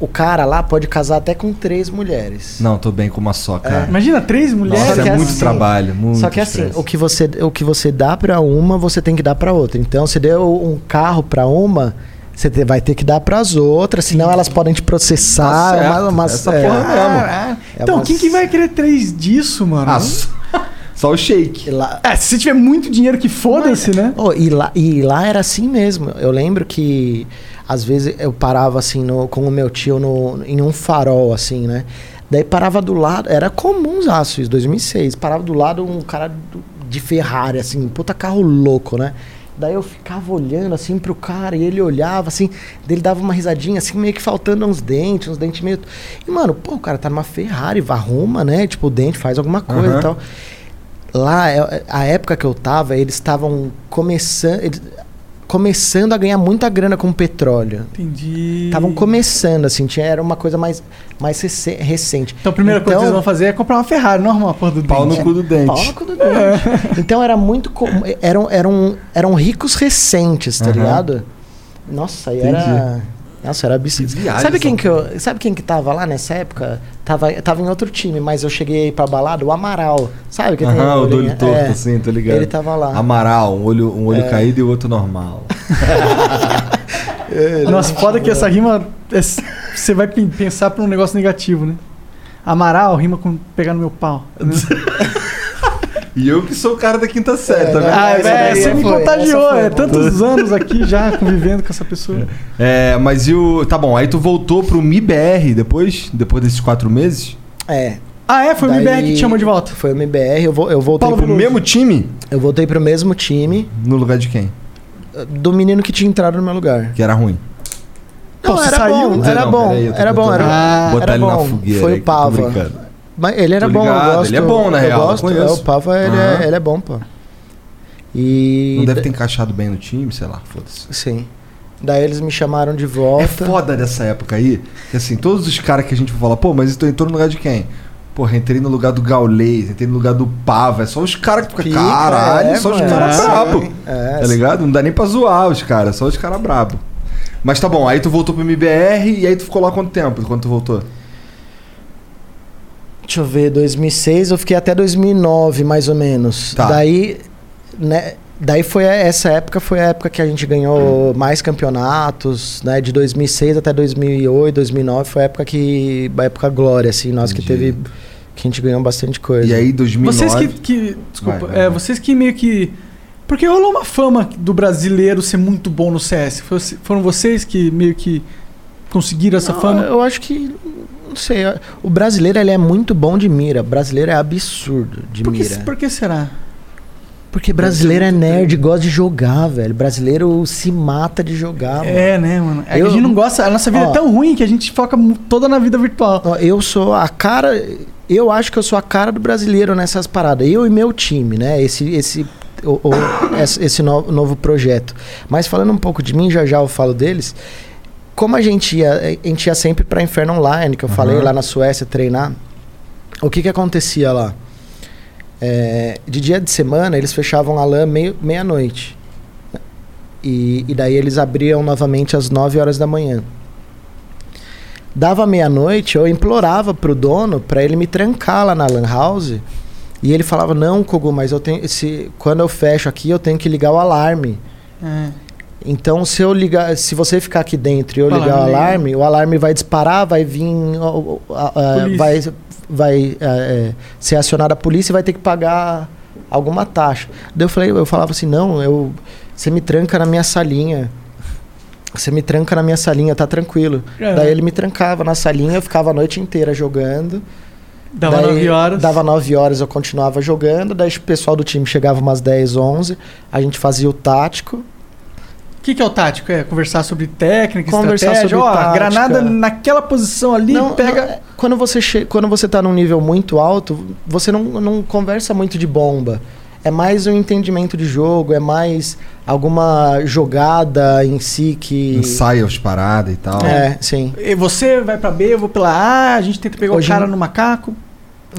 Speaker 3: O cara lá pode casar até com três mulheres.
Speaker 2: Não, tô bem com uma só, cara.
Speaker 4: imagina três
Speaker 2: Nossa,
Speaker 4: mulheres.
Speaker 3: Só que
Speaker 2: é muito
Speaker 3: assim-
Speaker 2: trabalho, muito
Speaker 3: Só que assim,
Speaker 2: estresse.
Speaker 3: o que, você, o que você dá pra uma, você tem que dar pra outra. Então, se deu um carro pra uma, você te- vai ter que dar pras outras, senão elas podem te processar.
Speaker 2: Tá
Speaker 3: é
Speaker 2: certo.
Speaker 3: uma, uma,
Speaker 2: Essa
Speaker 3: é,
Speaker 2: porra mesmo.
Speaker 4: Caralho.
Speaker 3: É
Speaker 4: então,
Speaker 3: umas-
Speaker 4: quem que vai querer três disso, mano?
Speaker 2: Ah, só, só o shake.
Speaker 3: e lá-
Speaker 4: É, se você tiver muito dinheiro que foda-se, né?
Speaker 3: Ô, e, lá, e lá era assim mesmo. Eu lembro que às vezes eu parava assim no- com o meu tio no- em um farol, assim, né? Daí parava do lado, era comum os aços, 2006. Parava do lado um cara do- de Ferrari, assim, puta carro louco, né? Daí eu ficava olhando assim pro cara e ele olhava assim, daí ele dava uma risadinha assim, meio que faltando uns dentes, uns dentes meio. E mano, pô, o cara tá numa Ferrari, arruma, né? Tipo, o dente faz alguma coisa
Speaker 2: Aham.
Speaker 3: e tal. Lá, é- a época que eu tava, eles estavam começando, eles- começando a ganhar muita grana com petróleo.
Speaker 4: Entendi.
Speaker 3: Estavam começando, assim, tinha, era uma coisa mais, mais rece- recente.
Speaker 4: Então a primeira coisa que eles vão fazer é comprar uma Ferrari, não arrumar a porra do
Speaker 2: Pau
Speaker 4: dente.
Speaker 2: no cu do
Speaker 3: Pau
Speaker 2: dente.
Speaker 3: no cu do
Speaker 4: É.
Speaker 3: dente. Então era muito. comum, Eram, eram, eram ricos recentes, tá
Speaker 2: Aham.
Speaker 3: ligado? Nossa, aí era. Nossa, era absurdo.
Speaker 2: Que viagem,
Speaker 3: Sabe quem
Speaker 2: essa
Speaker 3: que, eu, sabe quem que tava lá nessa época? Tava, tava em outro time, mas eu cheguei pra balada, o Amaral. Sabe que tem
Speaker 2: Aham, o do olho
Speaker 3: olhinho?
Speaker 2: torto,
Speaker 3: É,
Speaker 2: assim, tô ligado.
Speaker 3: Ele tava lá. É.
Speaker 2: Amaral, um olho, um olho caído e o outro normal.
Speaker 4: Nossa, foda que essa rima. é- Você vai pen- pensar pra um negócio negativo, né? Amaral rima com pegar no meu pau. né?
Speaker 2: E eu que sou o cara da quinta série, tá vendo?
Speaker 3: Ah,
Speaker 4: Ah,
Speaker 3: essa
Speaker 4: é,
Speaker 3: daí
Speaker 4: você me
Speaker 3: foi,
Speaker 4: contagiou.
Speaker 3: essa foi,
Speaker 4: é
Speaker 3: né?
Speaker 4: tantos anos aqui já convivendo com essa pessoa.
Speaker 2: É, mas e o. Tá bom, aí tu voltou pro MIBR depois? Depois desses quatro meses?
Speaker 3: É.
Speaker 4: Ah, é? Foi o MBR que te chamou de volta.
Speaker 3: Foi o MBR, eu, vou, eu voltei
Speaker 4: Paulo
Speaker 3: pro
Speaker 2: Pro mesmo time?
Speaker 3: Eu voltei pro mesmo time
Speaker 2: No lugar de quem?
Speaker 3: eh, do menino que tinha entrado no meu lugar.
Speaker 2: Que era ruim.
Speaker 4: Pô,
Speaker 3: Não,
Speaker 4: você
Speaker 3: era
Speaker 4: saiu?
Speaker 3: bom,
Speaker 2: Não,
Speaker 3: era
Speaker 2: não,
Speaker 3: bom,
Speaker 2: peraí, eu tô
Speaker 3: era bom,
Speaker 2: tentando
Speaker 3: era
Speaker 2: botar
Speaker 3: era
Speaker 2: ele na
Speaker 3: bom.
Speaker 2: fogueira.
Speaker 3: Foi o
Speaker 2: aí, tô
Speaker 3: Pava.
Speaker 2: brincando.
Speaker 3: Ah, Mas ele era
Speaker 2: Tô
Speaker 3: bom,
Speaker 2: ligado,
Speaker 3: eu gosto.
Speaker 2: ele é bom, na
Speaker 3: eu
Speaker 2: real, eu
Speaker 3: Gosto, é,
Speaker 2: conheço.
Speaker 3: o Pava, ele,
Speaker 2: Aham.
Speaker 3: é, ele é bom, pô. E...
Speaker 2: Não deve ter encaixado bem no time, sei lá, foda-se.
Speaker 3: Sim. Daí eles me chamaram de
Speaker 2: É
Speaker 3: volta.
Speaker 2: foda dessa época aí, que assim, todos os caras que a gente fala, pô, mas tu entrou no lugar de quem? Porra, entrei no lugar do Gaulês, entrei no lugar do Pava, é só os caras que ficam,
Speaker 3: Pica,
Speaker 2: caralho,
Speaker 3: é,
Speaker 2: só os
Speaker 3: mano,
Speaker 2: caras
Speaker 3: é,
Speaker 2: brabo.
Speaker 3: é,
Speaker 2: Tá ligado? Não dá nem pra zoar os caras, só os caras brabo. Mas tá bom, aí tu voltou pro MBR e aí tu ficou lá quanto tempo quando tu voltou?
Speaker 3: Deixa eu ver, 2006, eu fiquei até 2009, mais ou menos.
Speaker 2: Tá.
Speaker 3: Daí, né, daí foi a- essa época foi a época que a gente ganhou mais campeonatos, né, de 2006 até 2008, 2009 foi a época que a época glória assim, nós que
Speaker 2: Entendi.
Speaker 3: teve que a gente ganhou bastante coisa.
Speaker 2: E aí, 2009.
Speaker 4: Vocês que, que- desculpa,
Speaker 2: Vai, vai,
Speaker 4: é,
Speaker 2: vai.
Speaker 4: vocês que meio que porque rolou uma fama do brasileiro ser muito bom no CS. Foi- Foram vocês que meio que conseguiram essa
Speaker 3: Não,
Speaker 4: fama?
Speaker 3: Eu acho que não sei, o brasileiro ele é muito bom de mira, o brasileiro é absurdo de
Speaker 4: Por que,
Speaker 3: mira.
Speaker 4: por que será?
Speaker 3: Porque brasileiro é nerd, gosta de jogar, velho. Brasileiro se mata de jogar, mano.
Speaker 4: É, né, mano? É que
Speaker 3: Tá Eu-
Speaker 4: a gente não gosta, a nossa vida
Speaker 3: Ó.
Speaker 4: é tão ruim que a gente foca mu- toda na vida virtual.
Speaker 3: Ó, Eu sou a cara. Eu acho que eu sou a cara do brasileiro nessas paradas. Eu e meu time, né? Esse, esse, o- o- esse- esse no- novo, projeto. Mas falando um pouco de mim, já já eu falo deles. Como a gente ia, a gente ia sempre pra Inferno Online, que eu falei lá na Suécia treinar. O que que acontecia lá? É, de dia de semana eles fechavam a LAN meio- meia-noite. E, e daí eles abriam novamente às 9 horas da manhã. Dava meia-noite, eu implorava pro dono pra ele me trancar lá na Lan House. E ele falava: Não, Kogu, mas eu tenho. Se, quando eu fecho aqui, eu tenho que ligar o alarme.
Speaker 4: É.
Speaker 3: Então, se eu ligar, se você ficar aqui dentro e eu
Speaker 4: O
Speaker 3: ligar o
Speaker 4: alarme liga.
Speaker 3: alarme, o alarme vai disparar, vai vir, ó, ó, a- a-
Speaker 4: Polícia.
Speaker 3: vai, vai é, é, ser acionada a polícia e vai ter que pagar alguma taxa. Daí eu falei, eu falava assim, não, eu, você me tranca na minha salinha. Você me tranca na minha salinha, tá tranquilo.
Speaker 4: É.
Speaker 3: Daí ele me trancava na salinha, eu ficava a noite inteira jogando.
Speaker 4: Dava
Speaker 3: Daí,
Speaker 4: 9 horas.
Speaker 3: Dava 9 horas, eu continuava jogando. Daí o pessoal do time chegava umas 10, 11. A gente fazia o tático.
Speaker 4: O que, que é o tático? É conversar sobre técnica,
Speaker 3: Conversar
Speaker 4: estratégia.
Speaker 3: sobre
Speaker 4: Ó,
Speaker 3: tática.
Speaker 4: granada naquela posição ali,
Speaker 3: Não, não,
Speaker 4: pega.
Speaker 3: é, quando você che... quando você tá num nível muito alto, você não, não conversa muito de bomba. É mais um entendimento de jogo, é mais alguma jogada em si que
Speaker 2: Ensaia as paradas e tal.
Speaker 3: é, sim.
Speaker 4: E Você vai pra B, eu vou pela A, a gente tenta pegar
Speaker 3: Hoje
Speaker 4: o cara
Speaker 3: em-
Speaker 4: no macaco.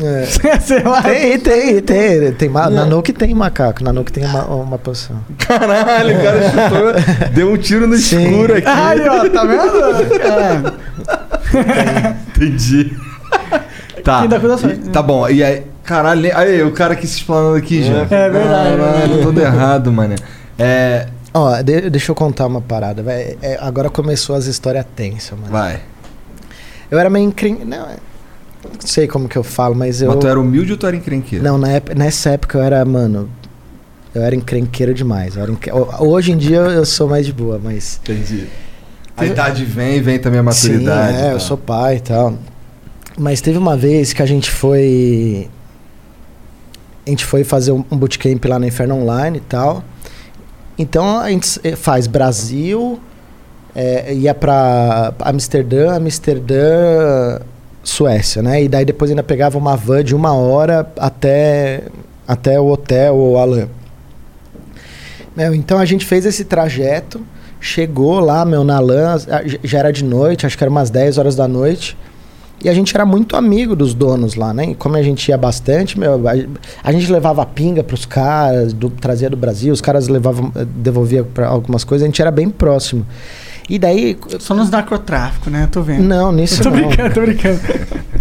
Speaker 3: É.
Speaker 4: Sei lá.
Speaker 3: Tem, tem, tem, tem ma... na Nuke tem macaco, na Nuke tem uma, uma posição.
Speaker 2: Caralho, o cara chutou. Deu um tiro no
Speaker 3: É. Sim.
Speaker 2: escuro aqui.
Speaker 4: Aí, ó, tá vendo? É.
Speaker 2: Entendi. Tá.
Speaker 4: Fim da coisa só.
Speaker 2: E- tá bom. E aí, caralho, aí, o cara que se explanando aqui já.
Speaker 4: É verdade.
Speaker 2: Caralho, todo errado, mano. É.
Speaker 3: Ó, de- deixa eu contar uma parada, vai. É, agora começou as histórias tensas, mano.
Speaker 2: Vai.
Speaker 3: Eu era meio encren... não, é- não sei como que eu falo, mas eu
Speaker 2: Mas tu era humilde ou tu era encrenqueiro?
Speaker 3: Não, na ép- nessa época eu era, mano. Eu era encrenqueiro demais. eu era encren- ho- Hoje em dia eu eu sou mais de boa, mas.
Speaker 2: Entendi. A idade vem, vem também a maturidade. tá.
Speaker 3: Sim,
Speaker 2: e
Speaker 3: é,
Speaker 2: tal.
Speaker 3: eu sou pai e tal. Mas teve uma vez que a gente foi. A gente foi fazer um um bootcamp lá no Inferno Online e tal. Então a gente eh, faz Brasil, eh, ia pra Amsterdã, Amsterdã, Suécia, né? E daí depois ainda pegava uma van de uma hora até, até o hotel ou Alan. Meu, então a gente fez esse trajeto, chegou lá, meu, na LAN, a- já era de noite, acho que era umas 10 horas da noite. E a gente era muito amigo dos donos lá, né? E como a gente ia bastante, meu, a, a gente levava pinga pros caras, do, trazia do Brasil, os caras levavam, eh, devolvia pra algumas coisas, a gente era bem próximo. E daí.
Speaker 4: É, Só nos narcotráfico, né? Eu tô vendo.
Speaker 3: Não, nisso
Speaker 4: Eu tô
Speaker 3: não.
Speaker 4: brincando, tô brincando.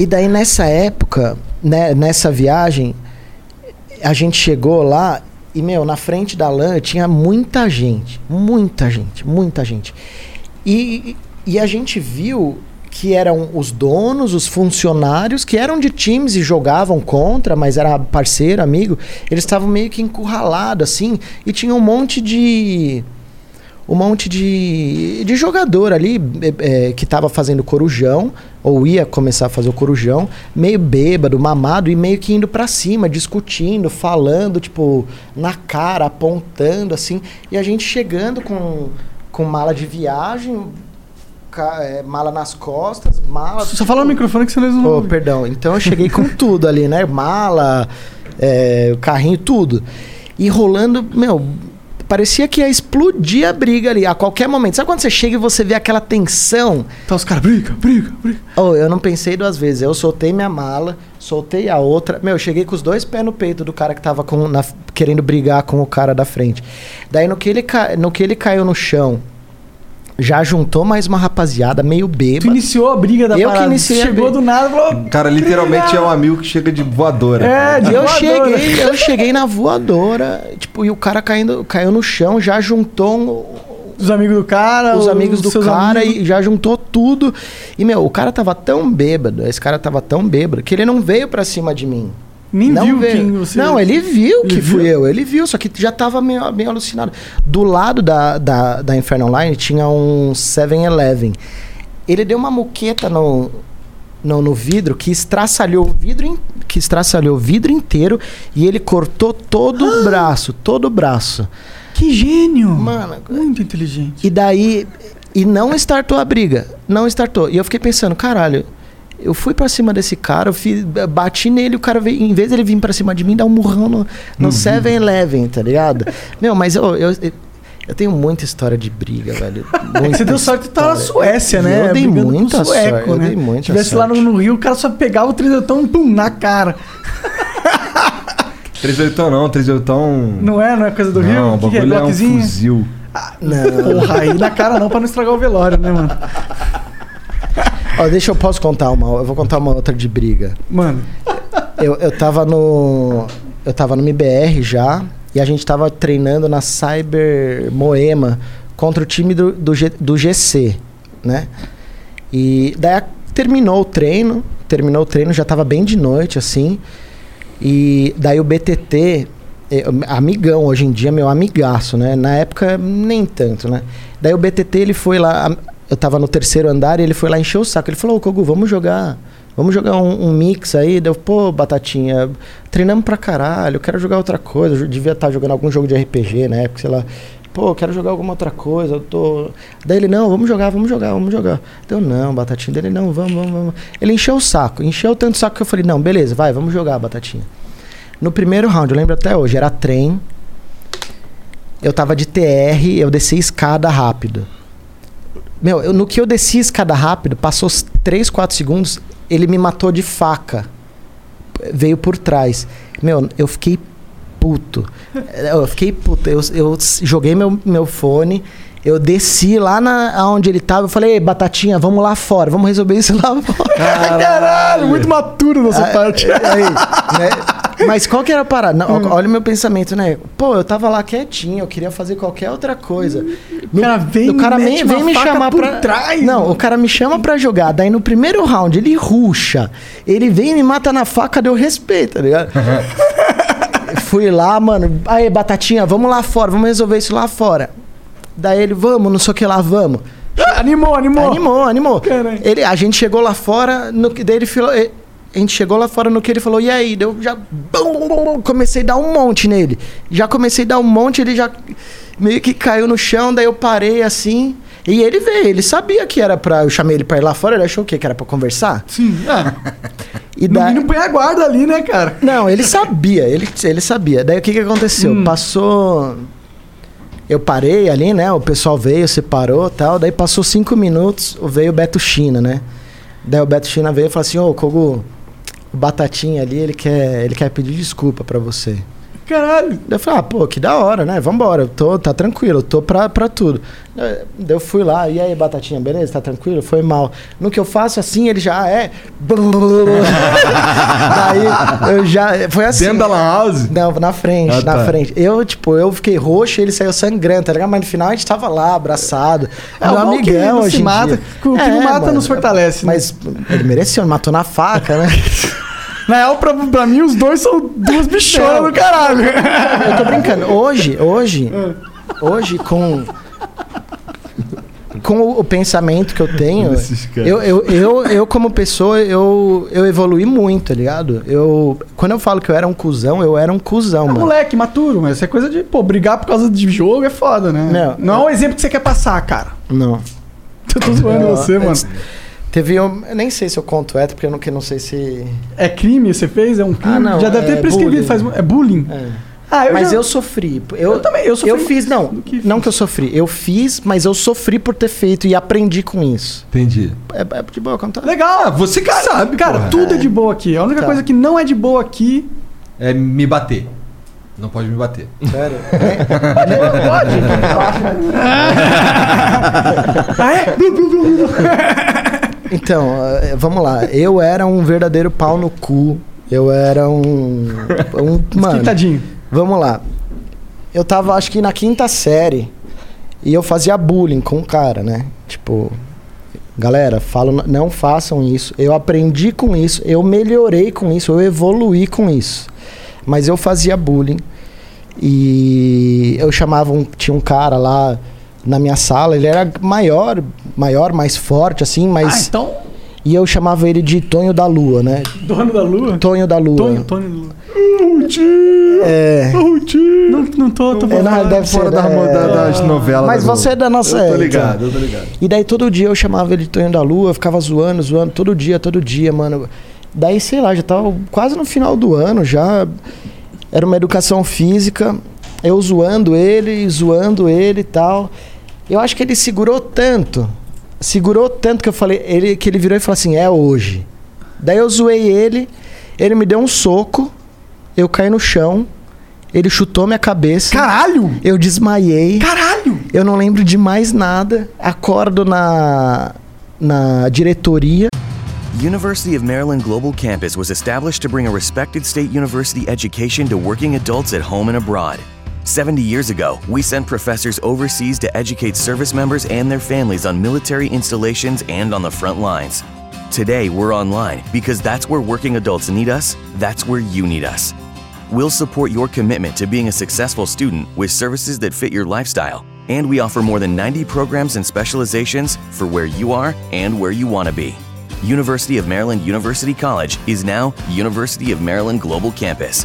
Speaker 3: E daí nessa época, né, nessa viagem, a gente chegou lá e, meu, na frente da LAN tinha muita gente. Muita gente, muita gente. E, e a gente viu que eram os donos, os funcionários, que eram de times e jogavam contra, mas era parceiro, amigo. Eles estavam meio que encurralados, assim, e tinha um monte de um monte de, de jogador ali é, é, que tava fazendo corujão, ou ia começar a fazer o corujão, meio bêbado, mamado e meio que indo pra cima, discutindo, falando, tipo, na cara, apontando, assim. E a gente chegando com, com mala de viagem, ca- é, mala nas costas, mala.
Speaker 4: Só fala no microfone que senão eles não.
Speaker 3: Ô, perdão. Então eu cheguei com tudo ali, né? Mala, é, carrinho, tudo. E rolando, meu, parecia que ia explodir a briga ali a qualquer momento. Sabe quando você chega e você vê aquela tensão?
Speaker 4: Tá, os caras brigam, brigam, brigam.
Speaker 3: Oh, eu não pensei duas vezes. Eu soltei minha mala, soltei a outra. Meu, eu cheguei com os dois pés no peito do cara que tava com- na- querendo brigar com o cara da frente. Daí no que, ele ca- no que ele caiu no chão, já juntou mais uma rapaziada meio
Speaker 4: Tu
Speaker 3: bêbada.
Speaker 4: iniciou a briga da
Speaker 3: Eu que
Speaker 4: parada.
Speaker 3: iniciei a
Speaker 4: Chegou
Speaker 3: briga.
Speaker 4: do nada e falou.
Speaker 2: Cara, literalmente é um amigo que chega de voadora.
Speaker 4: É, de
Speaker 3: E eu
Speaker 4: voadora.
Speaker 3: cheguei, eu cheguei na voadora, tipo, e o cara caindo, caiu no chão, já juntou um-
Speaker 4: Os amigos do cara.
Speaker 3: os amigos do
Speaker 4: seus
Speaker 3: cara
Speaker 4: amigos.
Speaker 3: e já juntou tudo. E meu, o cara tava tão bêbado, esse cara tava tão bêbado que ele não veio pra cima de mim.
Speaker 4: Nem
Speaker 3: não
Speaker 4: viu
Speaker 3: veio.
Speaker 4: quem você. é.
Speaker 3: Não, ele viu
Speaker 4: Ele
Speaker 3: que
Speaker 4: viu?
Speaker 3: fui eu, ele viu, só que já tava meio, meio alucinado. Do lado da, da, da Inferno Online tinha um 7-Eleven. Ele deu uma muqueta no, Não, no vidro, que estraçalhou o vidro, in- que estraçalhou o vidro inteiro e ele cortou todo o braço, todo o braço.
Speaker 4: Que gênio!
Speaker 3: Mano,
Speaker 4: Muito inteligente.
Speaker 3: E daí. E não startou a briga. Não startou. E eu fiquei pensando, caralho, eu fui pra cima desse cara, eu fiz, bati nele, o cara veio, em vez dele vir pra cima de mim, dá um murrão no,
Speaker 4: Uhum.
Speaker 3: no 7-Eleven, tá ligado? Meu, mas eu, eu, eu tenho muita história de briga, velho. Muita
Speaker 4: Você deu sorte de estar na
Speaker 3: história.
Speaker 4: Suécia, né?
Speaker 3: Eu dei
Speaker 4: Brigando com o
Speaker 3: muita
Speaker 4: sueco,
Speaker 3: sorte. Eu
Speaker 4: né?
Speaker 3: dei muita
Speaker 4: Se tivesse lá
Speaker 3: sorte.
Speaker 4: no, no Rio, o cara só pegava o trisotão e pum, na cara.
Speaker 2: Três oitão não, três oitão.
Speaker 4: Não é? Não é coisa do Rio?
Speaker 2: Não, o
Speaker 4: que que
Speaker 2: bagulho é um
Speaker 4: Glockzinho?
Speaker 2: fuzil.
Speaker 3: Não.
Speaker 4: Porra, aí na cara não, pra não estragar o velório, né, mano?
Speaker 3: Ó, deixa eu posso contar uma. Eu vou contar uma outra de briga.
Speaker 4: Mano,
Speaker 3: Eu, eu tava no. Eu tava no MBR já. E a gente tava treinando na Cyber Moema contra o time do, do, G- do GC, né? E daí a- terminou o treino. Terminou o treino, já tava bem de noite, assim. E daí o BTT, eh, amigão hoje em dia, meu amigaço, né? Na época, nem tanto, né? Daí o BTT, ele foi lá, a- eu tava no terceiro andar e ele foi lá encher o saco. Ele falou, ô Kogu, vamos jogar, vamos jogar um, um mix aí. Deu, pô, Batatinha, treinamos pra caralho, eu quero jogar outra coisa. Eu jo- devia estar jogando algum jogo de RPG na época, sei lá. Pô, eu quero jogar alguma outra coisa, eu tô... Daí ele, não, vamos jogar, vamos jogar, vamos jogar. Deu, não, Batatinha. Dele, não, vamos, vamos, vamos. Ele encheu o saco, encheu tanto o saco que eu falei, não, beleza, vai, vamos jogar, Batatinha. No primeiro round, eu lembro até hoje, era trem. Eu tava de TR, eu desci a escada rápido. Meu, eu- no que eu desci a escada rápido, passou 3, 4 segundos, ele me matou de faca. Veio por trás. Meu, eu fiquei puto. Eu fiquei puto. Eu, eu s- joguei meu, meu fone, eu desci lá na, onde ele tava, eu falei, "Ei, Batatinha, vamos lá fora, vamos resolver isso lá fora.
Speaker 4: caralho, muito maturo da sua
Speaker 3: Ah,
Speaker 4: parte.
Speaker 3: é, aí, né? Mas qual que era a parada? Não,
Speaker 4: Hum.
Speaker 3: ó, Olha o meu pensamento, né? Pô, eu tava lá quietinho, eu queria fazer qualquer outra coisa.
Speaker 4: Hum, O cara vem
Speaker 3: o cara
Speaker 4: mete
Speaker 3: me- vem
Speaker 4: uma
Speaker 3: me
Speaker 4: faca
Speaker 3: chamar
Speaker 4: por
Speaker 3: pra...
Speaker 4: trás.
Speaker 3: Não,
Speaker 4: mano.
Speaker 3: o cara me chama pra jogar. Daí no primeiro round ele ruxa. Ele vem e me mata na faca, deu respeito, tá ligado? Fui lá, mano. Aí, batatinha, vamos lá fora, vamos resolver isso lá fora. Daí ele, vamos, não sei o que lá, vamos.
Speaker 4: Ah, Animou, animou.
Speaker 3: Animou, animou.
Speaker 4: Caralho.
Speaker 3: Ele, a gente chegou lá fora, no que daí ele falou. eh, A gente chegou lá fora no que ele falou, e aí? Deu já. bum, bum, bum, bum, comecei a dar um monte nele. Já comecei a dar um monte, ele já meio que caiu no chão, daí eu parei assim. E ele veio, ele sabia que era pra. Eu chamei ele pra ir lá fora, ele achou o quê? Que era pra conversar?
Speaker 4: Sim, ah,
Speaker 3: E
Speaker 4: no
Speaker 3: daí.
Speaker 4: mínimo põe a guarda ali, né, cara?
Speaker 3: Não, ele sabia, ele, ele sabia. Daí o que, que aconteceu? Passou. Eu parei ali, né? O pessoal veio, separou tal. Daí passou cinco minutos, veio o Beto China, né? Daí o Beto China veio e falou assim: Ô, Kogu, o Batatinha ali, ele quer, ele quer pedir desculpa pra você.
Speaker 4: Caralho.
Speaker 3: Daí eu falei, ah, pô, que da hora, né? Vambora, eu tô, tá tranquilo, eu tô pra, pra tudo. Daí eu fui lá, e aí, Batatinha, beleza? Tá tranquilo? Foi mal. No que eu faço assim, ele já ah, é. Daí eu já. Foi assim.
Speaker 2: Dentro da lan house?
Speaker 3: Não, na frente,
Speaker 2: Ah,
Speaker 3: na
Speaker 2: tá.
Speaker 3: frente. Eu, tipo, eu fiquei roxo ele saiu sangrando, tá ligado? Mas no final a gente tava lá, abraçado. É,
Speaker 4: É, o
Speaker 3: um
Speaker 4: mal que não
Speaker 3: amigão,
Speaker 4: se
Speaker 3: hoje em
Speaker 4: mata,
Speaker 3: dia. É,
Speaker 4: o que não mata nos fortalece, né?
Speaker 3: Mas ele mereceu, matou na faca, né?
Speaker 4: Na real, pra, pra mim, os dois são duas bichonas
Speaker 3: Não.
Speaker 4: do caralho.
Speaker 3: Eu tô brincando. Hoje, hoje,
Speaker 4: Hum.
Speaker 3: hoje com com o, o pensamento que eu tenho,
Speaker 2: Esses caras.
Speaker 3: eu, eu, eu, eu como pessoa, eu, eu evolui muito, tá ligado? Eu, quando eu falo que eu era um cuzão, eu era um cuzão, mano.
Speaker 4: É Moleque, maturo, mas essa coisa de, pô, brigar por causa de jogo é foda, né?
Speaker 3: Não.
Speaker 4: não é o exemplo que você quer passar, cara.
Speaker 3: Não.
Speaker 4: Eu tô zoando
Speaker 3: Não,
Speaker 4: você,
Speaker 3: é-
Speaker 4: mano.
Speaker 3: Teve um, eu nem sei se eu conto é, porque eu não, que não sei se
Speaker 4: É crime, você fez? É um crime?
Speaker 3: Ah, não,
Speaker 4: já deve
Speaker 3: é
Speaker 4: ter prescrevido.
Speaker 3: bullying.
Speaker 4: Faz, mu- é bullying?
Speaker 3: é.
Speaker 4: Ah,
Speaker 3: mas
Speaker 4: já-
Speaker 3: eu sofri. Eu,
Speaker 4: Eu também, eu sofri
Speaker 3: Eu fiz, não.
Speaker 4: do que
Speaker 3: não
Speaker 4: fiz.
Speaker 3: que eu sofri. Eu fiz, mas eu sofri por ter feito e aprendi com isso.
Speaker 2: Entendi.
Speaker 3: É, é de boa contar.
Speaker 4: Legal!
Speaker 2: Ah, você que
Speaker 4: cara,
Speaker 2: sabe,
Speaker 4: Cara,
Speaker 2: porra.
Speaker 4: tudo é de boa aqui. A única
Speaker 3: Tá.
Speaker 4: coisa que não é de boa aqui.
Speaker 2: É me bater. Não pode me bater.
Speaker 3: Sério.
Speaker 4: Ah, é?
Speaker 3: Então, eh, vamos lá. Eu era um verdadeiro pau no cu. Eu era um. um mano,
Speaker 4: Esquentadinho.
Speaker 3: vamos lá. Eu tava, acho que na quinta série. E eu fazia bullying com o cara, né? Tipo. Galera, falo, não façam isso. Eu aprendi com isso, eu melhorei com isso, eu evoluí com isso. Mas eu fazia bullying. E eu chamava um, tinha um cara lá na minha sala, ele era maior, maior, mais forte assim,
Speaker 4: Ah,
Speaker 3: mas
Speaker 4: então.
Speaker 3: E eu chamava ele de Tonho da Lua, né?
Speaker 4: Dono da Lua?
Speaker 3: Tonho da Lua.
Speaker 4: Tonho, Tonho da Lua.
Speaker 3: É.
Speaker 4: Não, não tô, tô
Speaker 3: É, não,
Speaker 4: falando.
Speaker 3: deve
Speaker 2: Fora
Speaker 3: ser.
Speaker 2: da,
Speaker 3: é...
Speaker 2: da- das novelas.
Speaker 3: Mas
Speaker 2: da Globo.
Speaker 3: você é da nossa
Speaker 2: Eu tô
Speaker 3: época.
Speaker 2: ligado, eu tô ligado.
Speaker 3: E daí todo dia eu chamava ele de Tonho da Lua, eu ficava zoando, zoando, todo dia, todo dia, mano. Daí, sei lá, já tava quase no final do ano, já. Era uma educação física, eu zoando ele, zoando ele e tal. Eu acho que ele segurou tanto, segurou tanto que eu falei, ele, que ele virou e falou assim: é hoje. Daí eu zoei ele, ele me deu um soco, eu caí no chão, ele chutou minha cabeça.
Speaker 4: Caralho!
Speaker 3: Eu desmaiei.
Speaker 4: Caralho!
Speaker 3: Eu não lembro de mais nada. Acordo na, na diretoria.
Speaker 7: University of Maryland Global Campus was established to bring a respected state university education to working adults at home and abroad. 70 years ago, we sent professors overseas to educate service members and their families on military installations and on the front lines. Today, we're online because that's where working adults need us, that's where you need us. We'll support your commitment to being a successful student with services that fit your lifestyle, and we offer more than 90 programs and specializations for where you are and where you want to be. University of Maryland University College is now University of Maryland Global Campus.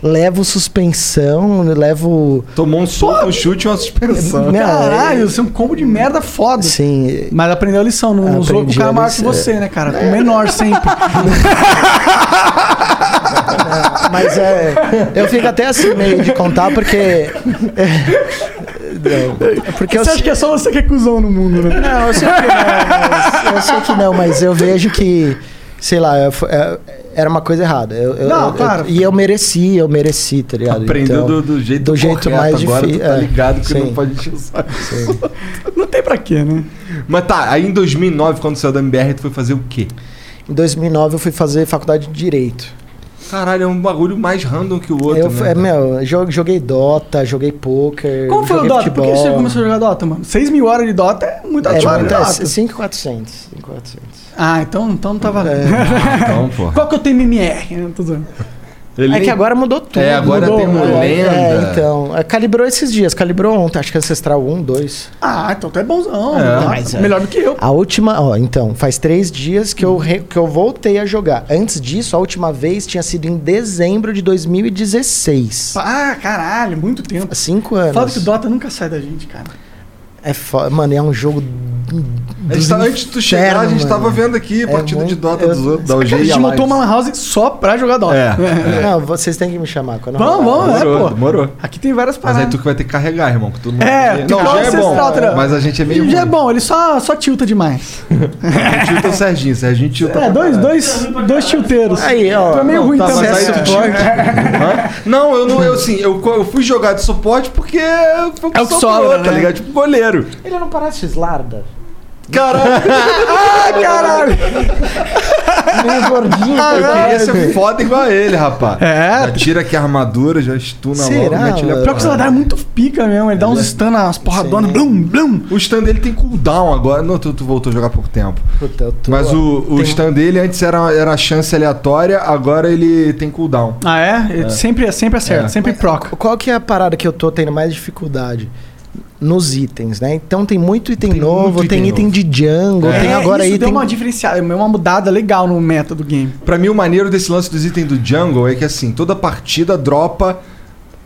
Speaker 3: Levo suspensão, levo.
Speaker 2: Tomou um soco, um chute e uma suspensão.
Speaker 3: Não,
Speaker 4: Caralho, você é um combo de merda foda.
Speaker 3: Sim.
Speaker 4: Mas aprendeu a lição, não usou com o
Speaker 3: Aprendi
Speaker 4: cara
Speaker 3: a
Speaker 4: maior que
Speaker 3: lição. É.
Speaker 4: você, né, cara? O menor sempre.
Speaker 3: Mas é. Eu fico até assim meio de contar porque. É, não, porque eu,
Speaker 4: Você acha que é só você que é cuzão no mundo, né?
Speaker 3: Não, eu sei que não, mas, eu sei que não, mas eu vejo que, sei lá, eu fu- é- era uma coisa errada. Eu, eu-
Speaker 4: Não,
Speaker 3: eu-
Speaker 4: claro.
Speaker 3: E eu mereci, eu mereci, tá ligado?
Speaker 2: Aprendeu
Speaker 3: Então,
Speaker 2: do, do jeito
Speaker 3: do jeito
Speaker 2: correto.
Speaker 3: mais
Speaker 2: Agora
Speaker 3: difícil,
Speaker 2: tu tá
Speaker 3: é,
Speaker 2: ligado que
Speaker 3: sim.
Speaker 2: não pode encher o saco.
Speaker 4: Não tem pra quê, né?
Speaker 2: Mas tá, aí em 2009, quando saiu da MBR, tu foi fazer o quê?
Speaker 3: Em 2009 eu fui fazer faculdade de Direito.
Speaker 2: Caralho, é um bagulho mais random que o outro,
Speaker 3: eu,
Speaker 2: né?
Speaker 3: é, meu, jo- joguei Dota, joguei poker.
Speaker 4: Como foi o
Speaker 3: joguei
Speaker 4: Dota?
Speaker 3: Futebol.
Speaker 4: Por que você começou a jogar Dota, mano? 6 mil horas de Dota é muita
Speaker 3: É,
Speaker 4: hora de
Speaker 3: mano,
Speaker 4: Dota.
Speaker 3: é 5,400. 5,400.
Speaker 4: Ah, então, então não tá valendo.
Speaker 3: É.
Speaker 2: Então, porra.
Speaker 4: Qual que é eu tenho MMR? Não tô zoando.
Speaker 2: Ele
Speaker 3: É
Speaker 2: nem-
Speaker 3: que agora mudou tudo.
Speaker 2: É, agora
Speaker 4: mudou, né?
Speaker 2: tem uma
Speaker 4: mudou.
Speaker 2: lenda.
Speaker 3: É, então. é, Calibrou esses dias, calibrou ontem, acho que é Ancestral 1, 2.
Speaker 4: Ah, então tu é bonzão.
Speaker 2: É.
Speaker 4: Tá
Speaker 3: Mas é.
Speaker 4: Melhor do que eu.
Speaker 3: A última, ó, então, faz três dias que eu, re- que eu voltei a jogar. Antes disso, a última vez tinha sido em dezembro de 2016.
Speaker 4: Ah, caralho, muito tempo.
Speaker 3: Há Cinco anos.
Speaker 4: Foda que o Dota nunca sai da gente, cara.
Speaker 3: É foda. Mano, é um jogo.
Speaker 2: A gente tá, antes de tu chegar, a gente tava vendo aqui a
Speaker 3: É
Speaker 2: partida de
Speaker 3: muito-
Speaker 2: Dota
Speaker 3: eu-
Speaker 2: dos outros, da
Speaker 4: Cara,
Speaker 2: UG
Speaker 4: a
Speaker 2: e
Speaker 4: gente
Speaker 2: a
Speaker 4: montou
Speaker 2: Lives.
Speaker 4: uma lan house só pra jogar Dota.
Speaker 2: É.
Speaker 3: Não, vocês têm que me chamar. Quando eu
Speaker 4: Vamos,
Speaker 3: rolar.
Speaker 4: vamos, é,
Speaker 2: Demorou,
Speaker 4: pô.
Speaker 2: demorou.
Speaker 4: Aqui tem várias
Speaker 2: Mas
Speaker 4: paradas.
Speaker 2: aí tu que vai ter que carregar, irmão. Que tu não...
Speaker 4: É, tem que
Speaker 2: não,
Speaker 4: dar
Speaker 2: já
Speaker 4: uma
Speaker 2: é
Speaker 4: ancestral, tá
Speaker 2: bom.
Speaker 4: ligado?
Speaker 2: Mas a gente é meio.
Speaker 4: Já é bom, ele só, só tilta demais.
Speaker 2: Tilta o Serginho. Serginho tá tilta.
Speaker 4: É, dois, dois, dois tilteiros.
Speaker 3: Aí, ó.
Speaker 4: Tu é meio
Speaker 3: Não,
Speaker 4: ruim
Speaker 2: tá,
Speaker 4: também.
Speaker 2: mas aí
Speaker 4: cara.
Speaker 2: tu tinha- Hã? né? Não, eu não, eu assim, eu, co- eu fui jogar de suporte porque foi
Speaker 4: É o que sobra,
Speaker 2: tá
Speaker 4: né?
Speaker 2: ligado? Tipo goleiro.
Speaker 3: Ele não parece Slarda.
Speaker 2: Caralho,
Speaker 4: Caralho!
Speaker 3: Meio gordinho.
Speaker 4: Ah,
Speaker 2: eu queria ser foda igual a ele, rapaz.
Speaker 4: É.
Speaker 2: Já tira aqui a armadura, já estuna logo,
Speaker 3: Será,
Speaker 2: mete ele a
Speaker 3: mano?
Speaker 4: Pior que o Saladar é muito pica mesmo, ele dá
Speaker 3: É.
Speaker 4: uns stun, umas porradonas, blum, blum.
Speaker 2: O stand dele tem cooldown agora. Não, tu, tu voltou a jogar há pouco tempo.
Speaker 3: Puta, eu tô-
Speaker 2: Mas o, o stand dele antes era, era chance aleatória, agora ele tem cooldown.
Speaker 4: Ah, é? Sempre, sempre acerta, sempre proc.
Speaker 3: Qual que é a parada que eu tô tendo mais dificuldade? Nos itens, né? Então tem muito item
Speaker 2: Tem
Speaker 3: novo,
Speaker 2: muito
Speaker 3: tem
Speaker 2: item
Speaker 3: item de jungle, tem agora
Speaker 4: É, isso deu
Speaker 3: item.
Speaker 4: uma diferenciada, uma mudada legal no meta do game.
Speaker 2: Pra mim, o maneiro desse lance dos itens do jungle é que, assim, toda partida dropa.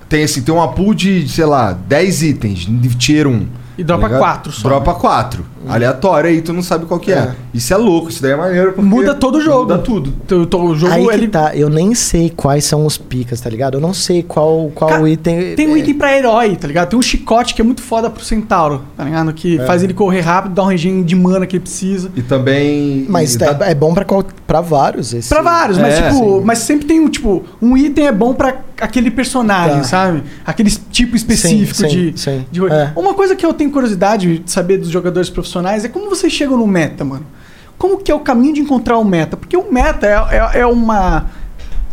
Speaker 2: Tem, assim, tem uma pool de, sei lá, 10 itens, de tier 1.
Speaker 4: E dropa
Speaker 2: ligado?
Speaker 4: quatro só.
Speaker 2: Dropa 4. Aleatório aí, tu não sabe qual que é.
Speaker 3: É.
Speaker 2: Isso é louco, isso daí é maneiro. porque
Speaker 4: Muda todo o jogo.
Speaker 2: Muda tudo.
Speaker 4: Tu- tu- o jogo,
Speaker 3: Aí que
Speaker 4: ele...
Speaker 3: tá, eu nem sei quais são os picas, tá ligado? Eu não sei qual, qual
Speaker 4: Ca-
Speaker 3: item. é,
Speaker 4: Tem um item pra herói, tá ligado? Tem um chicote que é muito foda pro centauro, tá ligado? Que
Speaker 3: É.
Speaker 4: faz ele correr rápido, dá um regime de mana que ele precisa.
Speaker 2: E também.
Speaker 3: Mas
Speaker 2: e
Speaker 3: tá-
Speaker 2: dá-
Speaker 3: é bom pra, qual, pra vários. Esse...
Speaker 4: Pra vários, mas
Speaker 2: É,
Speaker 4: tipo, mas sempre tem um, tipo, um item é bom pra aquele personagem,
Speaker 3: Tá.
Speaker 4: sabe? Aquele tipo específico
Speaker 3: Sim, sim,
Speaker 4: de,
Speaker 3: sim.
Speaker 4: de rolê.
Speaker 3: É.
Speaker 4: Uma coisa que eu tenho curiosidade de saber dos jogadores profissionais é como vocês chegam no meta, mano. Como que é o caminho de encontrar o meta? Porque o meta é, é, é uma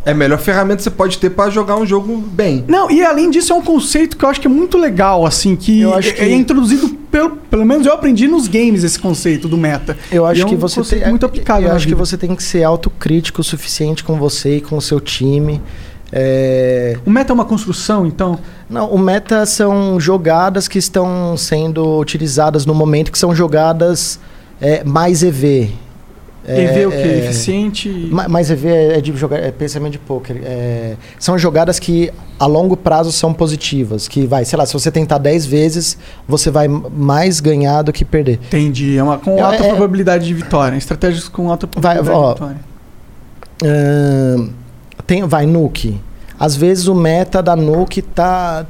Speaker 2: É a melhor ferramenta que você pode ter pra jogar um jogo bem.
Speaker 4: Não, e além disso é um conceito que eu acho que é muito legal, assim, que,
Speaker 3: Eu acho que-
Speaker 4: é introduzido pelo, pelo menos eu aprendi nos games esse conceito do meta.
Speaker 3: Eu
Speaker 4: E
Speaker 3: acho
Speaker 4: é um
Speaker 3: que você
Speaker 4: conceito
Speaker 3: tem,
Speaker 4: muito aplicável.
Speaker 3: Eu
Speaker 4: na
Speaker 3: acho que
Speaker 4: vida.
Speaker 3: você tem que ser autocrítico o suficiente com você e com o seu time. É,
Speaker 4: O meta é uma construção, então.
Speaker 3: Não, o meta são jogadas que estão sendo utilizadas no momento, que são jogadas é, mais EV. É,
Speaker 4: e ver o que
Speaker 3: é,
Speaker 4: eficiente. e-
Speaker 3: Ma- Mas EV é, é de jogar, é pensamento de poker. é, são jogadas que a longo prazo são positivas. Que vai, sei lá, se você tentar 10 vezes, você vai m- mais ganhar do que perder.
Speaker 4: Entendi. É uma com
Speaker 3: É,
Speaker 4: alta
Speaker 3: é-
Speaker 4: probabilidade de vitória. Estratégias com alta
Speaker 3: Vai,
Speaker 4: probabilidade
Speaker 3: ó,
Speaker 4: de vitória.
Speaker 3: Ahn, tem, vai, Nuke. Às vezes o meta da Nuke tá,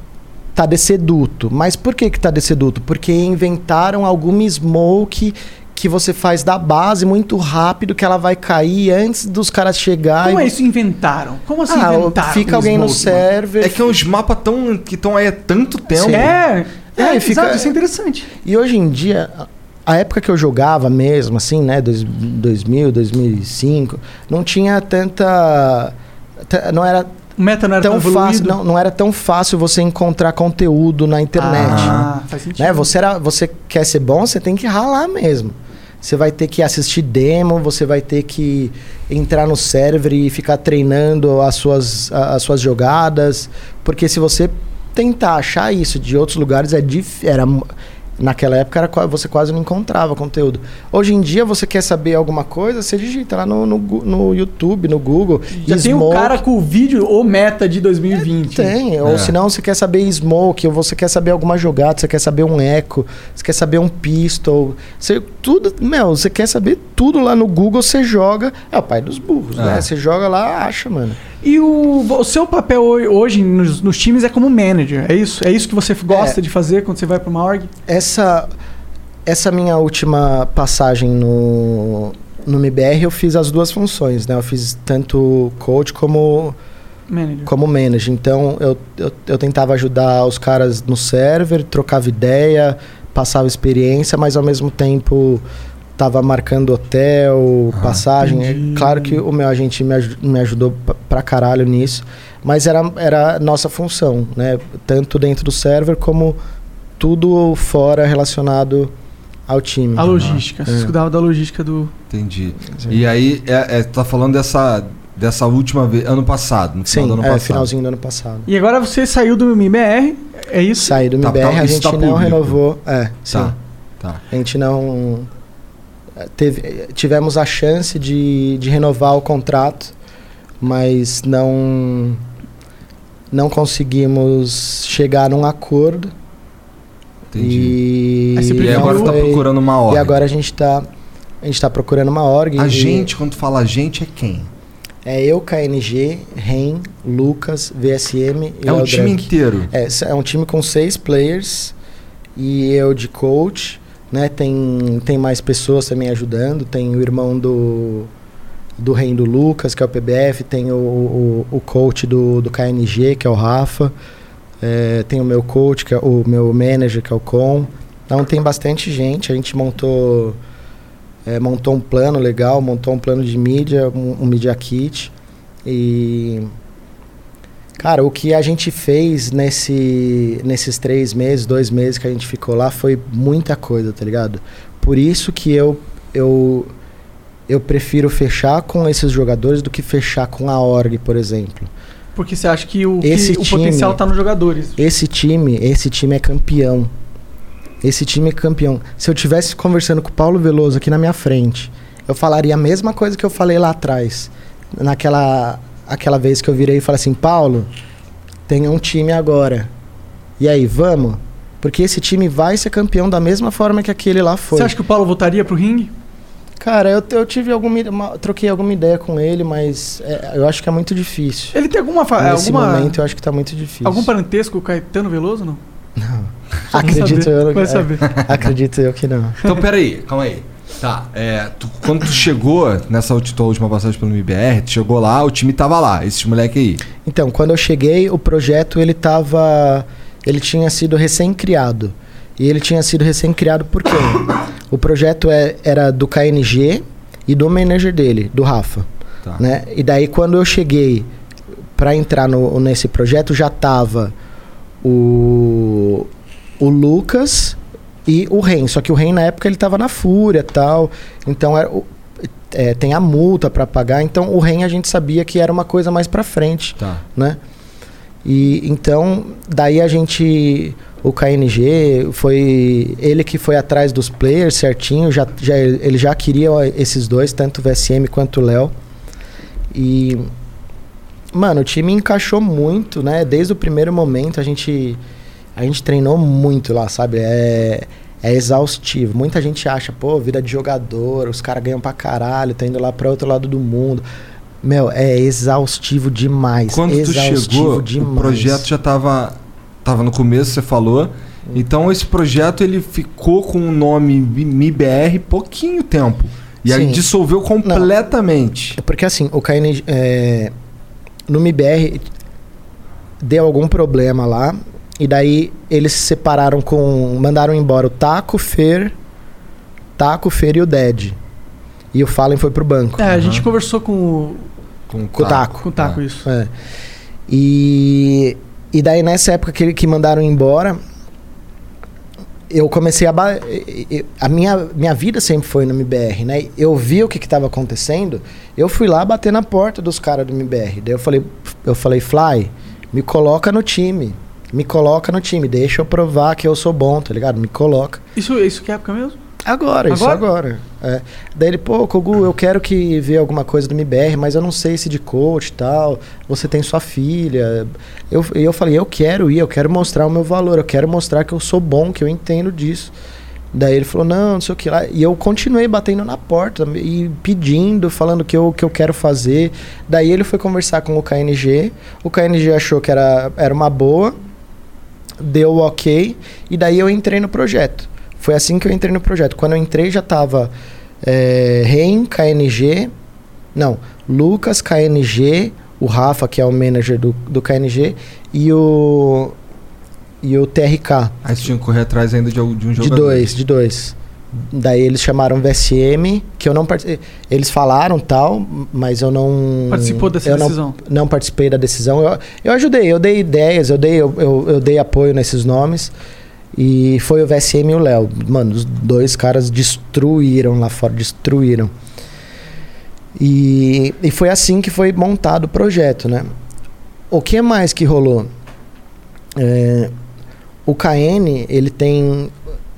Speaker 3: tá deceduto. Mas por que, que tá deceduto? Porque inventaram alguma smoke que você faz da base muito rápido, que ela vai cair antes dos caras chegarem.
Speaker 4: Como é isso? Inventaram? Como assim
Speaker 3: Ah,
Speaker 4: inventaram?
Speaker 3: fica
Speaker 4: o
Speaker 3: alguém no
Speaker 4: smoke, mano?
Speaker 3: server.
Speaker 2: É que um- é uns mapas tão, que estão aí há tanto tempo.
Speaker 4: É, é,
Speaker 3: É, e fica-
Speaker 4: exato, isso é interessante.
Speaker 3: E hoje em dia, a a época que eu jogava mesmo, assim, né, dois- 2000, 2005, não tinha tanta. ta- Não era
Speaker 4: O meta não era tão,
Speaker 3: tão fácil,
Speaker 4: evoluído.
Speaker 3: não, não era tão fácil você encontrar conteúdo na internet.
Speaker 4: Ah, faz sentido.
Speaker 3: Né? Você, era, você quer ser bom, você tem que ralar mesmo. Você vai ter que assistir demo, você vai ter que entrar no server e ficar treinando as suas, a- as suas jogadas. Porque se você tentar achar isso de outros lugares, é dif- era mu- Naquela época era, qua- você quase não encontrava conteúdo. Hoje em dia, você quer saber alguma coisa, você digita lá no, no, Gu- no YouTube, no Google.
Speaker 4: Já tem um
Speaker 3: Smoke.
Speaker 4: cara com o vídeo ou meta de 2020.
Speaker 3: É, Tem, ou se não, você quer saber smoke, ou você quer saber alguma jogada, você quer saber um eco, você quer saber um pistol. Você, tudo, meu, você quer saber tudo lá no Google, você joga. É o pai dos burros, né? Você joga lá, acha, mano.
Speaker 4: E o, o seu papel ho- hoje nos, nos times é como manager, é isso? É isso que você gosta de fazer quando você vai pra uma org?
Speaker 3: Essa, essa minha última passagem no, no MBR, eu fiz as duas funções, né? Eu fiz tanto coach como
Speaker 4: Manager.
Speaker 3: como manager. Então eu, eu, eu tentava ajudar os caras no server, trocava ideia, passava experiência, mas ao mesmo tempo tava marcando hotel, passagem. É Claro que o meu agente me, aju- me ajudou pra- pra caralho nisso, mas era, era a nossa função, né? Tanto dentro do server como tudo fora relacionado ao time.
Speaker 2: Ah,
Speaker 4: A
Speaker 3: Ah,
Speaker 4: logística.
Speaker 3: é.
Speaker 4: Você cuidava da logística do.
Speaker 2: Entendi. E aí, é, é, tá falando dessa, dessa última vez, ano passado, no final
Speaker 3: Sim,
Speaker 2: do ano
Speaker 3: é,
Speaker 2: passado.
Speaker 3: finalzinho do ano passado.
Speaker 4: E agora você saiu do MBR, é isso?
Speaker 3: Saí do
Speaker 2: Tá,
Speaker 3: MBR,
Speaker 2: tá,
Speaker 3: a
Speaker 2: isso
Speaker 3: gente
Speaker 2: tá
Speaker 3: não
Speaker 2: público.
Speaker 3: renovou. É, sim.
Speaker 2: Tá, tá.
Speaker 3: A gente não. eh, Teve, eh, tivemos a chance de, de renovar o contrato, mas não. Não conseguimos chegar num acordo.
Speaker 2: Entendi.
Speaker 3: E,
Speaker 4: Aí você
Speaker 2: E,
Speaker 4: E
Speaker 2: agora
Speaker 3: não
Speaker 2: tá
Speaker 3: foi-
Speaker 2: procurando uma
Speaker 3: E
Speaker 2: ordem.
Speaker 3: agora a gente tá. A gente tá procurando uma org.
Speaker 2: A
Speaker 3: e-
Speaker 2: gente, quando fala a gente, é quem?
Speaker 3: É eu, KNG, REN, Lucas, VSM e
Speaker 2: é o
Speaker 3: Léo
Speaker 2: time
Speaker 3: Drake.
Speaker 2: inteiro.
Speaker 3: É, s- é um time com seis players e eu de coach, né? Tem, tem mais pessoas também ajudando. Tem o irmão do do Reino do Lucas, que é o PBF, tem o, o, o coach do, do KNG, que é o Rafa, é, tem o meu coach, que é o meu manager, que é o Com. Então tem bastante gente, a gente montou é, montou um plano legal, montou um plano de mídia, um, um media kit. E Cara, o que a gente fez nesse, nesses três meses, dois meses que a gente ficou lá foi muita coisa, tá ligado? Por isso que eu, eu, eu prefiro fechar com esses jogadores do que fechar com a org, por exemplo.
Speaker 4: Porque você acha que o, que
Speaker 3: Esse
Speaker 4: o
Speaker 3: time-
Speaker 4: potencial tá nos jogadores.
Speaker 3: Esse time, esse time é campeão. Esse time é campeão. Se eu tivesse conversando com o Paulo Veloso aqui na minha frente, eu falaria a mesma coisa que eu falei lá atrás. Naquela aquela vez que eu virei e falei assim, Paulo, tem um time agora. E aí, vamos? Porque esse time vai ser campeão da mesma forma que aquele lá foi.
Speaker 4: Você acha que o Paulo voltaria pro ringue?
Speaker 3: Cara, eu, eu tive alguma ide- uma- troquei alguma ideia com ele, mas é, eu acho que é muito difícil.
Speaker 4: Ele tem alguma. fa-
Speaker 3: Nesse
Speaker 4: Ah, é alguma
Speaker 3: momento eu acho que tá muito difícil.
Speaker 4: algum parentesco com o Caetano Veloso, não? Só vou
Speaker 3: Acredito
Speaker 4: saber.
Speaker 3: eu,
Speaker 4: Vai
Speaker 3: é,
Speaker 4: saber.
Speaker 3: acredito eu que não.
Speaker 2: Então, peraí, calma aí. Tá, é, tu- quando tu chegou nessa ulti- tua última passagem pelo MBR, tu chegou lá, o time tava lá, esses moleque aí.
Speaker 3: Então, quando eu cheguei, o projeto ele tava, ele tinha sido recém-criado. E ele tinha sido recém-criado por quê? o projeto é- era do KNG e do manager dele, do Rafa.
Speaker 2: Tá.
Speaker 3: Né? E daí quando eu cheguei,
Speaker 5: para entrar no- nesse projeto já tava o, o Lucas e o Ren. Só que o Ren na época ele tava na Fúria tal. Então era o- é, tem a multa para pagar. Então o Ren a gente sabia que era uma coisa mais para frente
Speaker 2: Tá.
Speaker 5: né? E então daí a gente o KNG foi ele que foi atrás dos players certinho, já, já ele já queria esses dois, tanto o VSM quanto o Léo. E mano, o time encaixou muito, né? Desde o primeiro momento a gente a gente treinou muito lá, sabe? É é exaustivo. Muita gente acha, pô, vida de jogador, os caras ganham pra caralho, tá indo lá pra outro lado do mundo. Meu, é exaustivo demais.
Speaker 2: Quando tu
Speaker 5: exaustivo
Speaker 2: chegou,
Speaker 5: demais.
Speaker 2: o projeto já tava, tava no começo, você falou. Então esse projeto ele ficou com o nome Mi- MIBR pouquinho tempo. E aí
Speaker 5: Sim.
Speaker 2: dissolveu completamente.
Speaker 5: É Porque assim, o KN é, no MBR deu algum problema lá. E daí eles se separaram com. Mandaram embora o Taco, o Fer. Taco, o Fer e o Dead. E o Fallen foi pro banco.
Speaker 4: É, a gente conversou com o,
Speaker 2: Tá.
Speaker 5: Com o Taco.
Speaker 4: com o Taco, isso.
Speaker 5: É. E, e daí nessa época que, que mandaram embora, eu comecei a. ba- e- e- A minha, minha vida sempre foi no MBR, né? Eu vi o que estava acontecendo, eu fui lá bater na porta dos caras do MBR. Daí eu falei, eu falei, Fly, me coloca no time. Me coloca no time, deixa eu provar que eu sou bom, tá ligado? Me coloca.
Speaker 4: Isso, isso que é época mesmo?
Speaker 5: Agora, isso
Speaker 4: Agora?
Speaker 5: agora. É. Daí ele, pô, Kogu, eu quero que vê alguma coisa do MBR, mas eu não sei se de coach e tal. Você tem sua filha. Eu, e eu falei, eu quero ir, eu quero mostrar o meu valor, eu quero mostrar que eu sou bom, que eu entendo disso. Daí ele falou, não, não sei o que lá. E eu continuei batendo na porta e pedindo, falando que eu, que eu quero fazer. Daí ele foi conversar com o KNG. O KNG achou que era, era uma boa, deu o ok, e daí eu entrei no projeto. Foi assim que eu entrei no projeto. Quando eu entrei já tava é, REM, KNG, não, Lucas, KNG, o Rafa, que é o manager do, do KNG, e o, e o TRK.
Speaker 2: Aí você tinha que correr atrás ainda de, al- de um
Speaker 5: De
Speaker 2: jogador.
Speaker 5: dois, de dois. Daí eles chamaram o VSM, que eu não participei. Eles falaram tal, mas eu não.
Speaker 3: Hum,
Speaker 4: Participou dessa
Speaker 5: eu não-
Speaker 4: decisão.
Speaker 5: Não, participei da decisão. Eu, eu ajudei, eu dei ideias, eu dei, eu, eu, eu dei apoio nesses nomes. E foi o VSM e o Léo. Mano, os dois caras destruíram lá fora, destruíram. E, e foi assim que foi montado o projeto, né? O que mais que rolou? É, o KN, ele tem,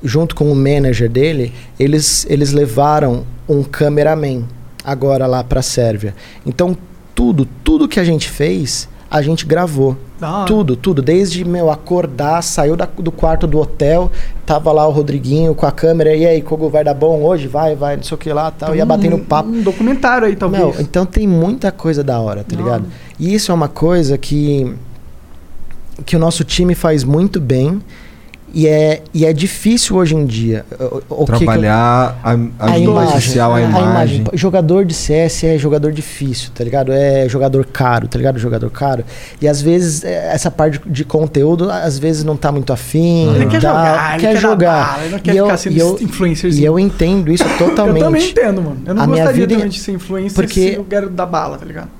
Speaker 5: junto com o manager dele, eles, eles levaram um cameraman agora lá pra Sérvia. Então, tudo, tudo que a gente fez, a gente gravou.
Speaker 4: Da hora.
Speaker 5: Tudo, tudo. Desde, meu, acordar, saiu da- do quarto do hotel, tava lá o Rodriguinho com a câmera, e aí, Kogo, vai dar bom hoje? Vai, vai, não sei o que lá, tal. Ia batendo
Speaker 4: Um-
Speaker 5: papo.
Speaker 4: Um documentário aí, talvez.
Speaker 5: Não, então tem muita coisa da hora, tá ligado? E isso é uma coisa que que o nosso time faz muito bem e é, e é difícil hoje em dia. O- o que que eu-
Speaker 2: Trabalhar a, a, mídia social, a imagem.
Speaker 5: Jogador de CS é jogador difícil, tá ligado? É jogador caro, tá ligado? Jogador caro. E às vezes é, essa parte de- de conteúdo, às vezes não tá muito afim.
Speaker 4: Ele
Speaker 5: não
Speaker 4: quer
Speaker 5: dá,
Speaker 4: jogar, ele
Speaker 5: quer
Speaker 4: quer dar
Speaker 5: jogar.
Speaker 4: bala, ele não quer
Speaker 5: E eu-
Speaker 4: ficar sendo
Speaker 5: e eu-
Speaker 4: influencerzinho.
Speaker 5: E eu entendo isso
Speaker 4: Eu
Speaker 5: totalmente.
Speaker 4: também entendo, mano. Eu não
Speaker 5: A minha
Speaker 4: gostaria
Speaker 5: vida-
Speaker 4: também de ser influencer
Speaker 5: porque-
Speaker 4: se eu quero dar bala, tá ligado?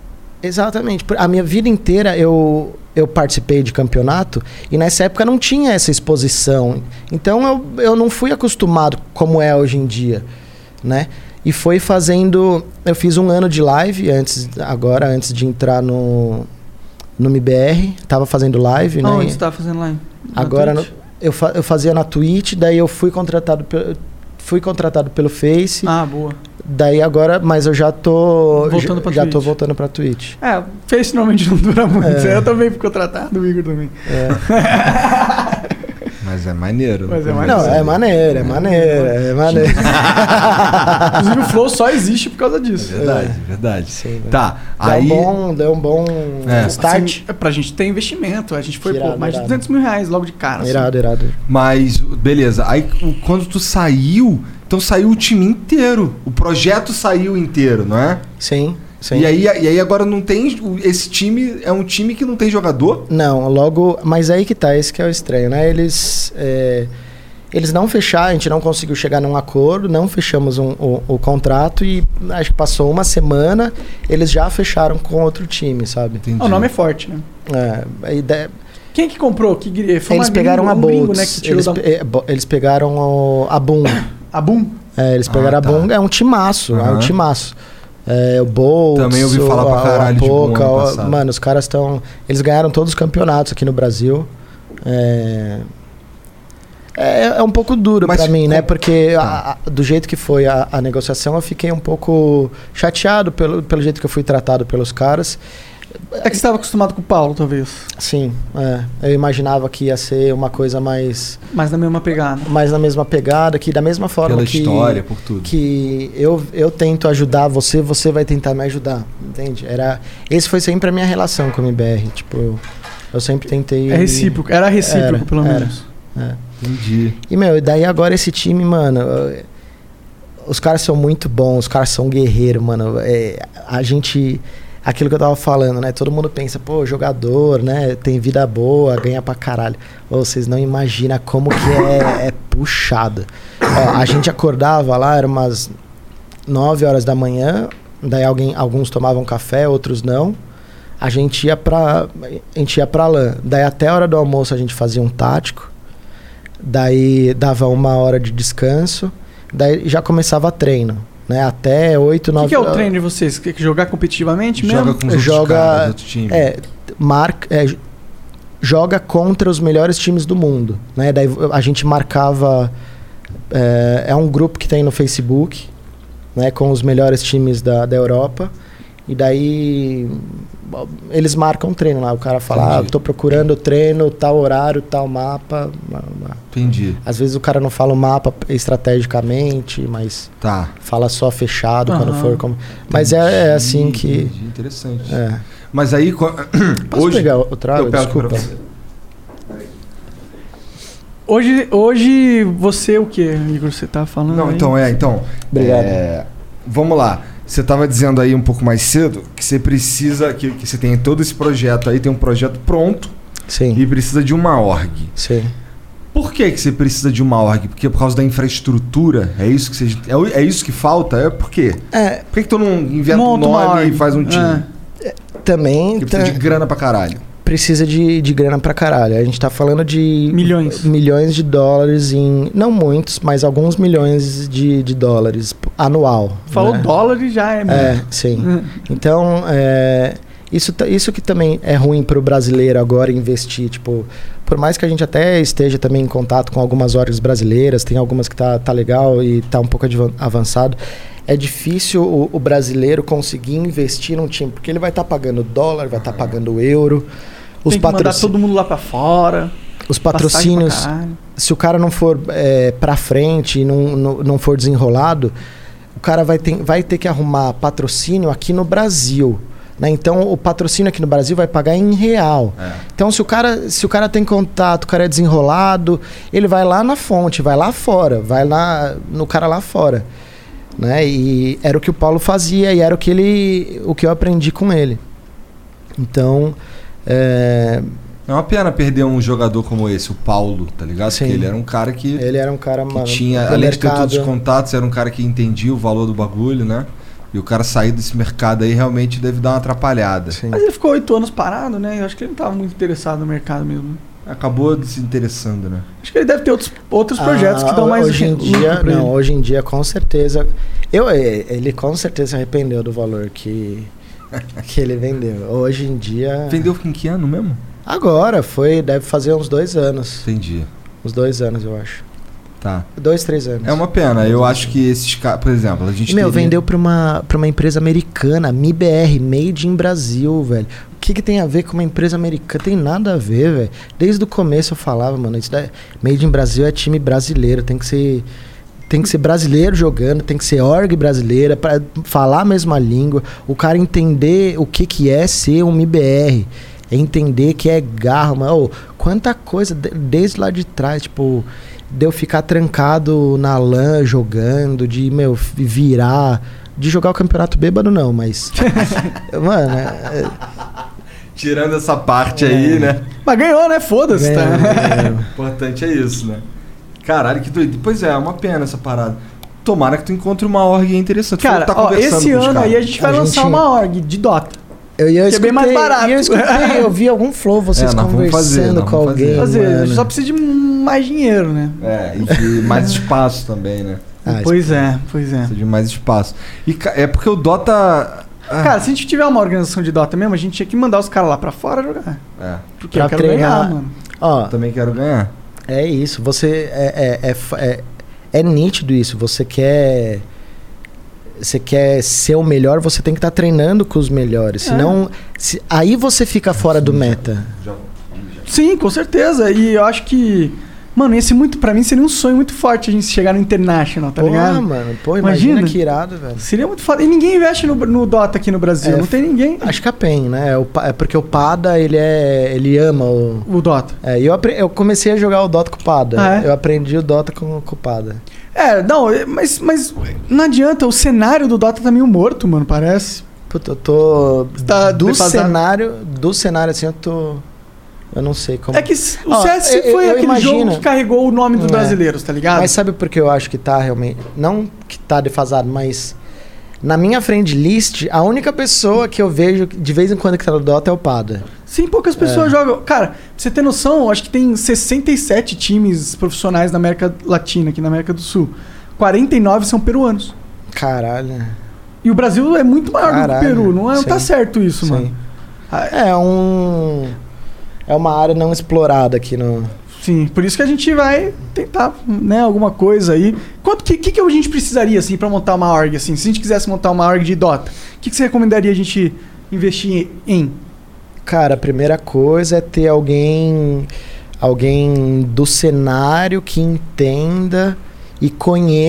Speaker 5: Exatamente. Por- A minha vida inteira eu, eu participei de campeonato e nessa época não tinha essa exposição. Então eu, eu não fui acostumado como é hoje em dia, né? E foi fazendo... Eu fiz um ano de live antes, agora, antes de entrar no, no MBR. Tava fazendo live, né?
Speaker 4: Aonde você tá fazendo live? Na
Speaker 5: Agora
Speaker 4: Twitch?
Speaker 5: eu, fa- eu fazia na Twitch, daí eu fui contratado pelo... Fui contratado pelo Face,
Speaker 4: Ah, boa.
Speaker 5: daí agora, mas eu já tô.
Speaker 4: Voltando
Speaker 5: já,
Speaker 4: pra
Speaker 5: já tô
Speaker 4: Twitch.
Speaker 5: voltando pra Twitch.
Speaker 4: É, Face normalmente não dura muito.
Speaker 5: É.
Speaker 4: Eu também fui contratado, o Igor também.
Speaker 5: É.
Speaker 2: Mas é maneiro.
Speaker 4: Mas é
Speaker 2: né?
Speaker 4: maneiro.
Speaker 5: Não, é maneiro, é maneiro, é maneiro.
Speaker 4: Inclusive o Flow só existe por causa
Speaker 5: É
Speaker 4: disso.
Speaker 2: É Verdade, verdade.
Speaker 5: Sim, né?
Speaker 2: Tá,
Speaker 5: Dá um
Speaker 2: aí...
Speaker 5: bom, dá um bom
Speaker 2: É.
Speaker 5: start.
Speaker 4: Assim, é pra gente ter investimento. A gente foi, pô,
Speaker 5: Irado,
Speaker 4: mais de
Speaker 5: irado.
Speaker 4: 200 mil reais logo de cara. assim.
Speaker 5: Irado, irado.
Speaker 2: Mas, beleza. Aí, o- quando tu saiu, então saiu o time inteiro. O projeto saiu inteiro, não é?
Speaker 5: Sim, sim.
Speaker 2: E aí, e aí agora não tem... o- Esse time é um time que não tem jogador?
Speaker 5: Não, logo. Mas aí que tá, esse que é o estranho, né? Eles. é, Eles não fecharam, a gente não conseguiu chegar num acordo, não fechamos um- o, o contrato e acho que passou uma semana, eles já fecharam com outro time, sabe?
Speaker 2: Entendi.
Speaker 4: Ah, O nome é forte, né?
Speaker 5: É, a ideia,
Speaker 4: Quem é que comprou? Que, gri- foi uma
Speaker 5: eles pegaram
Speaker 4: gringo-
Speaker 5: a
Speaker 4: um gringo,
Speaker 5: Bolts,
Speaker 4: né, que tirou
Speaker 5: eles,
Speaker 4: da-
Speaker 5: pe- eh, bo- eles pegaram o- a Boom.
Speaker 4: A Boom?
Speaker 5: É, eles pegaram
Speaker 2: Ah, tá.
Speaker 5: a Boom, é um timaço, é
Speaker 2: Aham.
Speaker 5: um timaço. É, o Bolts,
Speaker 2: Também ouvi falar pra
Speaker 5: o- a-
Speaker 2: caralho de
Speaker 5: a
Speaker 2: Boom
Speaker 5: Poca,
Speaker 2: ano
Speaker 5: o-
Speaker 2: passado.
Speaker 5: Mano, os caras estão... Eles ganharam todos os campeonatos aqui no Brasil. É... É, é um pouco duro
Speaker 2: Mas Ah.
Speaker 5: pra mim, né?
Speaker 2: como-
Speaker 5: Porque a- a- do jeito que foi a, a negociação, eu fiquei um pouco chateado pelo, pelo jeito que eu fui tratado pelos caras.
Speaker 4: É que você estava acostumado com o Paulo, talvez.
Speaker 5: Sim, é, eu imaginava que ia ser uma coisa mais,
Speaker 4: Mas na mesma pegada.
Speaker 5: mais na mesma pegada, que da mesma forma
Speaker 2: Pela
Speaker 5: que...
Speaker 2: história, por tudo.
Speaker 5: que eu, eu tento ajudar você, você vai tentar me ajudar, entende? Era, esse foi sempre a minha relação com o MBR, tipo, eu, eu sempre tentei...
Speaker 4: É recíproco. Era recíproco,
Speaker 5: Era,
Speaker 4: pelo
Speaker 5: era.
Speaker 4: menos.
Speaker 2: Entendi.
Speaker 5: E, meu, e daí agora esse time, mano, eu- os caras são muito bons, os caras são guerreiros, mano, é, a gente... Aquilo que eu tava falando, né? Todo mundo pensa, pô, jogador, né? Tem vida boa, ganha pra caralho. Ô, vocês não imaginam como que é, é puxado. Ó, a gente acordava lá, era umas 9 horas da manhã, daí alguém, alguns tomavam café, outros não. A gente ia pra. A gente ia pra LAN. Daí até a hora do almoço a gente fazia um tático. Daí dava uma hora de descanso. Daí já começava treino. Né? Até 8,
Speaker 4: O
Speaker 5: 9
Speaker 4: que, que é o treino de vocês? Que- que Jogar competitivamente
Speaker 2: Joga
Speaker 4: mesmo?
Speaker 2: com os outros
Speaker 5: Joga-
Speaker 2: caras, outro time.
Speaker 5: É, marca, é, j- joga contra os melhores times do mundo. Né? Daí v- a gente marcava. É, é um grupo que tem no Facebook, né, com os melhores times da, da Europa. E daí bo- eles marcam treino lá. O cara fala, ah,
Speaker 2: Entendi.
Speaker 5: tô procurando treino, tal horário, tal mapa. blá, blá, blá.
Speaker 2: Entendi.
Speaker 5: Às vezes o cara não fala o mapa estrategicamente, mas
Speaker 2: Tá.
Speaker 5: fala só fechado quando
Speaker 4: Aham.
Speaker 5: for. Como... Mas é, é assim que.
Speaker 2: Entendi, Interessante.
Speaker 5: É.
Speaker 2: Mas aí. co-
Speaker 5: Posso
Speaker 2: hoje.
Speaker 5: pegar o trago?
Speaker 2: eu pego
Speaker 5: Desculpa.
Speaker 2: pra você.
Speaker 4: Hoje, hoje você o que, Igor? Você tá falando
Speaker 2: Não,
Speaker 4: aí?
Speaker 2: então é, então.
Speaker 5: Obrigado.
Speaker 2: é, vamos lá. Você estava dizendo aí um pouco mais cedo que você precisa. Que, que você tem todo esse projeto aí, tem um projeto pronto
Speaker 5: Sim.
Speaker 2: e precisa de uma org.
Speaker 5: Sim.
Speaker 2: Por que, que você precisa de uma org? Porque é por causa da infraestrutura? É isso que vocês. É, o- é isso que falta? É por quê?
Speaker 5: É,
Speaker 2: Por que, que tu não inventa
Speaker 4: Monta
Speaker 2: um
Speaker 4: uma
Speaker 2: nome
Speaker 4: org.
Speaker 2: e faz um time?
Speaker 4: É. Então-
Speaker 5: também
Speaker 2: Porque
Speaker 5: tá-
Speaker 2: precisa de grana pra caralho.
Speaker 5: precisa de, de grana pra caralho. A gente tá falando de
Speaker 4: Milhões.
Speaker 5: milhões de dólares em. Não muitos, mas alguns milhões de, de dólares p- anual.
Speaker 4: Falou
Speaker 5: né?
Speaker 4: dólar e já é.
Speaker 5: É, sim. Então, é, isso, ta- isso que também é ruim para o brasileiro agora investir. Tipo, por mais que a gente até esteja também em contato com algumas orgs brasileiras, tem algumas que tá, tá legal e tá um pouco advan- avançado, é difícil o, o brasileiro conseguir investir num time, porque ele vai estar pagando dólar, vai estar pagando euro. Os,
Speaker 4: Tem que mandar
Speaker 5: patrocínios-
Speaker 4: todo mundo lá pra fora.
Speaker 5: os
Speaker 4: passagem pra
Speaker 5: patrocínios
Speaker 4: caralho.
Speaker 5: se o cara não for é, pra frente e não, não, não for desenrolado, o cara vai ter, vai ter que arrumar patrocínio aqui no Brasil. Né? Então o patrocínio aqui no Brasil vai pagar em real.
Speaker 2: É.
Speaker 5: Então se o, cara, se o cara tem contato, o cara é desenrolado, ele vai lá na fonte, vai lá fora, vai lá no cara lá fora. Né? E era o que o Paulo fazia e era o que ele. o que eu aprendi com ele. Então. é,
Speaker 2: É uma pena perder um jogador como esse, o Paulo, tá ligado?
Speaker 5: Sim.
Speaker 2: Porque ele era um cara que,
Speaker 5: ele era um cara
Speaker 2: que
Speaker 5: mano,
Speaker 2: tinha,
Speaker 5: do
Speaker 2: além de ter
Speaker 5: mercado.
Speaker 2: todos os contatos, era um cara que entendia o valor do bagulho, né? E o cara sair desse mercado aí realmente deve dar uma atrapalhada.
Speaker 5: Sim.
Speaker 4: Mas ele ficou oito anos parado, né? Eu acho que ele não tava muito interessado no mercado mesmo.
Speaker 2: Acabou desinteressando, né?
Speaker 4: Acho que ele deve ter outros, outros projetos que
Speaker 5: Ah,
Speaker 4: dão mais
Speaker 5: hoje em
Speaker 4: lucro
Speaker 5: dia
Speaker 4: pra
Speaker 5: não
Speaker 4: ele.
Speaker 5: hoje em dia com certeza eu eh, ele com certeza se arrependeu do valor que que ele vendeu hoje em dia
Speaker 4: É.
Speaker 2: Vendeu com que ano mesmo?
Speaker 5: agora foi deve fazer uns dois anos
Speaker 2: Entendi.
Speaker 5: uns dois anos eu acho
Speaker 2: Tá.
Speaker 5: dois três anos
Speaker 2: É uma pena. Eu acho que esses caras, por exemplo, a gente.
Speaker 5: meu
Speaker 2: teria-
Speaker 5: vendeu para uma para uma empresa americana MIBR Made in Brasil velho o que, que tem a ver com uma empresa americana? Tem nada a ver, velho. Desde o começo eu falava, mano, isso daí, Made in Brasil é time brasileiro, tem que ser tem que ser brasileiro jogando, tem que ser org brasileira para falar a mesma língua, o cara entender o que que é ser um IBR, é entender que é garra, mano, Ô, quanta coisa de- desde lá de trás, tipo, de eu ficar trancado na LAN jogando, de meu vi- virar, de jogar o campeonato bêbado não, mas mano, é-
Speaker 2: Tirando essa
Speaker 4: É.
Speaker 2: parte aí, né?
Speaker 4: Mas ganhou, né? Foda-se, tá?
Speaker 5: é-
Speaker 2: O importante é isso, né? Caralho, que doido. Pois é, é uma pena essa parada. Tomara que tu encontre uma org interessante.
Speaker 4: Cara,
Speaker 2: tá
Speaker 4: ó,
Speaker 2: conversando
Speaker 4: esse
Speaker 2: com os
Speaker 4: ano
Speaker 2: caras.
Speaker 4: aí a gente vai
Speaker 5: A
Speaker 4: lançar
Speaker 5: gente-
Speaker 4: uma org de Dota.
Speaker 5: Eu, e eu
Speaker 4: Que é bem
Speaker 5: escutei-
Speaker 4: mais barato.
Speaker 5: e eu escutei, eu vi algum flow, vocês
Speaker 2: É, nós vamos
Speaker 5: conversando
Speaker 2: fazer, nós
Speaker 5: com
Speaker 2: vamos fazer.
Speaker 5: alguém.
Speaker 4: Quer dizer, a
Speaker 5: mano.
Speaker 4: gente só precisa de mais dinheiro, né?
Speaker 2: É, e de mais espaço também, né?
Speaker 5: Ah,
Speaker 4: pois é, pois é.
Speaker 2: Precisa de mais espaço. E ca- é porque o Dota.
Speaker 5: é
Speaker 2: Ah,
Speaker 4: Cara, se a gente tiver uma organização de Dota mesmo, a gente tinha que mandar os caras lá pra fora jogar.
Speaker 2: é,
Speaker 4: Porque
Speaker 5: Pra
Speaker 4: eu quero
Speaker 5: treinar.
Speaker 4: ganhar, mano.
Speaker 5: Ó,
Speaker 2: também quero ganhar.
Speaker 5: É isso, você é, é, é, fa- é, é nítido isso, você quer você quer ser o melhor, você tem que estar treinando com os melhores,
Speaker 4: É.
Speaker 5: senão se- aí você fica fora do meta.
Speaker 4: Sim, com certeza. E eu acho que. Mano, esse muito pra mim seria um sonho muito forte a gente chegar no International, tá
Speaker 5: Pô,
Speaker 4: ligado?
Speaker 5: mano, pô, imagina,
Speaker 4: Imagina.
Speaker 5: que irado, velho.
Speaker 4: Seria muito foda. E ninguém investe no, no Dota aqui no Brasil.
Speaker 5: É,
Speaker 4: não tem ninguém.
Speaker 5: Acho que a PEN, né? É o Pa- é porque o Pada, ele é ele ama o
Speaker 4: O Dota.
Speaker 5: é, eu, apre- eu comecei a jogar o Dota com o Pada.
Speaker 4: Ah, é?
Speaker 5: Eu aprendi o Dota com, com o Pada.
Speaker 4: É, não, é- mas, mas não adianta. O cenário do Dota tá meio morto, mano, parece.
Speaker 5: Puta, eu tô.
Speaker 4: tá
Speaker 5: do
Speaker 4: defasado.
Speaker 5: cenário. Do cenário, assim, eu tô. Eu não sei como.
Speaker 4: É que s- o
Speaker 5: Ó,
Speaker 4: CS sempre
Speaker 5: eu-
Speaker 4: foi
Speaker 5: eu
Speaker 4: aquele jogo
Speaker 5: imagino.
Speaker 4: que carregou o nome dos
Speaker 5: É.
Speaker 4: brasileiros, tá ligado?
Speaker 5: Mas sabe por que eu acho que tá realmente. Não que tá defasado, mas. Na minha friend list, a única pessoa que eu vejo de vez em quando que tá no Dota é o Pada.
Speaker 4: Sim, poucas pessoas
Speaker 5: É.
Speaker 4: jogam. Cara, pra você ter noção, acho que tem 67 times profissionais na América Latina, aqui na América do Sul. 49 são peruanos.
Speaker 5: Caralho.
Speaker 4: E o Brasil é muito maior do
Speaker 5: Caralho,
Speaker 4: que o Peru. Não, é, não tá
Speaker 5: sim.
Speaker 4: certo isso,
Speaker 5: Sim.
Speaker 4: mano. Ah,
Speaker 5: É um. É uma área não explorada aqui no.
Speaker 4: Sim, por isso que a gente vai tentar, né, alguma coisa aí. Quanto que, que, que a gente precisaria, assim, pra montar uma org, assim? Se a gente quisesse montar uma org de Dota, o que, que você recomendaria a gente investir em?
Speaker 5: Cara, a primeira coisa é ter alguém. Alguém do cenário que entenda e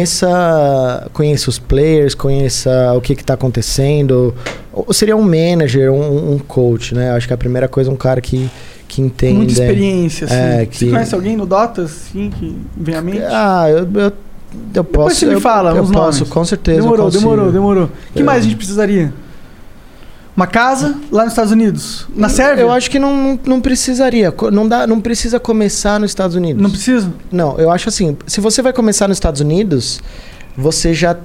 Speaker 5: conheça, conheça os players, conheça o que está acontecendo. Ou seria um manager, um, um coach, né? Acho que a primeira coisa é um cara que, que entenda.
Speaker 4: Muita experiência, assim.
Speaker 5: É,
Speaker 4: Você
Speaker 5: que-
Speaker 4: conhece alguém no Dota, assim, que vem à mente?
Speaker 5: Ah, eu, eu, eu posso.
Speaker 4: você me
Speaker 5: eu,
Speaker 4: fala
Speaker 5: eu
Speaker 4: os
Speaker 5: posso,
Speaker 4: nomes.
Speaker 5: com certeza. eu
Speaker 4: Demorou,
Speaker 5: consigo.
Speaker 4: demorou, demorou. O que
Speaker 5: É.
Speaker 4: mais a gente precisaria? Uma casa lá nos Estados Unidos? Na Sérvia?
Speaker 5: Eu acho que não, não, não precisaria. co- Não, dá, não precisa começar nos Estados Unidos.
Speaker 4: Não preciso?
Speaker 5: Não, eu acho assim, se você vai começar nos Estados Unidos, você já,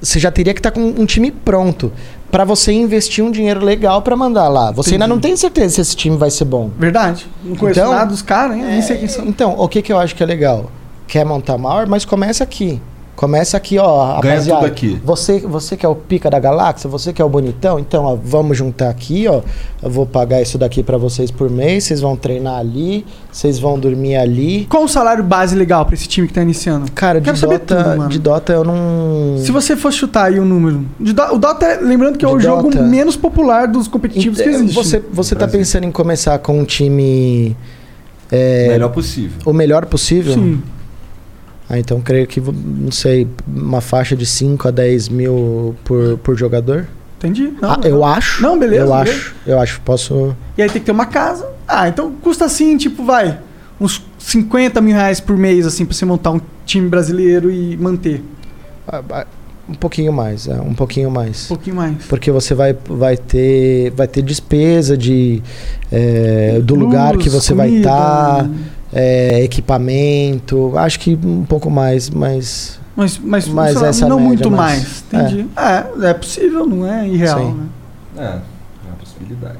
Speaker 5: você já teria que estar com um time pronto pra você investir um dinheiro legal pra mandar lá. Você ainda não tem certeza se esse time vai ser bom.
Speaker 4: Verdade. Não conheço
Speaker 5: Então,
Speaker 4: nada dos caras, hein? Nem sei quem são.
Speaker 5: Então, o que, que eu acho que é legal? Quer montar maior, mas começa aqui. Começa aqui, ó,
Speaker 2: Ganha
Speaker 5: rapaziada.
Speaker 2: tudo aqui.
Speaker 5: Você, você que é o pica da galáxia, você que é o bonitão, então ó, vamos juntar aqui, ó. Eu vou pagar isso daqui pra vocês por mês, vocês vão treinar ali, vocês vão dormir ali.
Speaker 4: Qual o salário base legal pra esse time que tá iniciando?
Speaker 5: Cara, de
Speaker 4: Quero saber
Speaker 5: Dota,
Speaker 4: tudo, mano.
Speaker 5: de Dota eu não.
Speaker 4: Se você for chutar aí o número. de Do- o Dota, é- lembrando que é
Speaker 5: De
Speaker 4: o jogo
Speaker 5: Dota.
Speaker 4: menos popular dos competitivos que
Speaker 5: Ent- é,
Speaker 4: existe.
Speaker 5: Então, Você, você tá pensando em começar com um time é,
Speaker 2: Melhor possível.
Speaker 5: o melhor possível?
Speaker 4: Sim.
Speaker 5: Ah, então creio que, não sei, uma faixa de 5 a 10 mil por, por jogador?
Speaker 4: Entendi. Não,
Speaker 5: Ah, eu acho.
Speaker 4: Não, beleza,
Speaker 5: Eu
Speaker 4: beleza.
Speaker 5: acho, eu acho. Posso.
Speaker 4: E aí tem que ter uma casa. Ah, então custa assim, tipo, vai. Uns 50 mil reais por mês, assim, pra você montar um time brasileiro e manter.
Speaker 5: ah, ah, Um pouquinho mais, é, um pouquinho
Speaker 4: Um
Speaker 5: mais.
Speaker 4: pouquinho mais.
Speaker 5: Porque você vai, vai, ter, vai ter despesa de, é, do lugar
Speaker 4: Luz,
Speaker 5: que você vai tá,
Speaker 4: comida,
Speaker 5: estar, equipamento. Acho que um pouco mais, mas.
Speaker 4: Mas, mas,
Speaker 5: Mas
Speaker 4: sei lá,
Speaker 5: essa
Speaker 4: não
Speaker 5: média,
Speaker 4: muito mais.
Speaker 5: mas-
Speaker 4: Entendi. É. é, possível, não é irreal,
Speaker 5: Sim.
Speaker 4: né?
Speaker 2: É, é uma possibilidade.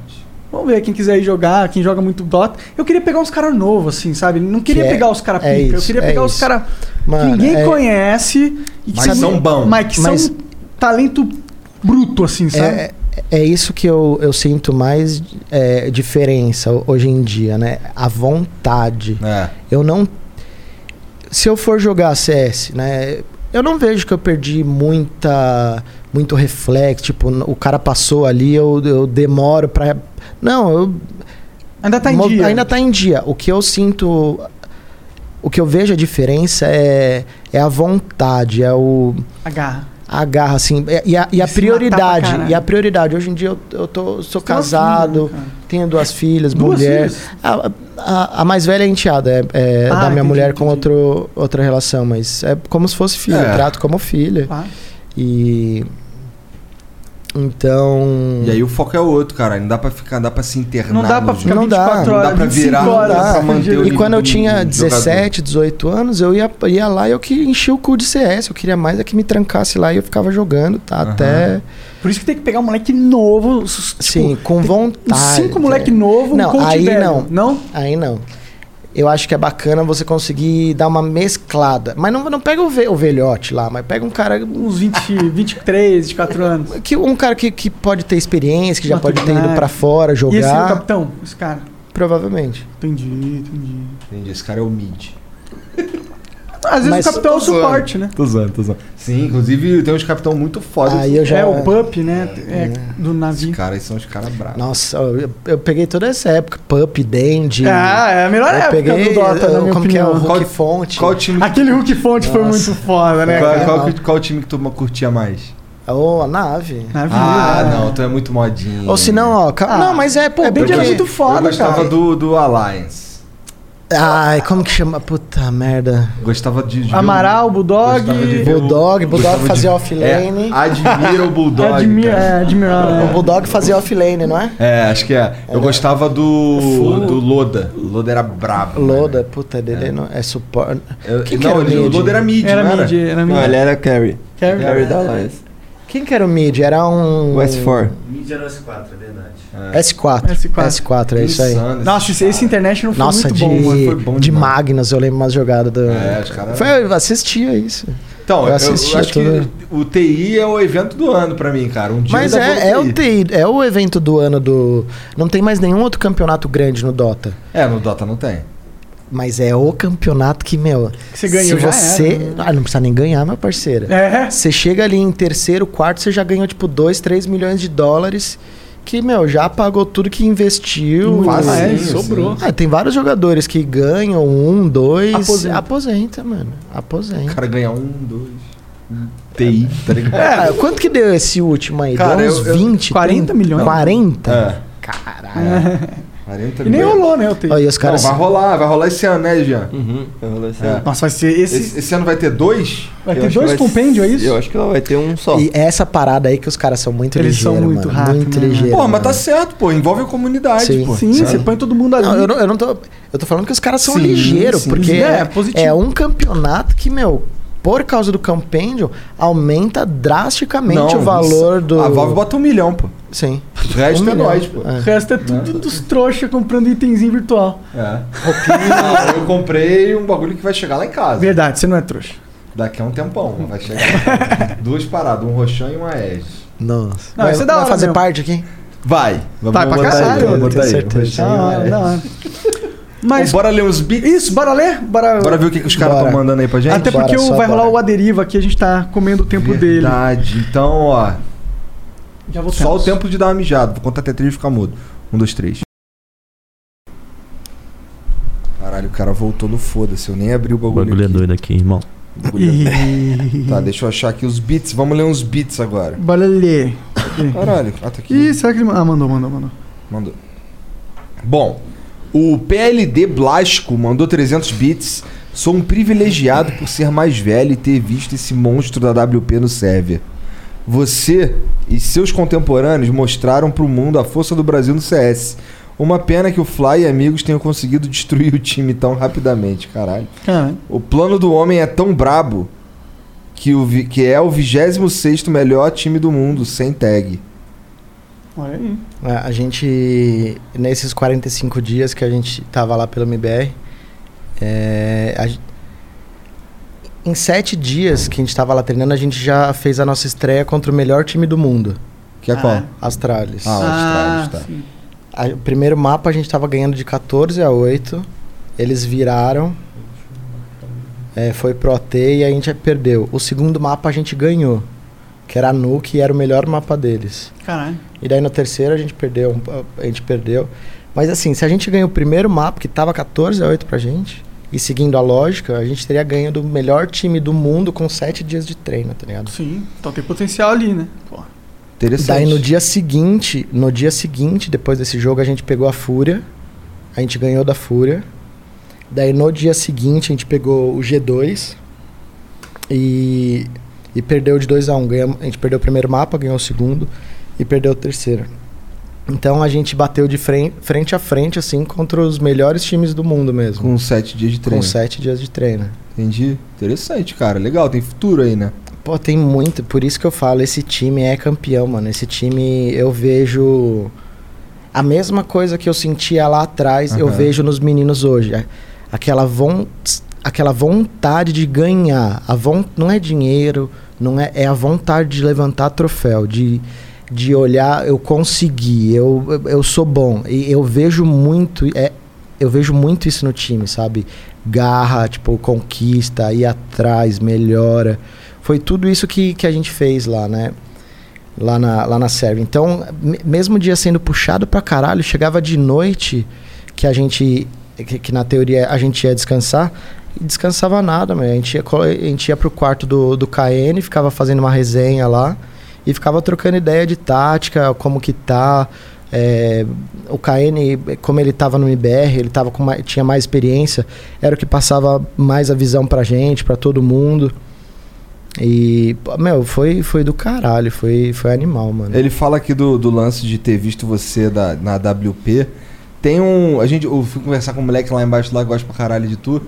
Speaker 4: Vamos ver quem quiser ir jogar, quem joga muito Dota. Eu queria pegar uns caras novos, assim, sabe? Não queria
Speaker 5: Que é-
Speaker 4: pegar os caras pica.
Speaker 5: é
Speaker 4: eu
Speaker 5: isso,
Speaker 4: queria
Speaker 5: é
Speaker 4: pegar os
Speaker 5: isso.
Speaker 4: caras que
Speaker 5: Mano,
Speaker 4: ninguém
Speaker 5: é-
Speaker 4: conhece. E que
Speaker 2: Mas são bons.
Speaker 4: Mas que
Speaker 5: Mas-
Speaker 4: são talento bruto, assim, sabe?
Speaker 5: É, é isso que eu, eu sinto mais é, diferença hoje em dia, né? A vontade.
Speaker 2: É.
Speaker 5: Eu não. Se eu for jogar CS, né? Eu não vejo que eu perdi muita. Muito reflexo. Tipo, n- o cara passou ali, eu, eu demoro pra. Não, eu.
Speaker 4: Ainda tá em
Speaker 5: mo-
Speaker 4: dia.
Speaker 5: Ainda tá em dia. O que eu sinto. O que eu vejo a diferença é, é a vontade, é o
Speaker 4: Agarra.
Speaker 5: a garra, assim, e- e a, e a
Speaker 4: De se matar pra
Speaker 5: prioridade.
Speaker 4: caralho.
Speaker 5: E a prioridade. Hoje em dia eu, eu tô, sou
Speaker 4: tem uma
Speaker 5: casado,
Speaker 4: filha, né, cara?
Speaker 5: tenho duas filhas,
Speaker 4: Duas
Speaker 5: mulher.
Speaker 4: filhas?
Speaker 5: A, a, a mais velha é enteada, é, é
Speaker 4: Ah,
Speaker 5: da minha
Speaker 4: entendi,
Speaker 5: mulher com
Speaker 4: entendi.
Speaker 5: outro, outra relação, mas é como se fosse filha,
Speaker 4: tá?
Speaker 2: É.
Speaker 5: eu trato como filha.
Speaker 4: Pá.
Speaker 5: E. Então.
Speaker 2: E aí o foco é outro, cara. Não dá pra ficar, dá pra se internar.
Speaker 4: Não dá
Speaker 2: no
Speaker 4: pra
Speaker 2: jogo.
Speaker 4: ficar
Speaker 5: Não dá,
Speaker 4: 24
Speaker 2: não
Speaker 4: horas,
Speaker 2: dá pra
Speaker 4: 25
Speaker 2: virar, não
Speaker 4: horas.
Speaker 2: dá pra manter o
Speaker 4: E
Speaker 5: E
Speaker 2: nível
Speaker 5: quando eu
Speaker 2: do
Speaker 5: tinha
Speaker 2: jogador.
Speaker 5: 17, 18 anos, eu ia, ia lá e eu que enchi o cu de CS. Eu queria mais é que me trancasse lá e eu ficava jogando, tá? Até.
Speaker 4: Por isso que tem que pegar um moleque novo. s- tipo,
Speaker 5: Sim, com
Speaker 4: tem
Speaker 5: vontade,
Speaker 4: uns Cinco
Speaker 5: é.
Speaker 4: moleque novo, um
Speaker 5: Não,
Speaker 4: coach
Speaker 5: aí
Speaker 4: velho.
Speaker 5: não.
Speaker 4: Não?
Speaker 5: Aí não. Eu acho que é bacana você conseguir dar uma mesclada. Mas não, não pega o, ve- o velhote lá, mas pega um cara.
Speaker 4: Uns 20, 23, 24 anos.
Speaker 5: Que, um cara que, que pode ter experiência, que já pode ter ido
Speaker 4: Maturidade.
Speaker 5: pra fora
Speaker 4: E esse é o
Speaker 5: jogar.
Speaker 4: capitão, esse cara.
Speaker 5: Provavelmente.
Speaker 4: Entendi, entendi.
Speaker 2: Entendi, esse cara é o mid.
Speaker 4: Às vezes
Speaker 5: Mas
Speaker 4: o capitão é o
Speaker 5: tô zoando.
Speaker 4: suporte, né?
Speaker 8: Tô zoando, tô zoando.
Speaker 2: Sim, inclusive tem uns capitão muito foda.
Speaker 5: Aí eu já.
Speaker 4: É o pup, né? É, do navio.
Speaker 2: Esses caras são os caras bravos.
Speaker 5: Nossa, eu, eu peguei toda essa época. Pup, Dandy.
Speaker 4: Ah, é a melhor
Speaker 5: eu
Speaker 4: época
Speaker 5: peguei.
Speaker 4: do Dota, na
Speaker 5: eu-
Speaker 4: minha
Speaker 5: como que é o
Speaker 4: opinião.
Speaker 5: Hulk
Speaker 2: Qual-
Speaker 5: Fonte?
Speaker 2: Qual o time, que-
Speaker 4: Aquele Hulk Fonte foi
Speaker 5: Nossa.
Speaker 4: muito foda, né?
Speaker 2: qual,
Speaker 4: cara?
Speaker 2: qual que- qual o time que tu curtia mais?
Speaker 5: Ô, a nave.
Speaker 4: Navio,
Speaker 2: Ah,
Speaker 4: né?
Speaker 2: não, tu é muito modinho.
Speaker 5: Ou se não, ó. ca-
Speaker 4: Ah,
Speaker 5: não, mas é, pô.
Speaker 4: é bem
Speaker 5: porque-
Speaker 4: era muito
Speaker 2: eu
Speaker 4: foda,
Speaker 2: gostava
Speaker 4: cara.
Speaker 2: do, do Alliance.
Speaker 5: Ai, como que chama? Puta merda.
Speaker 2: Gostava de. de ver o-
Speaker 4: Amaral, Bulldog. é
Speaker 2: Gostava de ver o-
Speaker 5: Bulldog,
Speaker 2: gostava
Speaker 5: Bulldog
Speaker 2: de-
Speaker 5: fazia offlane.
Speaker 2: É, admira o Bulldog.
Speaker 4: Admir,
Speaker 2: cara.
Speaker 4: é, Admiral,
Speaker 5: O
Speaker 4: né?
Speaker 5: Bulldog fazia offlane, não é?
Speaker 2: É, acho que é. Eu gostava do. do Loda. O Loda era brabo.
Speaker 5: Loda,
Speaker 2: né?
Speaker 5: puta, dele não é suporte.
Speaker 2: Eu-
Speaker 5: Quem que
Speaker 2: não,
Speaker 5: era o
Speaker 2: ele- o
Speaker 5: mid?
Speaker 2: Loda era mid,
Speaker 4: Era
Speaker 2: não era?
Speaker 4: mid, era mid.
Speaker 8: Não, ele era carry.
Speaker 4: Carry.
Speaker 8: Carry da Alliance.
Speaker 5: Quem que era o mid? Era um.
Speaker 8: West 4.
Speaker 5: S4.
Speaker 4: S4.
Speaker 5: S4, é isso aí.
Speaker 2: Insano,
Speaker 4: Nossa, esse, esse International foi
Speaker 5: Nossa,
Speaker 4: muito
Speaker 5: de,
Speaker 4: bom, mano.
Speaker 2: foi bom
Speaker 5: de
Speaker 2: demais.
Speaker 5: Magnus, eu lembro umas jogadas do.
Speaker 2: É, os caras-
Speaker 5: Foi, eu assistia isso.
Speaker 2: Então,
Speaker 5: Eu
Speaker 2: eu, eu
Speaker 5: assistia
Speaker 2: acho
Speaker 5: tudo.
Speaker 2: que o TI é o evento do ano pra mim, cara. Um dia
Speaker 5: Mas
Speaker 2: eu ainda
Speaker 5: é, é
Speaker 2: vou no
Speaker 5: o TI, é o evento do ano do. Não tem mais nenhum outro campeonato grande no Dota.
Speaker 2: É, no Dota não tem.
Speaker 5: Mas é o campeonato que, meu.
Speaker 4: Que você ganhou
Speaker 5: se
Speaker 4: já
Speaker 5: você.
Speaker 4: era,
Speaker 5: Ah, não precisa nem ganhar, meu parceiro.
Speaker 4: É.
Speaker 5: Você chega ali em terceiro, quarto, você já ganhou tipo 2, 3 milhões de dólares. Que, meu, já pagou tudo que investiu.
Speaker 4: Muito
Speaker 2: Fácil,
Speaker 4: mais,
Speaker 2: sim.
Speaker 4: sobrou.
Speaker 5: Ah, tem vários jogadores que ganham um, dois.
Speaker 4: Aposenta.
Speaker 5: Aposenta, mano.
Speaker 2: O
Speaker 5: Aposenta.
Speaker 2: cara ganha um, dois. um TI, tá ligado?
Speaker 5: Ah, quanto que deu esse último aí?
Speaker 2: Cara,
Speaker 5: deu uns
Speaker 2: eu- eu-
Speaker 5: 20?
Speaker 4: 40
Speaker 5: 30?
Speaker 4: milhões?
Speaker 5: 40?
Speaker 2: É.
Speaker 5: Caralho.
Speaker 2: 40
Speaker 4: E nem
Speaker 2: mil.
Speaker 4: rolou, né? Eu tenho.
Speaker 5: Olha, os
Speaker 2: É. Não,
Speaker 5: caras.
Speaker 2: vai rolar, vai rolar esse ano, né, Jean?
Speaker 8: Uhum. Vai rolar esse
Speaker 2: É.
Speaker 8: ano.
Speaker 4: Nossa, vai ser esse.
Speaker 2: Esse, esse ano vai ter dois?
Speaker 4: vai
Speaker 8: Eu
Speaker 4: ter
Speaker 8: acho que vai-
Speaker 4: dois compêndios, é isso?
Speaker 8: Eu acho que ela vai ter um só.
Speaker 5: E essa parada aí que os caras são muito
Speaker 4: Eles são
Speaker 5: ligeiros,
Speaker 4: muito
Speaker 5: mano.
Speaker 4: rápido,
Speaker 5: muito
Speaker 4: né,
Speaker 5: ligeiro.
Speaker 2: Pô, mas
Speaker 5: mano.
Speaker 2: tá certo, pô. Envolve a comunidade,
Speaker 5: Sim.
Speaker 2: pô.
Speaker 4: Sim,
Speaker 2: Sabe?
Speaker 4: você põe todo mundo ali.
Speaker 5: é Não, eu não, eu não tô. Eu tô falando que os caras são
Speaker 2: Sim,
Speaker 5: ligeiros,
Speaker 2: sim.
Speaker 5: porque
Speaker 4: É,
Speaker 5: é,
Speaker 4: positivo.
Speaker 5: é um campeonato que, meu, por causa do compêndio, aumenta drasticamente
Speaker 2: Não,
Speaker 5: o valor
Speaker 2: isso-
Speaker 5: do.
Speaker 2: A Valve bota um milhão, pô.
Speaker 5: Sim.
Speaker 2: O resto é
Speaker 5: milhão.
Speaker 2: nós, pô.
Speaker 4: O
Speaker 5: É.
Speaker 4: resto Um é tudo dos trouxas comprando itemzinho virtual.
Speaker 2: É. Ah, eu comprei um bagulho que vai chegar lá em casa.
Speaker 4: Verdade, você não é trouxa.
Speaker 2: Daqui a um tempão. Vai chegar duas paradas, um Roxão e uma Edge.
Speaker 5: Nossa.
Speaker 4: Não,
Speaker 5: vai,
Speaker 4: isso é da
Speaker 5: vai
Speaker 4: hora
Speaker 5: fazer
Speaker 4: mesmo.
Speaker 5: parte aqui?
Speaker 2: Vai.
Speaker 4: Vai pra caralho, eu
Speaker 2: vamos
Speaker 5: tenho
Speaker 2: botar aí. um
Speaker 5: certeza.
Speaker 2: Roxão e
Speaker 4: Da
Speaker 2: uma
Speaker 4: hora,
Speaker 2: Edge.
Speaker 4: da hora.
Speaker 2: Mas
Speaker 4: Mas.
Speaker 2: bora ler uns bits?
Speaker 4: Isso, bora ler? Bora.
Speaker 2: Bora ver o que, que os caras
Speaker 5: Bora.
Speaker 2: estão mandando aí pra gente?
Speaker 4: Até porque
Speaker 5: Bora,
Speaker 4: o-
Speaker 5: só
Speaker 4: vai rolar
Speaker 5: bora.
Speaker 4: o Aderiva aqui, a gente tá comendo o tempo dele.
Speaker 2: Verdade. Então, ó.
Speaker 4: Já voltamos.
Speaker 2: Só o tempo de dar uma mijada. Vou contar até três e ficar mudo. Um, dois, três. Caralho, o cara voltou no foda-se. Eu nem abri o
Speaker 9: O
Speaker 2: bagulho.
Speaker 9: bagulho é
Speaker 2: aqui.
Speaker 9: doido aqui, irmão.
Speaker 2: Bagulho é doido. tá, deixa eu achar aqui os beats. Vamos ler uns beats agora.
Speaker 4: Bora ler.
Speaker 2: Caralho, ah, tá aqui.
Speaker 4: Ih, será que ele. Ah, mandou, mandou, mandou.
Speaker 2: Mandou. Bom, o PLD Blasco mandou 300 bits. Sou um privilegiado por ser mais velho e ter visto esse monstro da WP no Sérvia. Você e seus contemporâneos mostraram pro mundo a força do Brasil no CS. Uma pena que o Fly e amigos tenham conseguido destruir o time tão rapidamente, caralho.
Speaker 4: Caralho.
Speaker 2: O plano do homem é tão brabo que, o vi- que é o 26º melhor time do mundo, sem tag.
Speaker 4: Olha aí.
Speaker 5: É, A gente, nesses 45 dias que a gente tava lá pelo MBR, é, a gen- em sete dias que a gente tava lá treinando, a gente já fez a nossa estreia contra o melhor time do mundo,
Speaker 2: Que é qual?
Speaker 5: Astralis.
Speaker 2: Ah, Astralis, tá.
Speaker 4: sim.
Speaker 5: A- o primeiro mapa a gente tava ganhando de 14 a 8, eles viraram, é, foi pro AT e a gente perdeu. O segundo mapa a gente ganhou, que era a Nuke e era o melhor mapa deles.
Speaker 4: Caralho.
Speaker 5: E daí no terceiro a gente perdeu. um- A gente perdeu. Mas assim, se a gente ganha o primeiro mapa, que tava 14 a 8 pra gente, e seguindo a lógica, a gente teria ganho do melhor time do mundo com 7 dias de treino, tá ligado?
Speaker 4: Sim. Então tem potencial ali, né? Pô.
Speaker 5: E
Speaker 2: Interessante.
Speaker 5: daí no dia seguinte, no dia seguinte, depois desse jogo, a gente pegou a Fúria. A gente ganhou da Fúria. Daí no dia seguinte a gente pegou o G2 um. e, e perdeu de 2 a 1 Ganhamos- A gente perdeu o primeiro mapa, ganhou o segundo. e perdeu o terceiro. Então a gente bateu de fren- frente a frente, assim, contra os melhores times do mundo mesmo.
Speaker 2: Com sete dias de
Speaker 5: Com
Speaker 2: treino.
Speaker 5: sete dias de treino.
Speaker 2: Entendi. Interessante, cara. Legal, tem futuro aí, né?
Speaker 5: Pô, tem muito. Por isso que eu falo, esse time é campeão, mano. Esse time eu vejo a mesma coisa que eu sentia lá atrás, eu
Speaker 2: Aham.
Speaker 5: vejo nos meninos hoje. A- Aquela, von, aquela vontade de ganhar. A von, não é dinheiro, não é, é a vontade de levantar troféu, de, de olhar, eu consegui, eu, eu, eu sou bom. E eu vejo muito. É, eu vejo muito isso no time, sabe? Garra, tipo, conquista, ir atrás, melhora. Foi tudo isso que, que a gente fez lá, né? Lá na, lá na Sérvia. Então, me- mesmo o dia sendo puxado pra caralho, chegava de noite que a gente. Que, que na teoria a gente ia descansar. E descansava nada, meu. A gente ia, co- a gente ia pro quarto do, do KN, ficava fazendo uma resenha lá e ficava trocando ideia de tática, como que tá. É, o KN, como ele estava no IBR, ele tava com mais, tinha mais experiência, era o que passava mais a visão pra gente, pra todo mundo. E, pô, meu, foi, foi do caralho, foi, foi animal, mano.
Speaker 2: Ele fala aqui do, do lance de ter visto você da- na WP. Tem um. A gente, eu fui conversar com um moleque lá embaixo lá, que gosta pra caralho de tu.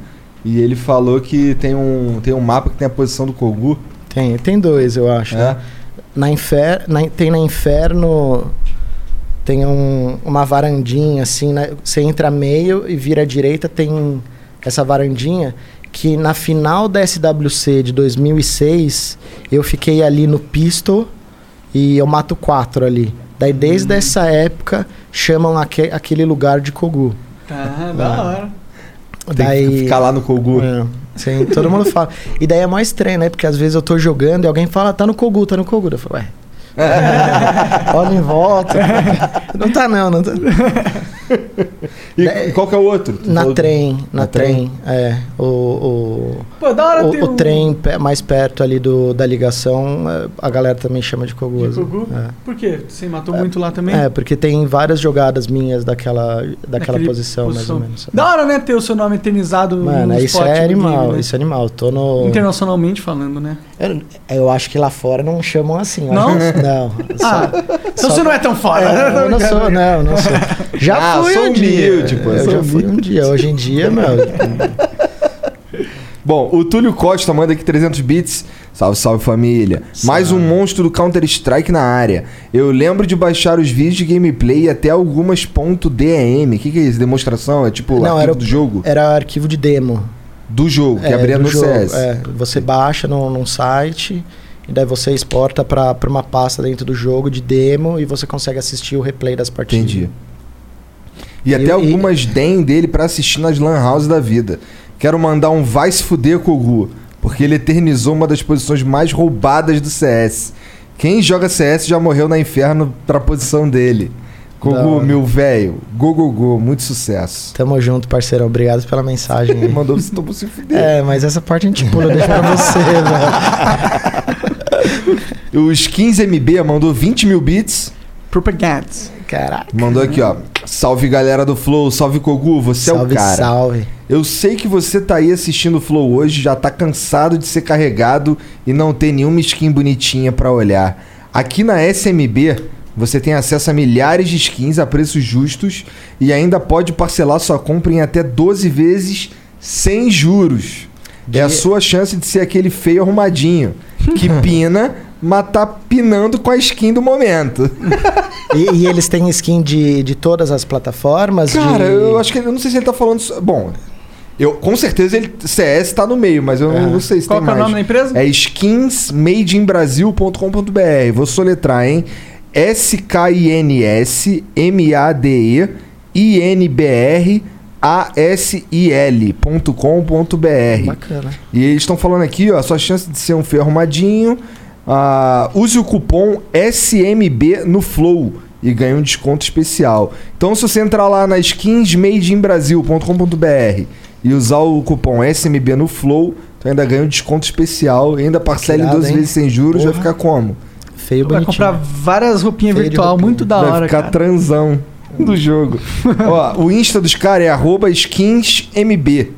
Speaker 2: E ele falou que tem um, tem um mapa que tem a posição do Kogu.
Speaker 5: Tem, tem dois, eu acho. né?
Speaker 2: Né?
Speaker 5: Na infer, na- tem na Inferno, tem um- uma varandinha assim, né? você entra meio e vira à direita, tem essa varandinha que na final da SWC de 2006, eu fiquei ali no pistol e eu mato quatro ali. Daí desde
Speaker 2: Uhum.
Speaker 5: essa época chamam aque, aquele lugar de Kogu.
Speaker 4: Tá,
Speaker 5: É.
Speaker 4: da hora.
Speaker 2: Tem
Speaker 5: Daí...
Speaker 2: que ficar lá no Kogu.
Speaker 5: É, sim, todo mundo fala. E daí é mais estranho, né? Porque às vezes eu tô jogando e alguém fala, tá no Kogu, tá no Kogu. Eu falo, ué. Olha em volta. Não tá não, não tá.
Speaker 2: E qual que é o outro? Tu
Speaker 5: Na
Speaker 2: falou-
Speaker 5: trem, na,
Speaker 2: Na
Speaker 5: trem. É, o, o,
Speaker 4: Pô, da hora tem
Speaker 5: o, o
Speaker 4: um-
Speaker 5: trem pe- mais perto ali do, da ligação, é, a galera também chama de Kogu.
Speaker 4: De Kogu?
Speaker 5: né?
Speaker 4: Por quê? Você matou muito lá também?
Speaker 5: É. É, porque tem várias jogadas minhas daquela, daquela
Speaker 4: Naquele
Speaker 5: posição,
Speaker 4: posição.
Speaker 5: mais ou menos. é.
Speaker 4: Da hora, né? Ter o seu nome eternizado
Speaker 5: Mano,
Speaker 4: no
Speaker 5: isso
Speaker 4: esporte
Speaker 5: é
Speaker 4: do
Speaker 5: animal,
Speaker 4: game, né?
Speaker 5: isso é animal. Tô no.
Speaker 4: Internacionalmente falando, né?
Speaker 5: Eu, eu acho que lá fora não chamam assim. eu
Speaker 4: Não?
Speaker 5: acho que- Não. só-
Speaker 4: Ah, então você não é tão foda.
Speaker 5: É, eu não
Speaker 4: Obrigado.
Speaker 5: sou, não, não sou. Já
Speaker 2: Ah,
Speaker 5: fui
Speaker 2: sou
Speaker 5: um
Speaker 2: humilde,
Speaker 5: dia.
Speaker 2: pô,
Speaker 5: eu
Speaker 2: sou
Speaker 5: já fui um dia. Hoje em dia, meu.
Speaker 2: Bom, o Túlio Costa manda aqui 300 bits. Salve, salve família. Mais um monstro do Counter-Strike na área. Eu lembro de baixar os vídeos de gameplay e até algumas ponto .dm. O que, que é isso? Demonstração? É tipo
Speaker 5: Não,
Speaker 2: arquivo
Speaker 5: era o-
Speaker 2: do jogo?
Speaker 5: Era arquivo de demo.
Speaker 2: Do jogo, que
Speaker 5: É,
Speaker 2: abria
Speaker 5: do
Speaker 2: no
Speaker 5: jogo,
Speaker 2: CS.
Speaker 5: é. você baixa num, num site e daí você exporta pra, pra uma pasta dentro do jogo de demo e você consegue assistir o replay das partidas.
Speaker 2: Entendi. E,
Speaker 5: E-
Speaker 2: até
Speaker 5: e-
Speaker 2: algumas DEM dele pra assistir nas Lan House da vida. Quero mandar um vai se fuder Kogu, porque ele eternizou uma das posições mais roubadas do CS. Quem joga CS já morreu na inferno pra posição dele.
Speaker 5: Da
Speaker 2: Kogu,
Speaker 5: hora.
Speaker 2: meu velho, go, go, go, muito sucesso.
Speaker 5: Tamo junto, parceirão. Obrigado pela mensagem.
Speaker 2: Ele
Speaker 5: aí.
Speaker 2: mandou você tomou se fuder.
Speaker 5: é, mas essa parte a gente pula, deixa pra você, velho. É.
Speaker 2: Os 15MB mandou 20 mil bits.
Speaker 4: Propaganda.
Speaker 5: Caraca.
Speaker 2: Mandou aqui, ó. Salve galera do Flow, salve Kogu, você é o
Speaker 5: salve,
Speaker 2: cara.
Speaker 5: salve.
Speaker 2: Eu sei que você tá aí assistindo o Flow hoje, já tá cansado de ser carregado e não tem nenhuma skin bonitinha pra olhar. Aqui na SMB você tem acesso a milhares de skins a preços justos e ainda pode parcelar sua compra em até 12 vezes sem juros. É a
Speaker 5: De-
Speaker 2: sua chance de ser aquele feio arrumadinho que pina, mas tá pinando com a skin do momento.
Speaker 5: E, e eles têm skin de, de todas as plataformas?
Speaker 2: Cara,
Speaker 5: de...
Speaker 2: eu acho que ele- eu não sei se ele tá falando. só- Bom, eu com certeza ele CS tá no meio, mas eu não, não sei se
Speaker 4: Qual que
Speaker 2: tem
Speaker 4: é o
Speaker 2: mais.
Speaker 4: nome da empresa?
Speaker 2: É skinsmadeinbrasil.com.br. Vou soletrar, hein? S-K-I-N-S-M-A-D-E-I-N-B-R-A-S-I-L.com.br.
Speaker 5: Bacana.
Speaker 2: E eles estão falando aqui, ó, a sua chance de ser um feio arrumadinho. ah, use o cupom SMB no Flow e ganhe um desconto especial. Então, se você entrar lá na skinsmadeinbrasil.com.br e usar o cupom SMB no Flow, tu ainda ganha um desconto especial. E ainda parcela em
Speaker 5: Irado,
Speaker 2: 12
Speaker 5: hein?
Speaker 2: vezes sem juros, vai
Speaker 5: Porra.
Speaker 2: ficar como?
Speaker 5: Feio
Speaker 4: Vai
Speaker 5: bonitinho.
Speaker 4: comprar várias roupinhas
Speaker 5: Feio de
Speaker 4: virtual,
Speaker 5: roupinha.
Speaker 4: muito da
Speaker 2: vai
Speaker 4: hora,
Speaker 2: ficar
Speaker 4: cara.
Speaker 2: transão do jogo. ó, o Insta dos caras é arroba É, skinsmb.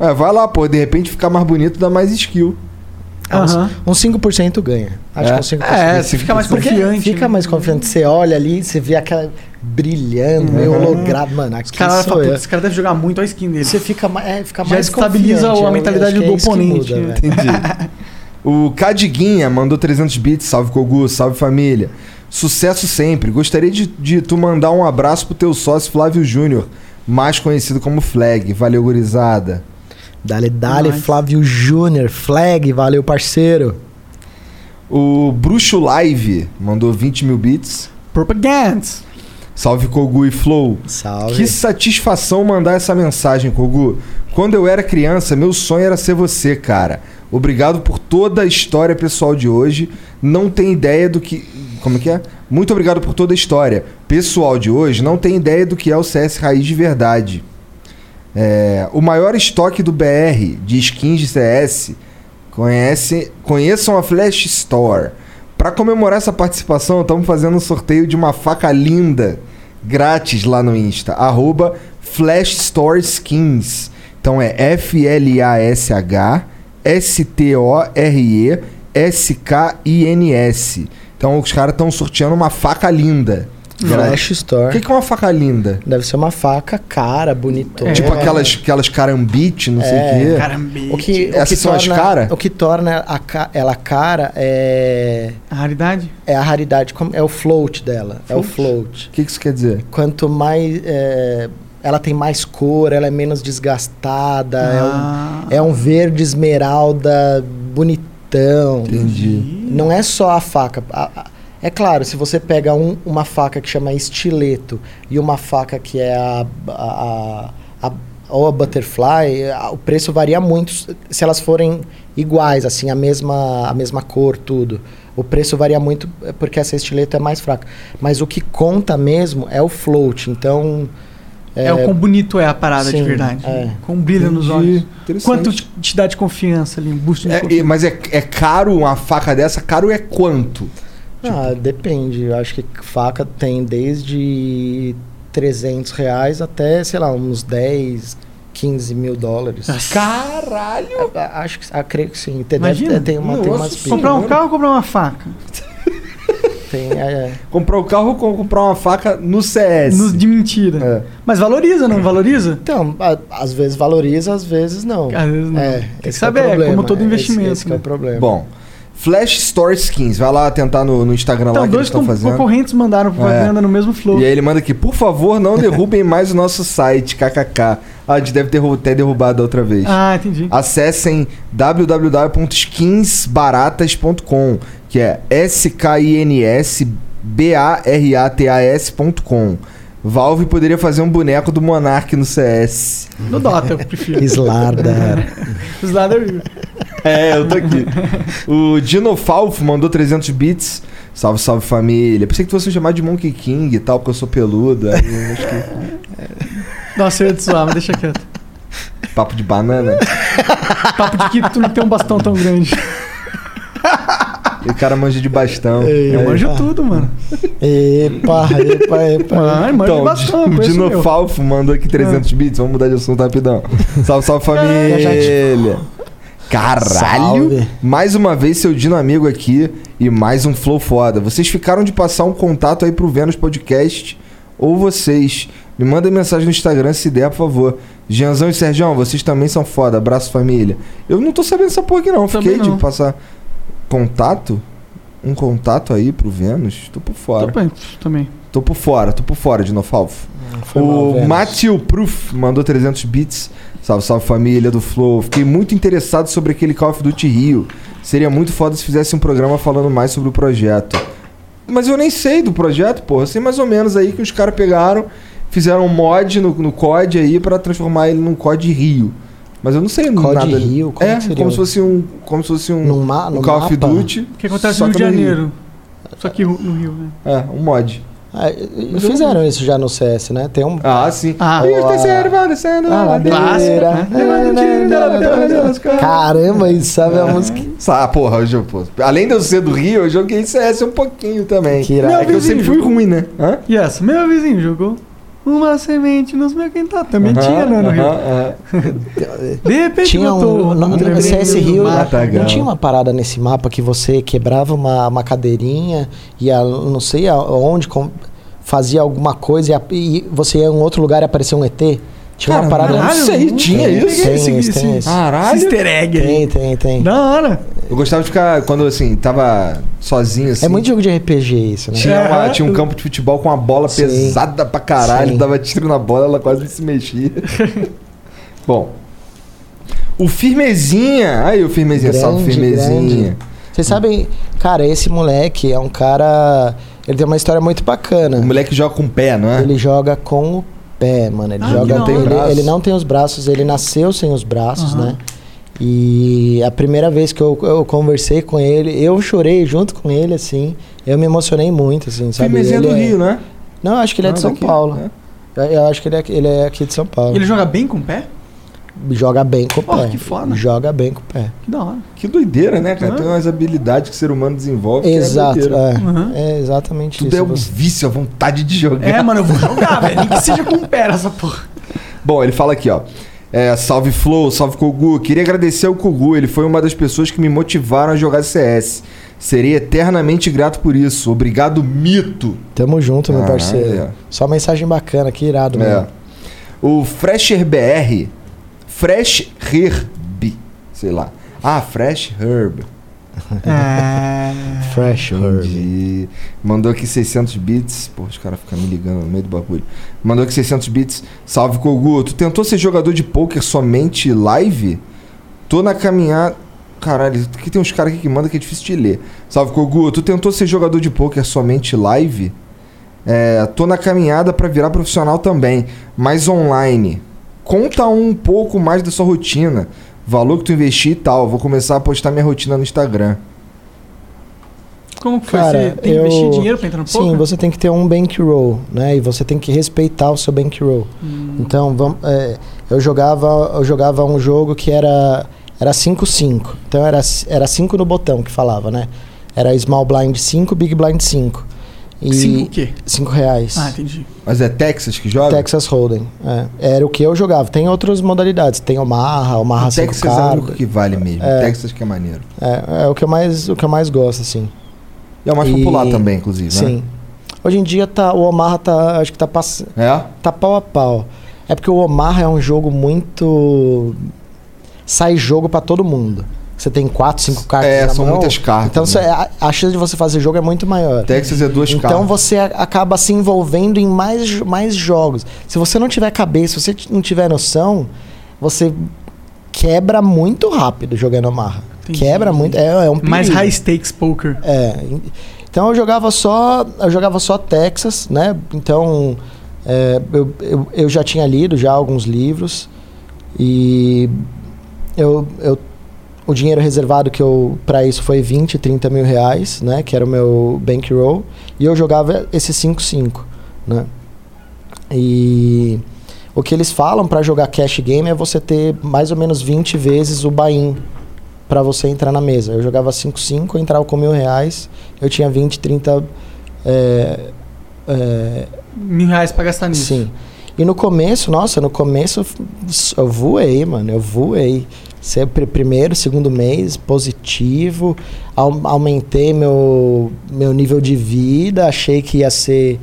Speaker 2: Ué, vai lá, pô, de repente ficar mais bonito dá mais skill.
Speaker 5: Ah, uns-
Speaker 4: Aham.
Speaker 5: Uns 5% ganha.
Speaker 2: É?
Speaker 5: Acho que um uns 5%.
Speaker 4: É, você fica mais
Speaker 5: Porque
Speaker 4: confiante,
Speaker 5: Fica
Speaker 4: né?
Speaker 5: mais confiante. Você olha ali, você vê aquela brilhando,
Speaker 2: Uhum.
Speaker 5: meio hologrado. Mano, aqui
Speaker 4: Os caras
Speaker 5: sou
Speaker 4: falam,
Speaker 5: eu.
Speaker 4: "Putz, esse cara deve jogar muito, olha a skin dele.
Speaker 5: Você fica, ma- é, fica
Speaker 4: Já
Speaker 5: mais
Speaker 4: estabiliza
Speaker 5: confiante,
Speaker 4: a
Speaker 5: eu
Speaker 4: mentalidade
Speaker 5: acho que
Speaker 4: do
Speaker 5: é isso que
Speaker 4: oponente,
Speaker 5: muda,
Speaker 4: né?
Speaker 5: velho.
Speaker 2: Entendi. o Cadiguinha mandou 300 bits. Salve, Kogu. Salve, família. Sucesso sempre. Gostaria de, de tu mandar um abraço pro teu sócio Flávio Júnior, mais conhecido como Flag. Valeu, gurizada.
Speaker 5: Dale, dale,
Speaker 4: Nice.
Speaker 5: Flávio Júnior, flag, valeu, parceiro.
Speaker 2: O Bruxo Live mandou 20 mil bits.
Speaker 4: Propaganda.
Speaker 2: Salve, Kogu e Flow.
Speaker 5: Salve.
Speaker 2: Que satisfação mandar essa mensagem, Kogu. Quando eu era criança, meu sonho era ser você, cara. Obrigado por toda a história pessoal de hoje. Não tem ideia do que. Como que é? Muito obrigado por toda a história pessoal de hoje. Não tem ideia do que é o CS Raiz de verdade. É, o maior estoque do BR de skins de CS. Conhece, conheçam a Flash Store. Para comemorar essa participação, estamos fazendo um sorteio de uma faca linda grátis lá no Insta, arroba Flash Store Skins. Então é F-L-A-S-H S-T-O-R-E S-K-I-N-S. Então os caras estão sorteando uma faca linda.
Speaker 5: Flash
Speaker 2: O
Speaker 5: Store.
Speaker 2: que, que é uma faca linda?
Speaker 5: Deve ser uma faca cara,
Speaker 4: É.
Speaker 5: bonitona. É.
Speaker 2: Tipo aquelas, aquelas carambite, não sei É. o quê.
Speaker 4: Caramba.
Speaker 5: O que, o
Speaker 2: Essas
Speaker 5: que
Speaker 2: são as
Speaker 5: torna-
Speaker 2: cara?
Speaker 5: O que torna a ca- ela cara é,
Speaker 4: A raridade?
Speaker 5: é a raridade, como- é o float dela. É o float.
Speaker 2: O que, que isso quer dizer?
Speaker 5: Quanto mais. é, ela tem mais cor, ela é menos desgastada.
Speaker 4: Ah.
Speaker 5: É, um, é um verde esmeralda bonitão.
Speaker 2: Entendi.
Speaker 5: Não é só a faca. A- a- é claro, se você pega um- uma faca que chama estileto e uma faca que é a, a, a- a- ou a butterfly, a- o preço varia muito s- se elas forem iguais, assim, a mesma, a mesma cor, tudo. O preço varia muito eh, porque essa estileto é mais fraca. Mas o que conta mesmo é o float. Então,
Speaker 4: É, o quão bonito é a parada de
Speaker 5: Sim,
Speaker 4: verdade.
Speaker 5: é.
Speaker 4: Com brilho nos olhos.
Speaker 2: Interessante.
Speaker 4: Quanto te, te dá de confiança ali, um boost de
Speaker 2: É, e-
Speaker 4: confiança.
Speaker 2: mas é, é caro uma faca dessa? Caro é quanto?
Speaker 5: ah,
Speaker 4: Tipo?
Speaker 5: depende. Eu acho que faca tem desde 300 reais até, sei lá, uns 10, 15 mil dólares.
Speaker 4: Ah,
Speaker 2: Caralho!
Speaker 5: A- a- Acho que ah, creio que sim. Tem,
Speaker 4: Imagina.
Speaker 5: deve ter- tem, uma, tem
Speaker 2: Nossa,
Speaker 5: umas
Speaker 2: sim.
Speaker 4: Comprar um
Speaker 2: Mano.
Speaker 4: carro ou comprar uma faca?
Speaker 5: Tem, é, é.
Speaker 2: Comprar o carro ou com- comprar uma faca no CS?
Speaker 4: Nos de mentira.
Speaker 2: É.
Speaker 4: Mas valoriza, não valoriza?
Speaker 5: Então, a- às vezes valoriza, às vezes não.
Speaker 4: Às vezes não.
Speaker 5: É,
Speaker 4: Tem que
Speaker 5: esse é o
Speaker 4: saber, é
Speaker 5: problema,
Speaker 4: como todo
Speaker 5: esse-
Speaker 4: investimento,
Speaker 5: Esse, que é
Speaker 4: né?
Speaker 5: o problema.
Speaker 2: Bom, Flash Store Skins. Vai lá tentar no, no Instagram lá
Speaker 4: Então,
Speaker 2: que eles
Speaker 4: dois
Speaker 2: estão
Speaker 4: con-
Speaker 2: fazendo. É.
Speaker 4: concorrentes mandaram propaganda no mesmo flow.
Speaker 2: E aí ele manda aqui, por favor, não derrubem mais o nosso site, kkk. Ah, a gente deve ter derru- até derrubado a outra vez.
Speaker 4: Ah, entendi.
Speaker 2: Acessem www.skinsbaratas.com, que é S-K-I-N-S-B-A-R-A-T-A-S.com. Valve poderia fazer um boneco do Monark no CS.
Speaker 4: No Dota, eu prefiro.
Speaker 5: Slardar.
Speaker 4: Os lados eu vi.
Speaker 2: É, eu tô aqui. O Dino Falfo mandou 300 bits. Salve, salve família. Pensei que fosse chamar de Monkey King e tal, porque eu sou peludo. aí eu acho que-
Speaker 4: Nossa, eu ia te zoar, mas deixa quieto.
Speaker 2: Papo de banana.
Speaker 4: Papo de que tu não tem um bastão tão grande.
Speaker 2: E o cara manja de bastão.
Speaker 4: Eu
Speaker 2: É.
Speaker 4: manjo tudo, mano.
Speaker 5: epa, epa, epa.
Speaker 4: Mano, manjo
Speaker 2: Então,
Speaker 4: bastão,
Speaker 2: o
Speaker 4: conheço
Speaker 2: Dino
Speaker 4: meu.
Speaker 2: Falfo mandou aqui
Speaker 4: Ah.
Speaker 2: 300 bits. Vamos mudar de assunto rapidão. Salve, salve família. Caralho!
Speaker 5: Salve.
Speaker 2: Mais uma vez, seu Dino Amigo aqui e mais um Flow Foda. Vocês ficaram de passar um contato aí pro Vênus Podcast ou vocês. Me mandem mensagem no Instagram se der, por favor. Gianzão e Sergião, vocês também são foda. Abraço, família. Eu não tô sabendo essa porra aqui, não.
Speaker 4: Também
Speaker 2: Fiquei
Speaker 4: não.
Speaker 2: de passar contato? Um contato aí pro Vênus? Tô por fora.
Speaker 4: Tô bem, também.
Speaker 2: Tô por fora, tô por fora de Nofalfo.
Speaker 5: Foi mal,
Speaker 2: O
Speaker 5: Vênus.
Speaker 2: Matthew Proof mandou 300 bits. Salve, salve família do Flow. Fiquei muito interessado sobre aquele Call of Duty Rio. Seria muito foda se fizesse um programa falando mais sobre o projeto. Mas eu nem sei do projeto, porra. Eu sei mais ou menos aí que os caras pegaram, fizeram um mod no, no COD aí pra transformar ele num COD Rio. Mas eu não sei
Speaker 5: COD
Speaker 2: nada.
Speaker 5: Rio? Como
Speaker 2: é,
Speaker 5: que seria
Speaker 2: como
Speaker 5: o-
Speaker 2: se fosse um, como se fosse um,
Speaker 5: Num ma-
Speaker 2: um
Speaker 5: no
Speaker 2: Call of
Speaker 5: mapa?
Speaker 2: Duty.
Speaker 4: O que acontece
Speaker 2: só
Speaker 4: no Rio de
Speaker 2: que no Rio.
Speaker 4: Janeiro. Só que no Rio, né?
Speaker 2: É, um mod.
Speaker 5: Ah, e- e fizeram isso já no CS, né? Tem um.
Speaker 2: Ah, sim.
Speaker 4: Ah.
Speaker 2: E os terceiros vão descendo
Speaker 5: Ah,
Speaker 2: a ladeira.
Speaker 5: ladeira.
Speaker 4: Ah,
Speaker 5: Caramba, isso sabe a música.
Speaker 2: Ah, porra, hoje eu, pô, além de eu ser do Rio, eu joguei CS um pouquinho também.
Speaker 5: Que irado.
Speaker 2: é que eu sempre fui ruim, né? Hã?
Speaker 4: E essa? Meu vizinho jogou. uma semente nos meus quintal. Também
Speaker 10: Aham,
Speaker 4: tinha, né, no Rio.
Speaker 2: é.
Speaker 10: aham,
Speaker 4: De repente
Speaker 5: Tinha
Speaker 4: botou
Speaker 5: um. Não,
Speaker 4: tremendo
Speaker 5: no CS Rio, né?
Speaker 4: mar.
Speaker 10: Matagal.
Speaker 5: não tinha uma parada nesse mapa que você quebrava uma, uma cadeirinha e a, não sei aonde com- fazia alguma coisa e, a- e você ia em um outro lugar e aparecia um ET? Tinha uma
Speaker 10: Caralho,
Speaker 5: parada.
Speaker 10: não sei, tinha
Speaker 5: tem,
Speaker 10: isso?
Speaker 5: Tem,
Speaker 4: Esse-
Speaker 5: tem,
Speaker 4: esse-
Speaker 5: tem isso.
Speaker 4: Esse
Speaker 10: Caralho.
Speaker 4: Easter egg aí.
Speaker 5: Tem, tem, tem.
Speaker 4: Da hora.
Speaker 2: Eu gostava de ficar, quando assim, tava sozinho assim.
Speaker 5: É muito jogo de RPG isso, né?
Speaker 2: Tinha, uma-
Speaker 4: Aham.
Speaker 2: tinha um campo de futebol com uma bola
Speaker 5: Sim.
Speaker 2: pesada pra caralho,
Speaker 5: Sim.
Speaker 2: dava tiro na bola, ela quase se mexia. Bom. O Firmezinha. Aí, o Firmezinha, salve
Speaker 5: Grande,
Speaker 2: Firmezinha.
Speaker 5: grande. Vocês sabem, cara, esse moleque é um cara. Ele tem uma história muito bacana.
Speaker 2: O moleque joga com o pé, não é?
Speaker 5: Ele joga com o pé, mano. Ele
Speaker 4: Ah,
Speaker 5: joga.
Speaker 4: que da
Speaker 5: ele,
Speaker 2: hora.
Speaker 5: ele não tem os braços, ele nasceu sem os braços,
Speaker 4: Aham.
Speaker 5: né? E a primeira vez que eu, eu conversei com ele, eu chorei junto com ele, assim. Eu me emocionei muito, assim, sabe?
Speaker 2: Firmezinha
Speaker 5: Ele
Speaker 2: do
Speaker 5: é-
Speaker 2: Rio, né?
Speaker 5: Não, eu acho que ele é de
Speaker 2: Ah,
Speaker 5: São
Speaker 2: daqui,
Speaker 5: Paulo.
Speaker 2: né?
Speaker 5: Eu, eu acho que ele é, ele é aqui de São Paulo.
Speaker 4: Ele joga bem com o pé?
Speaker 5: joga bem com o
Speaker 4: Porra,
Speaker 5: pé.
Speaker 4: que foda.
Speaker 5: Joga bem com o pé.
Speaker 4: Que da hora.
Speaker 2: Que doideira, né, cara?
Speaker 4: Uhum.
Speaker 2: Tem umas habilidades que o ser humano desenvolve. que é
Speaker 5: Exato.
Speaker 2: doideira.
Speaker 5: É,
Speaker 4: Uhum.
Speaker 5: É exatamente
Speaker 2: Tudo
Speaker 5: isso.
Speaker 2: é um
Speaker 5: Você-
Speaker 2: vício, a vontade de jogar.
Speaker 4: É, mano, eu vou jogar, velho. Nem que seja com o pé essa porra.
Speaker 2: Bom, ele fala aqui, ó. É, salve Flow, salve Kogu. Queria agradecer ao Kogu, ele foi uma das pessoas que me motivaram a jogar CS. Serei eternamente grato por isso. Obrigado, mito.
Speaker 5: Tamo junto, meu
Speaker 2: Ah,
Speaker 5: parceiro.
Speaker 2: é.
Speaker 5: Só mensagem bacana, que irado,
Speaker 2: É.
Speaker 5: mano.
Speaker 2: O Fresher BR. Fresh Herb. Sei lá. Ah, Fresh Herb.
Speaker 4: É.
Speaker 5: Fresh Herb.
Speaker 2: Entendi. Mandou aqui 600 bits. Pô, os caras ficam me ligando no meio do bagulho. Mandou aqui 600 bits. Salve, Kogu. Tu tentou ser jogador de poker somente live? Tô na caminhada. Caralho, aqui tem uns caras aqui que mandam que é difícil de ler. Salve, Kogu. Tu tentou ser jogador de poker somente live? É, tô na caminhada pra virar profissional também, mas online. Conta um pouco mais da sua rotina, valor que tu investi e tal. Vou começar a postar minha rotina no Instagram.
Speaker 4: Como que foi?
Speaker 5: Cara,
Speaker 4: Você tem que
Speaker 5: eu-
Speaker 4: investir dinheiro pra entrar no poker?
Speaker 5: Sim, você tem que ter um bankroll, né? E você tem que respeitar o seu bankroll.
Speaker 4: Hum.
Speaker 5: Então, vamos, é, eu, jogava, eu jogava um jogo que era era 5-5. Então, era, era 5 no botão que falava, né? Era Small Blind 5, Big Blind 5. E
Speaker 4: Cinco o quê?
Speaker 5: 5 reais.
Speaker 4: Ah, entendi.
Speaker 2: Mas é Texas que joga?
Speaker 5: Texas Hold'em. é. Era o que eu jogava. Tem outras modalidades. Tem o Marra, o Marra
Speaker 2: O
Speaker 5: 5
Speaker 2: Texas é o único
Speaker 5: cartas.
Speaker 2: que vale mesmo.
Speaker 5: Ah, É.
Speaker 2: Texas que é maneiro.
Speaker 5: É, é o, que eu mais, o que eu mais gosto, assim.
Speaker 2: E é o mais
Speaker 5: E-
Speaker 2: popular também, inclusive,
Speaker 5: Sim. Hoje em dia tá, o Omaha tá, acho que tá, pass...
Speaker 2: né? É?
Speaker 5: tá pau a pau. É porque o Omaha é um jogo muito. Sai jogo pra todo mundo. Você tem quatro, cinco cartas.
Speaker 2: É,
Speaker 5: na
Speaker 2: são
Speaker 5: mão,
Speaker 2: muitas cartas,
Speaker 5: Então
Speaker 2: né?
Speaker 5: cê- a, a chance de você fazer jogo é muito maior.
Speaker 2: Texas é duas
Speaker 5: então
Speaker 2: cartas.
Speaker 5: você a- acaba se envolvendo em mais, jo- mais jogos. Se você não tiver cabeça, se você t- não tiver noção, você quebra muito rápido jogando Omaha.
Speaker 4: Entendi.
Speaker 5: Quebra muito. É, é um perigo.
Speaker 4: Mais high stakes poker.
Speaker 5: É. en- Então eu jogava só. Eu jogava só Texas, né? Então é, eu, eu, eu já tinha lido já alguns livros. E eu, eu o dinheiro reservado que eu para isso foi 20, 30 mil reais, né? Que era o meu bankroll. E eu jogava esse 5-5, né? E o que eles falam para jogar cash game é você ter mais ou menos 20 vezes o buy-in para você entrar na mesa. Eu jogava 5-5, eu entrava com mil reais, eu tinha 20, 30. É, é,
Speaker 4: Mil reais pra gastar nisso.
Speaker 5: Sim. E no começo, nossa, no começo eu f- eu voei, mano, eu voei. Sempre primeiro, segundo mês, positivo. Au- aumentei meu, meu nível de vida, achei que ia ser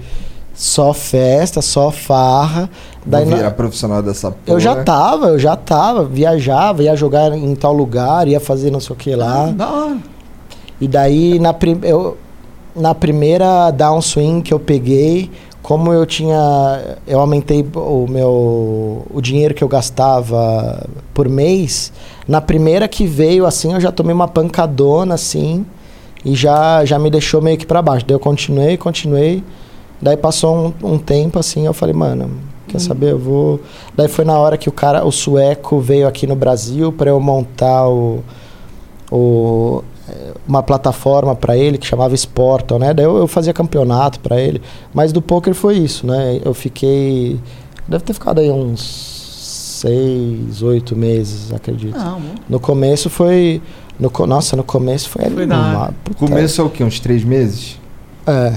Speaker 5: só festa, só farra. Daí
Speaker 2: Vou
Speaker 5: na-
Speaker 2: virar profissional dessa porra. né?
Speaker 5: eu já tá. tava, eu já tava, viajava, ia jogar em tal lugar, ia fazer não sei o que lá.
Speaker 4: Da hora.
Speaker 5: E daí, na, prim eu, na primeira downswing que eu peguei, como eu tinha. Eu aumentei o meu. o dinheiro que eu gastava por mês. Na primeira que veio, assim, eu já tomei uma pancadona, assim. E já, já me deixou meio que pra baixo. Daí eu continuei, continuei. Daí passou um, um tempo, assim, eu falei, mano, quer saber? Eu vou. Daí foi na hora que o cara, o sueco, veio aqui no Brasil pra eu montar o. o uma plataforma para ele que chamava Sportal, né? Daí eu, eu fazia campeonato para ele, mas do poker foi isso, né? Eu fiquei deve ter ficado aí uns seis, oito meses, acredito.
Speaker 4: Ah, bom.
Speaker 5: No começo foi no co- nossa, no começo foi,
Speaker 4: Foi da hora.
Speaker 5: puta-
Speaker 2: Começo é o quê? Uns três meses?
Speaker 5: é,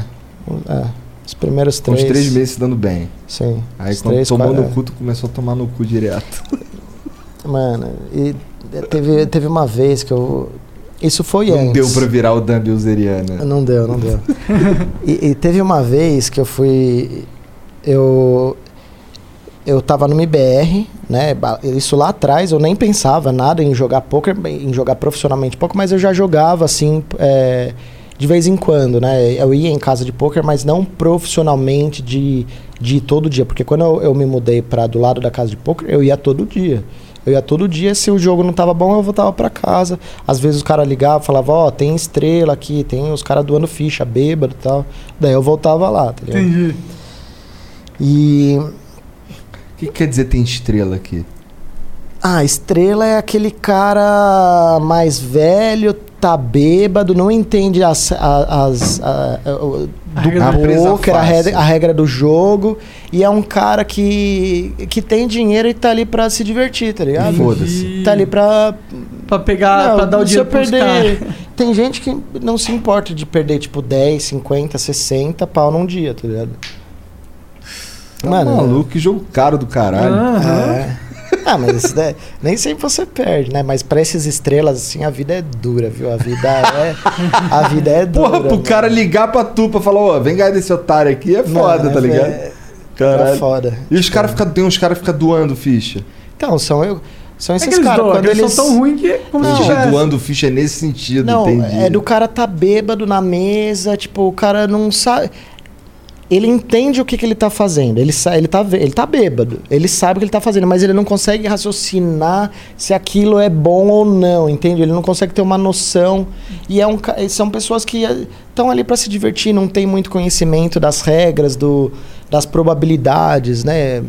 Speaker 5: é. Os primeiros
Speaker 2: Com
Speaker 5: três.
Speaker 2: uns três meses se dando bem.
Speaker 5: Sim.
Speaker 2: Aí
Speaker 5: os
Speaker 2: quando
Speaker 5: três,
Speaker 2: tomou
Speaker 5: quatro- é.
Speaker 2: no cu, tu começou a tomar no cu direto.
Speaker 5: Mano, e teve, teve uma vez que eu. Isso foi
Speaker 2: Não
Speaker 5: antes.
Speaker 2: deu pra virar o Dan Bilzeriana.
Speaker 5: Não deu, não deu. e, e teve uma vez que eu fui. Eu. Eu tava no MBR, né? ba- Isso lá atrás eu nem pensava nada em jogar poker, em jogar profissionalmente pouco, mas eu já jogava assim. é, de vez em quando, né? Eu ia em casa de poker, mas não profissionalmente de, de ir todo dia. Porque quando eu, eu me mudei pra do lado da casa de poker, eu ia todo dia. Eu ia todo dia, se o jogo não tava bom, eu voltava pra casa. Às vezes os caras ligavam, falavam, ó, tem estrela aqui, tem os caras doando ficha, bêbado e tal. Daí eu voltava lá, tá ligado?
Speaker 4: Entendi.
Speaker 5: E.
Speaker 2: O que, que quer dizer tem estrela aqui?
Speaker 5: Ah, estrela é aquele cara mais velho, tá bêbado, não entende as. a- as a- o-
Speaker 4: A
Speaker 5: do
Speaker 4: regra da
Speaker 2: presa
Speaker 5: poker, a,
Speaker 2: fácil.
Speaker 5: regra- a regra do jogo. E é um cara que. que tem dinheiro e tá ali pra se divertir, tá ligado?
Speaker 2: Foda-se.
Speaker 5: Tá ali pra,
Speaker 4: Pra pegar,
Speaker 5: Não,
Speaker 4: Tá pra dar o
Speaker 5: se
Speaker 4: dinheiro
Speaker 5: eu
Speaker 4: pros caras.
Speaker 5: Tem gente que não se importa de perder, tipo, 10, 50, 60 pau num dia, tá ligado?
Speaker 2: Tá maluco, que jogo caro do caralho.
Speaker 4: Aham.
Speaker 5: É. Ah, mas isso daí- nem sempre você perde, né? Mas pra essas estrelas, assim, a vida é dura, viu? A vida é. A vida é dura.
Speaker 2: Porra, pro
Speaker 5: mano.
Speaker 2: cara ligar pra tu pra falar, ô, vem ganhar desse otário aqui, é
Speaker 5: Não,
Speaker 2: foda, tá
Speaker 5: é-
Speaker 2: ligado?
Speaker 5: É, é
Speaker 2: Caralho.
Speaker 5: foda.
Speaker 2: E os caras ficam, tem uns caras que ficam doando ficha.
Speaker 5: Então, são, eu, são
Speaker 4: É que
Speaker 5: esses
Speaker 4: eles
Speaker 5: caras.
Speaker 4: doam,
Speaker 5: Quando
Speaker 4: que eles
Speaker 5: eles
Speaker 4: são tão ruins que é como se
Speaker 2: Entendi,
Speaker 4: tivesse.
Speaker 2: doando ficha é nesse sentido,
Speaker 5: Não,
Speaker 2: entendi.
Speaker 5: é do cara tá bêbado na mesa, tipo, o cara não sabe. Ele entende o que, que ele tá fazendo. Ele, sa- ele, tá, ve- ele tá bêbado. Ele sabe o que ele tá fazendo, mas ele não consegue raciocinar se aquilo é bom ou não, entende? Ele não consegue ter uma noção. E é um, ca- e são pessoas que estão ali para se divertir, não tem muito conhecimento das regras, do, das probabilidades, né?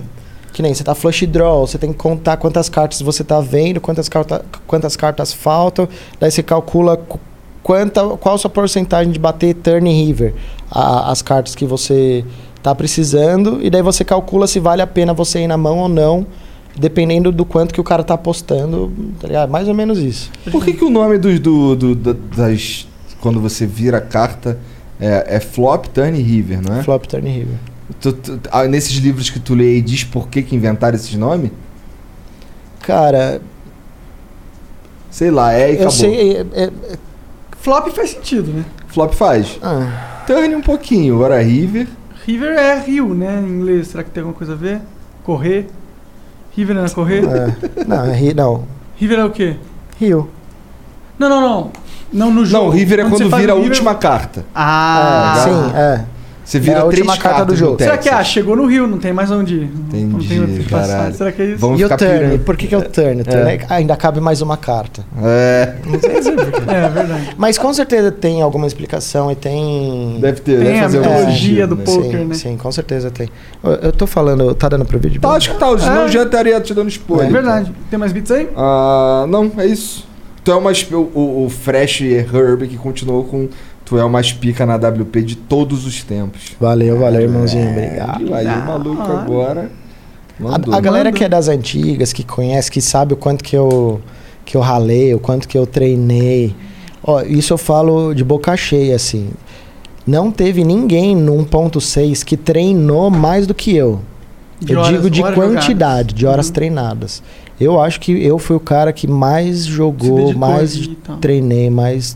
Speaker 5: Que nem você tá flush draw, você tem que contar quantas cartas você tá vendo, quantas, carta, quantas cartas faltam, daí você calcula qu- quanta, qual a sua porcentagem de bater turn e river, a- as cartas que você tá precisando, e daí você calcula se vale a pena você ir na mão ou não, dependendo do quanto que o cara tá apostando, tá ligado? Mais ou menos isso.
Speaker 2: Por que, que o nome dos, do, do- da- das. Quando você vira a carta é, é flop, turn e river, não é?
Speaker 5: Flop, turn e river.
Speaker 2: Tu- tu- ah, nesses livros que tu lê aí, diz por que, que inventaram esses nomes?
Speaker 5: Cara,
Speaker 2: Sei lá, é e
Speaker 5: eu
Speaker 2: acabou.
Speaker 5: sei... é- é-
Speaker 4: Flop faz sentido, né?
Speaker 2: Flop faz.
Speaker 5: ah,
Speaker 2: Turn um pouquinho, agora river.
Speaker 4: River é rio, né? Em inglês. Será que tem alguma coisa a ver? Correr. River não é correr?
Speaker 5: é. não, é ri- não.
Speaker 4: River é o quê?
Speaker 5: Rio.
Speaker 4: Não, não, não. Não no jogo.
Speaker 2: Não, river é
Speaker 4: você
Speaker 2: quando
Speaker 4: faz
Speaker 2: vira a
Speaker 4: o river-
Speaker 2: última carta.
Speaker 4: Ah,
Speaker 2: Ah,
Speaker 5: Sim, é.
Speaker 2: Você vira
Speaker 5: É a
Speaker 2: três
Speaker 5: última carta
Speaker 2: cartas
Speaker 5: do jogo.
Speaker 2: no
Speaker 4: Será que, ah,
Speaker 2: Texas.
Speaker 4: chegou no Rio, não tem mais onde ir. Não
Speaker 2: Entendi,
Speaker 4: tem onde se passar.
Speaker 2: caralho.
Speaker 4: Será que é isso?
Speaker 2: Vamos
Speaker 5: E o
Speaker 2: ficar
Speaker 5: turn?
Speaker 2: pirando.
Speaker 5: Por que, que é o turn? O turn é- ainda cabe mais uma carta.
Speaker 2: É,
Speaker 4: É, é verdade.
Speaker 5: Mas com certeza tem alguma explicação e tem.
Speaker 2: deve ter,
Speaker 4: Tem
Speaker 2: deve
Speaker 4: a
Speaker 2: fazer algum
Speaker 4: mitologia
Speaker 2: sentido,
Speaker 4: do
Speaker 2: né?
Speaker 4: povo. poker,
Speaker 5: sim,
Speaker 4: né?
Speaker 5: Sim, com certeza tem. Eu, eu tô falando, tá dando pro vídeo?
Speaker 2: Tá, acho que tá, senão
Speaker 4: É.
Speaker 2: eu já estaria te dando spoiler.
Speaker 4: É verdade.
Speaker 5: então.
Speaker 4: Tem mais bits aí?
Speaker 2: Ah, não, é isso. Tu é uma esp- o, o- o Fresh Herb que continuou com Tu é uma espica na WP de todos os tempos.
Speaker 5: Valeu,
Speaker 4: É,
Speaker 5: valeu, irmãozinho. Obrigado.
Speaker 2: E aí o maluco
Speaker 4: Ah.
Speaker 2: agora mandou.
Speaker 5: A, a galera que é das antigas, que conhece, que sabe o quanto que eu, que eu ralei, o quanto que eu treinei. Ó, isso eu falo de boca cheia, assim. Não teve ninguém no 1.6 que treinou mais do que eu. eu
Speaker 4: horas-
Speaker 5: digo de
Speaker 4: horas
Speaker 5: quantidade, de horas
Speaker 4: Uhum.
Speaker 5: treinadas. Eu acho que eu fui o cara que
Speaker 4: jogadas,
Speaker 5: mais
Speaker 4: se
Speaker 5: jogou,
Speaker 4: dedicou
Speaker 5: mais
Speaker 4: ali e tal.
Speaker 5: treinei, mais.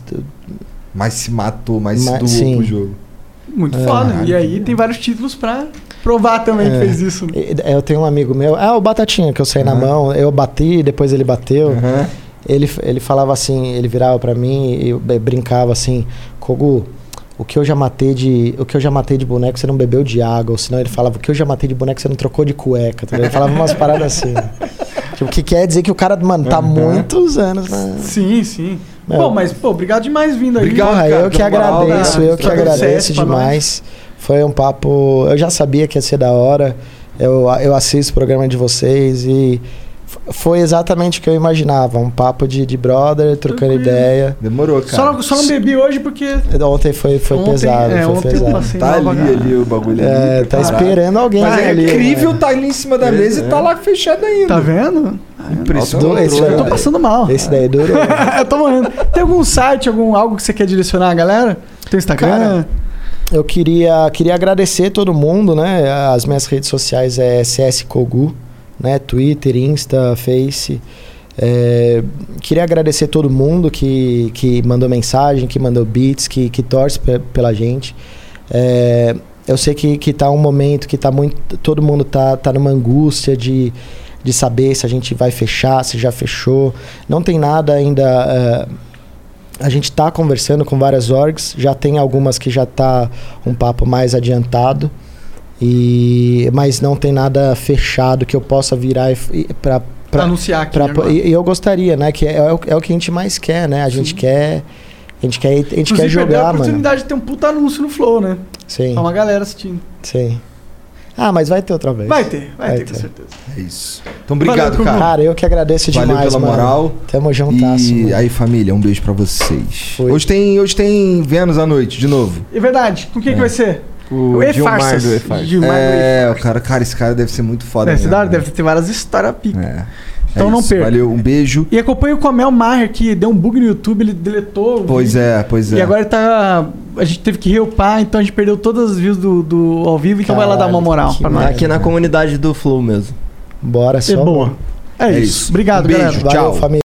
Speaker 2: Mas se matou, mas,
Speaker 5: Mas-
Speaker 2: se doou pro
Speaker 5: sim.
Speaker 2: jogo.
Speaker 4: Muito foda. né? E aí tem vários títulos pra provar também que
Speaker 5: É. É.
Speaker 4: fez isso. né?
Speaker 5: E- Eu tenho um amigo meu, ah, o Batatinha, que eu saí na
Speaker 2: Aham.
Speaker 5: mão, eu bati, depois ele bateu.
Speaker 2: Aham.
Speaker 5: Ele, ele falava assim, ele virava pra mim e eu be- brincava assim, Kogu, o que eu já matei de, o que eu já matei de boneco, você não bebeu de água, ou senão ele falava, o que eu já matei de boneco, você não trocou de cueca, tá ligado? Ele falava umas paradas assim. Tipo, que quer dizer que o cara, mano, tá muitos anos, né?
Speaker 4: Sim, sim.
Speaker 5: Meu.
Speaker 4: Pô, mas, pô, obrigado demais vindo aí.
Speaker 2: Obrigado,
Speaker 5: Porra,
Speaker 2: cara,
Speaker 5: É. eu que
Speaker 2: pela moral,
Speaker 5: agradeço,
Speaker 4: cara.
Speaker 5: eu que
Speaker 4: Sucesso
Speaker 5: agradeço
Speaker 4: pra
Speaker 5: demais. Foi um papo. Eu já sabia que ia ser da hora. Eu, eu assisto o programa de vocês e f- foi exatamente o que eu imaginava. Um papo de, de brother, trocando
Speaker 4: Tranquilo.
Speaker 5: ideia.
Speaker 2: Demorou, cara.
Speaker 4: Só não, só não bebi hoje porque.
Speaker 5: Ontem foi, foi
Speaker 4: ontem,
Speaker 5: pesado,
Speaker 4: é,
Speaker 5: foi
Speaker 4: ontem eu
Speaker 5: pesado.
Speaker 4: passei
Speaker 2: Tá
Speaker 4: mal pra
Speaker 2: ali,
Speaker 4: caralho.
Speaker 2: ali o bagulho
Speaker 5: É,
Speaker 2: ali.
Speaker 5: tá
Speaker 2: preparado.
Speaker 5: esperando alguém
Speaker 2: Mas é
Speaker 5: ali.
Speaker 2: incrível,
Speaker 5: né?
Speaker 2: tá ali em cima da mesa e tá lá fechado ainda. é um
Speaker 4: Tá vendo?
Speaker 2: Impressionante.
Speaker 5: Esse tá daí-
Speaker 4: Eu tô passando mal.
Speaker 5: Esse daí é durou.
Speaker 4: eu tô morrendo. Tem algum site, algum algo que você quer direcionar a galera? Teu Instagram?
Speaker 5: Cara, Eu queria, queria agradecer todo mundo, né? As minhas redes sociais é CS Kogu, né? Twitter, Insta, Face. É, queria agradecer todo mundo que, que mandou mensagem, que mandou beats, que, que torce pe- pela gente. É, eu sei que, que tá um momento que tá muito. Todo mundo tá, tá numa angústia de, de saber se a gente vai fechar, se já fechou. Não tem nada ainda. é, a gente está conversando com várias orgs, já tem algumas que já tá um papo mais adiantado. E mas não tem nada fechado que eu possa virar e, e para
Speaker 4: Pra anunciar aqui
Speaker 5: pra-
Speaker 4: agora.
Speaker 5: e, e eu gostaria, né, que é, é o, é o que a gente mais quer, né? A gente quer a gente quer a gente
Speaker 4: Inclusive,
Speaker 5: quer
Speaker 4: perdeu a
Speaker 5: jogar, mano.
Speaker 4: oportunidade de ter um puta anúncio no Flow, né?
Speaker 5: Sim.
Speaker 4: Tá uma galera assistindo.
Speaker 5: Sim. Ah, mas vai ter outra vez.
Speaker 4: Vai ter, vai,
Speaker 5: Vai
Speaker 4: ter, com
Speaker 5: ter.
Speaker 4: certeza.
Speaker 2: É isso. Então, obrigado,
Speaker 4: Valeu,
Speaker 2: cara.
Speaker 5: Cara, eu que agradeço
Speaker 2: Valeu
Speaker 5: demais,
Speaker 2: pela
Speaker 5: mano.
Speaker 2: moral.
Speaker 5: Tamo juntasso.
Speaker 2: E
Speaker 5: mano.
Speaker 2: aí, família, um beijo pra vocês.
Speaker 5: Foi.
Speaker 2: Hoje tem, hoje tem Vênus à noite, de novo.
Speaker 4: É verdade, com quem que vai ser?
Speaker 11: O Gilmar do E-Farsas.
Speaker 4: Gilmar
Speaker 2: É,
Speaker 4: do
Speaker 2: o cara, cara, esse cara deve ser muito foda.
Speaker 4: Deve,
Speaker 2: mesmo,
Speaker 4: dar-
Speaker 2: né?
Speaker 4: deve ter várias histórias pica.
Speaker 2: É.
Speaker 4: Então
Speaker 2: É
Speaker 4: não
Speaker 2: isso.
Speaker 4: perca.
Speaker 2: Valeu, um beijo.
Speaker 4: E acompanha o Comel Maher, que deu um bug no YouTube, ele deletou. o
Speaker 2: Pois
Speaker 4: vídeo.
Speaker 2: é, pois é.
Speaker 4: E agora ele tá. A gente teve que reupar, então a gente perdeu todas as views do, do ao vivo, então vai lá dar uma
Speaker 5: Caralho,
Speaker 4: moral
Speaker 5: que
Speaker 4: pra nós.
Speaker 5: merda.
Speaker 11: Aqui na comunidade do Flow mesmo.
Speaker 5: Bora,
Speaker 4: É
Speaker 5: só.
Speaker 4: boa. É,
Speaker 2: É
Speaker 4: isso.
Speaker 2: isso.
Speaker 4: É Obrigado,
Speaker 2: Um beijo.
Speaker 4: galera.
Speaker 5: Valeu,
Speaker 2: Tchau.
Speaker 5: família.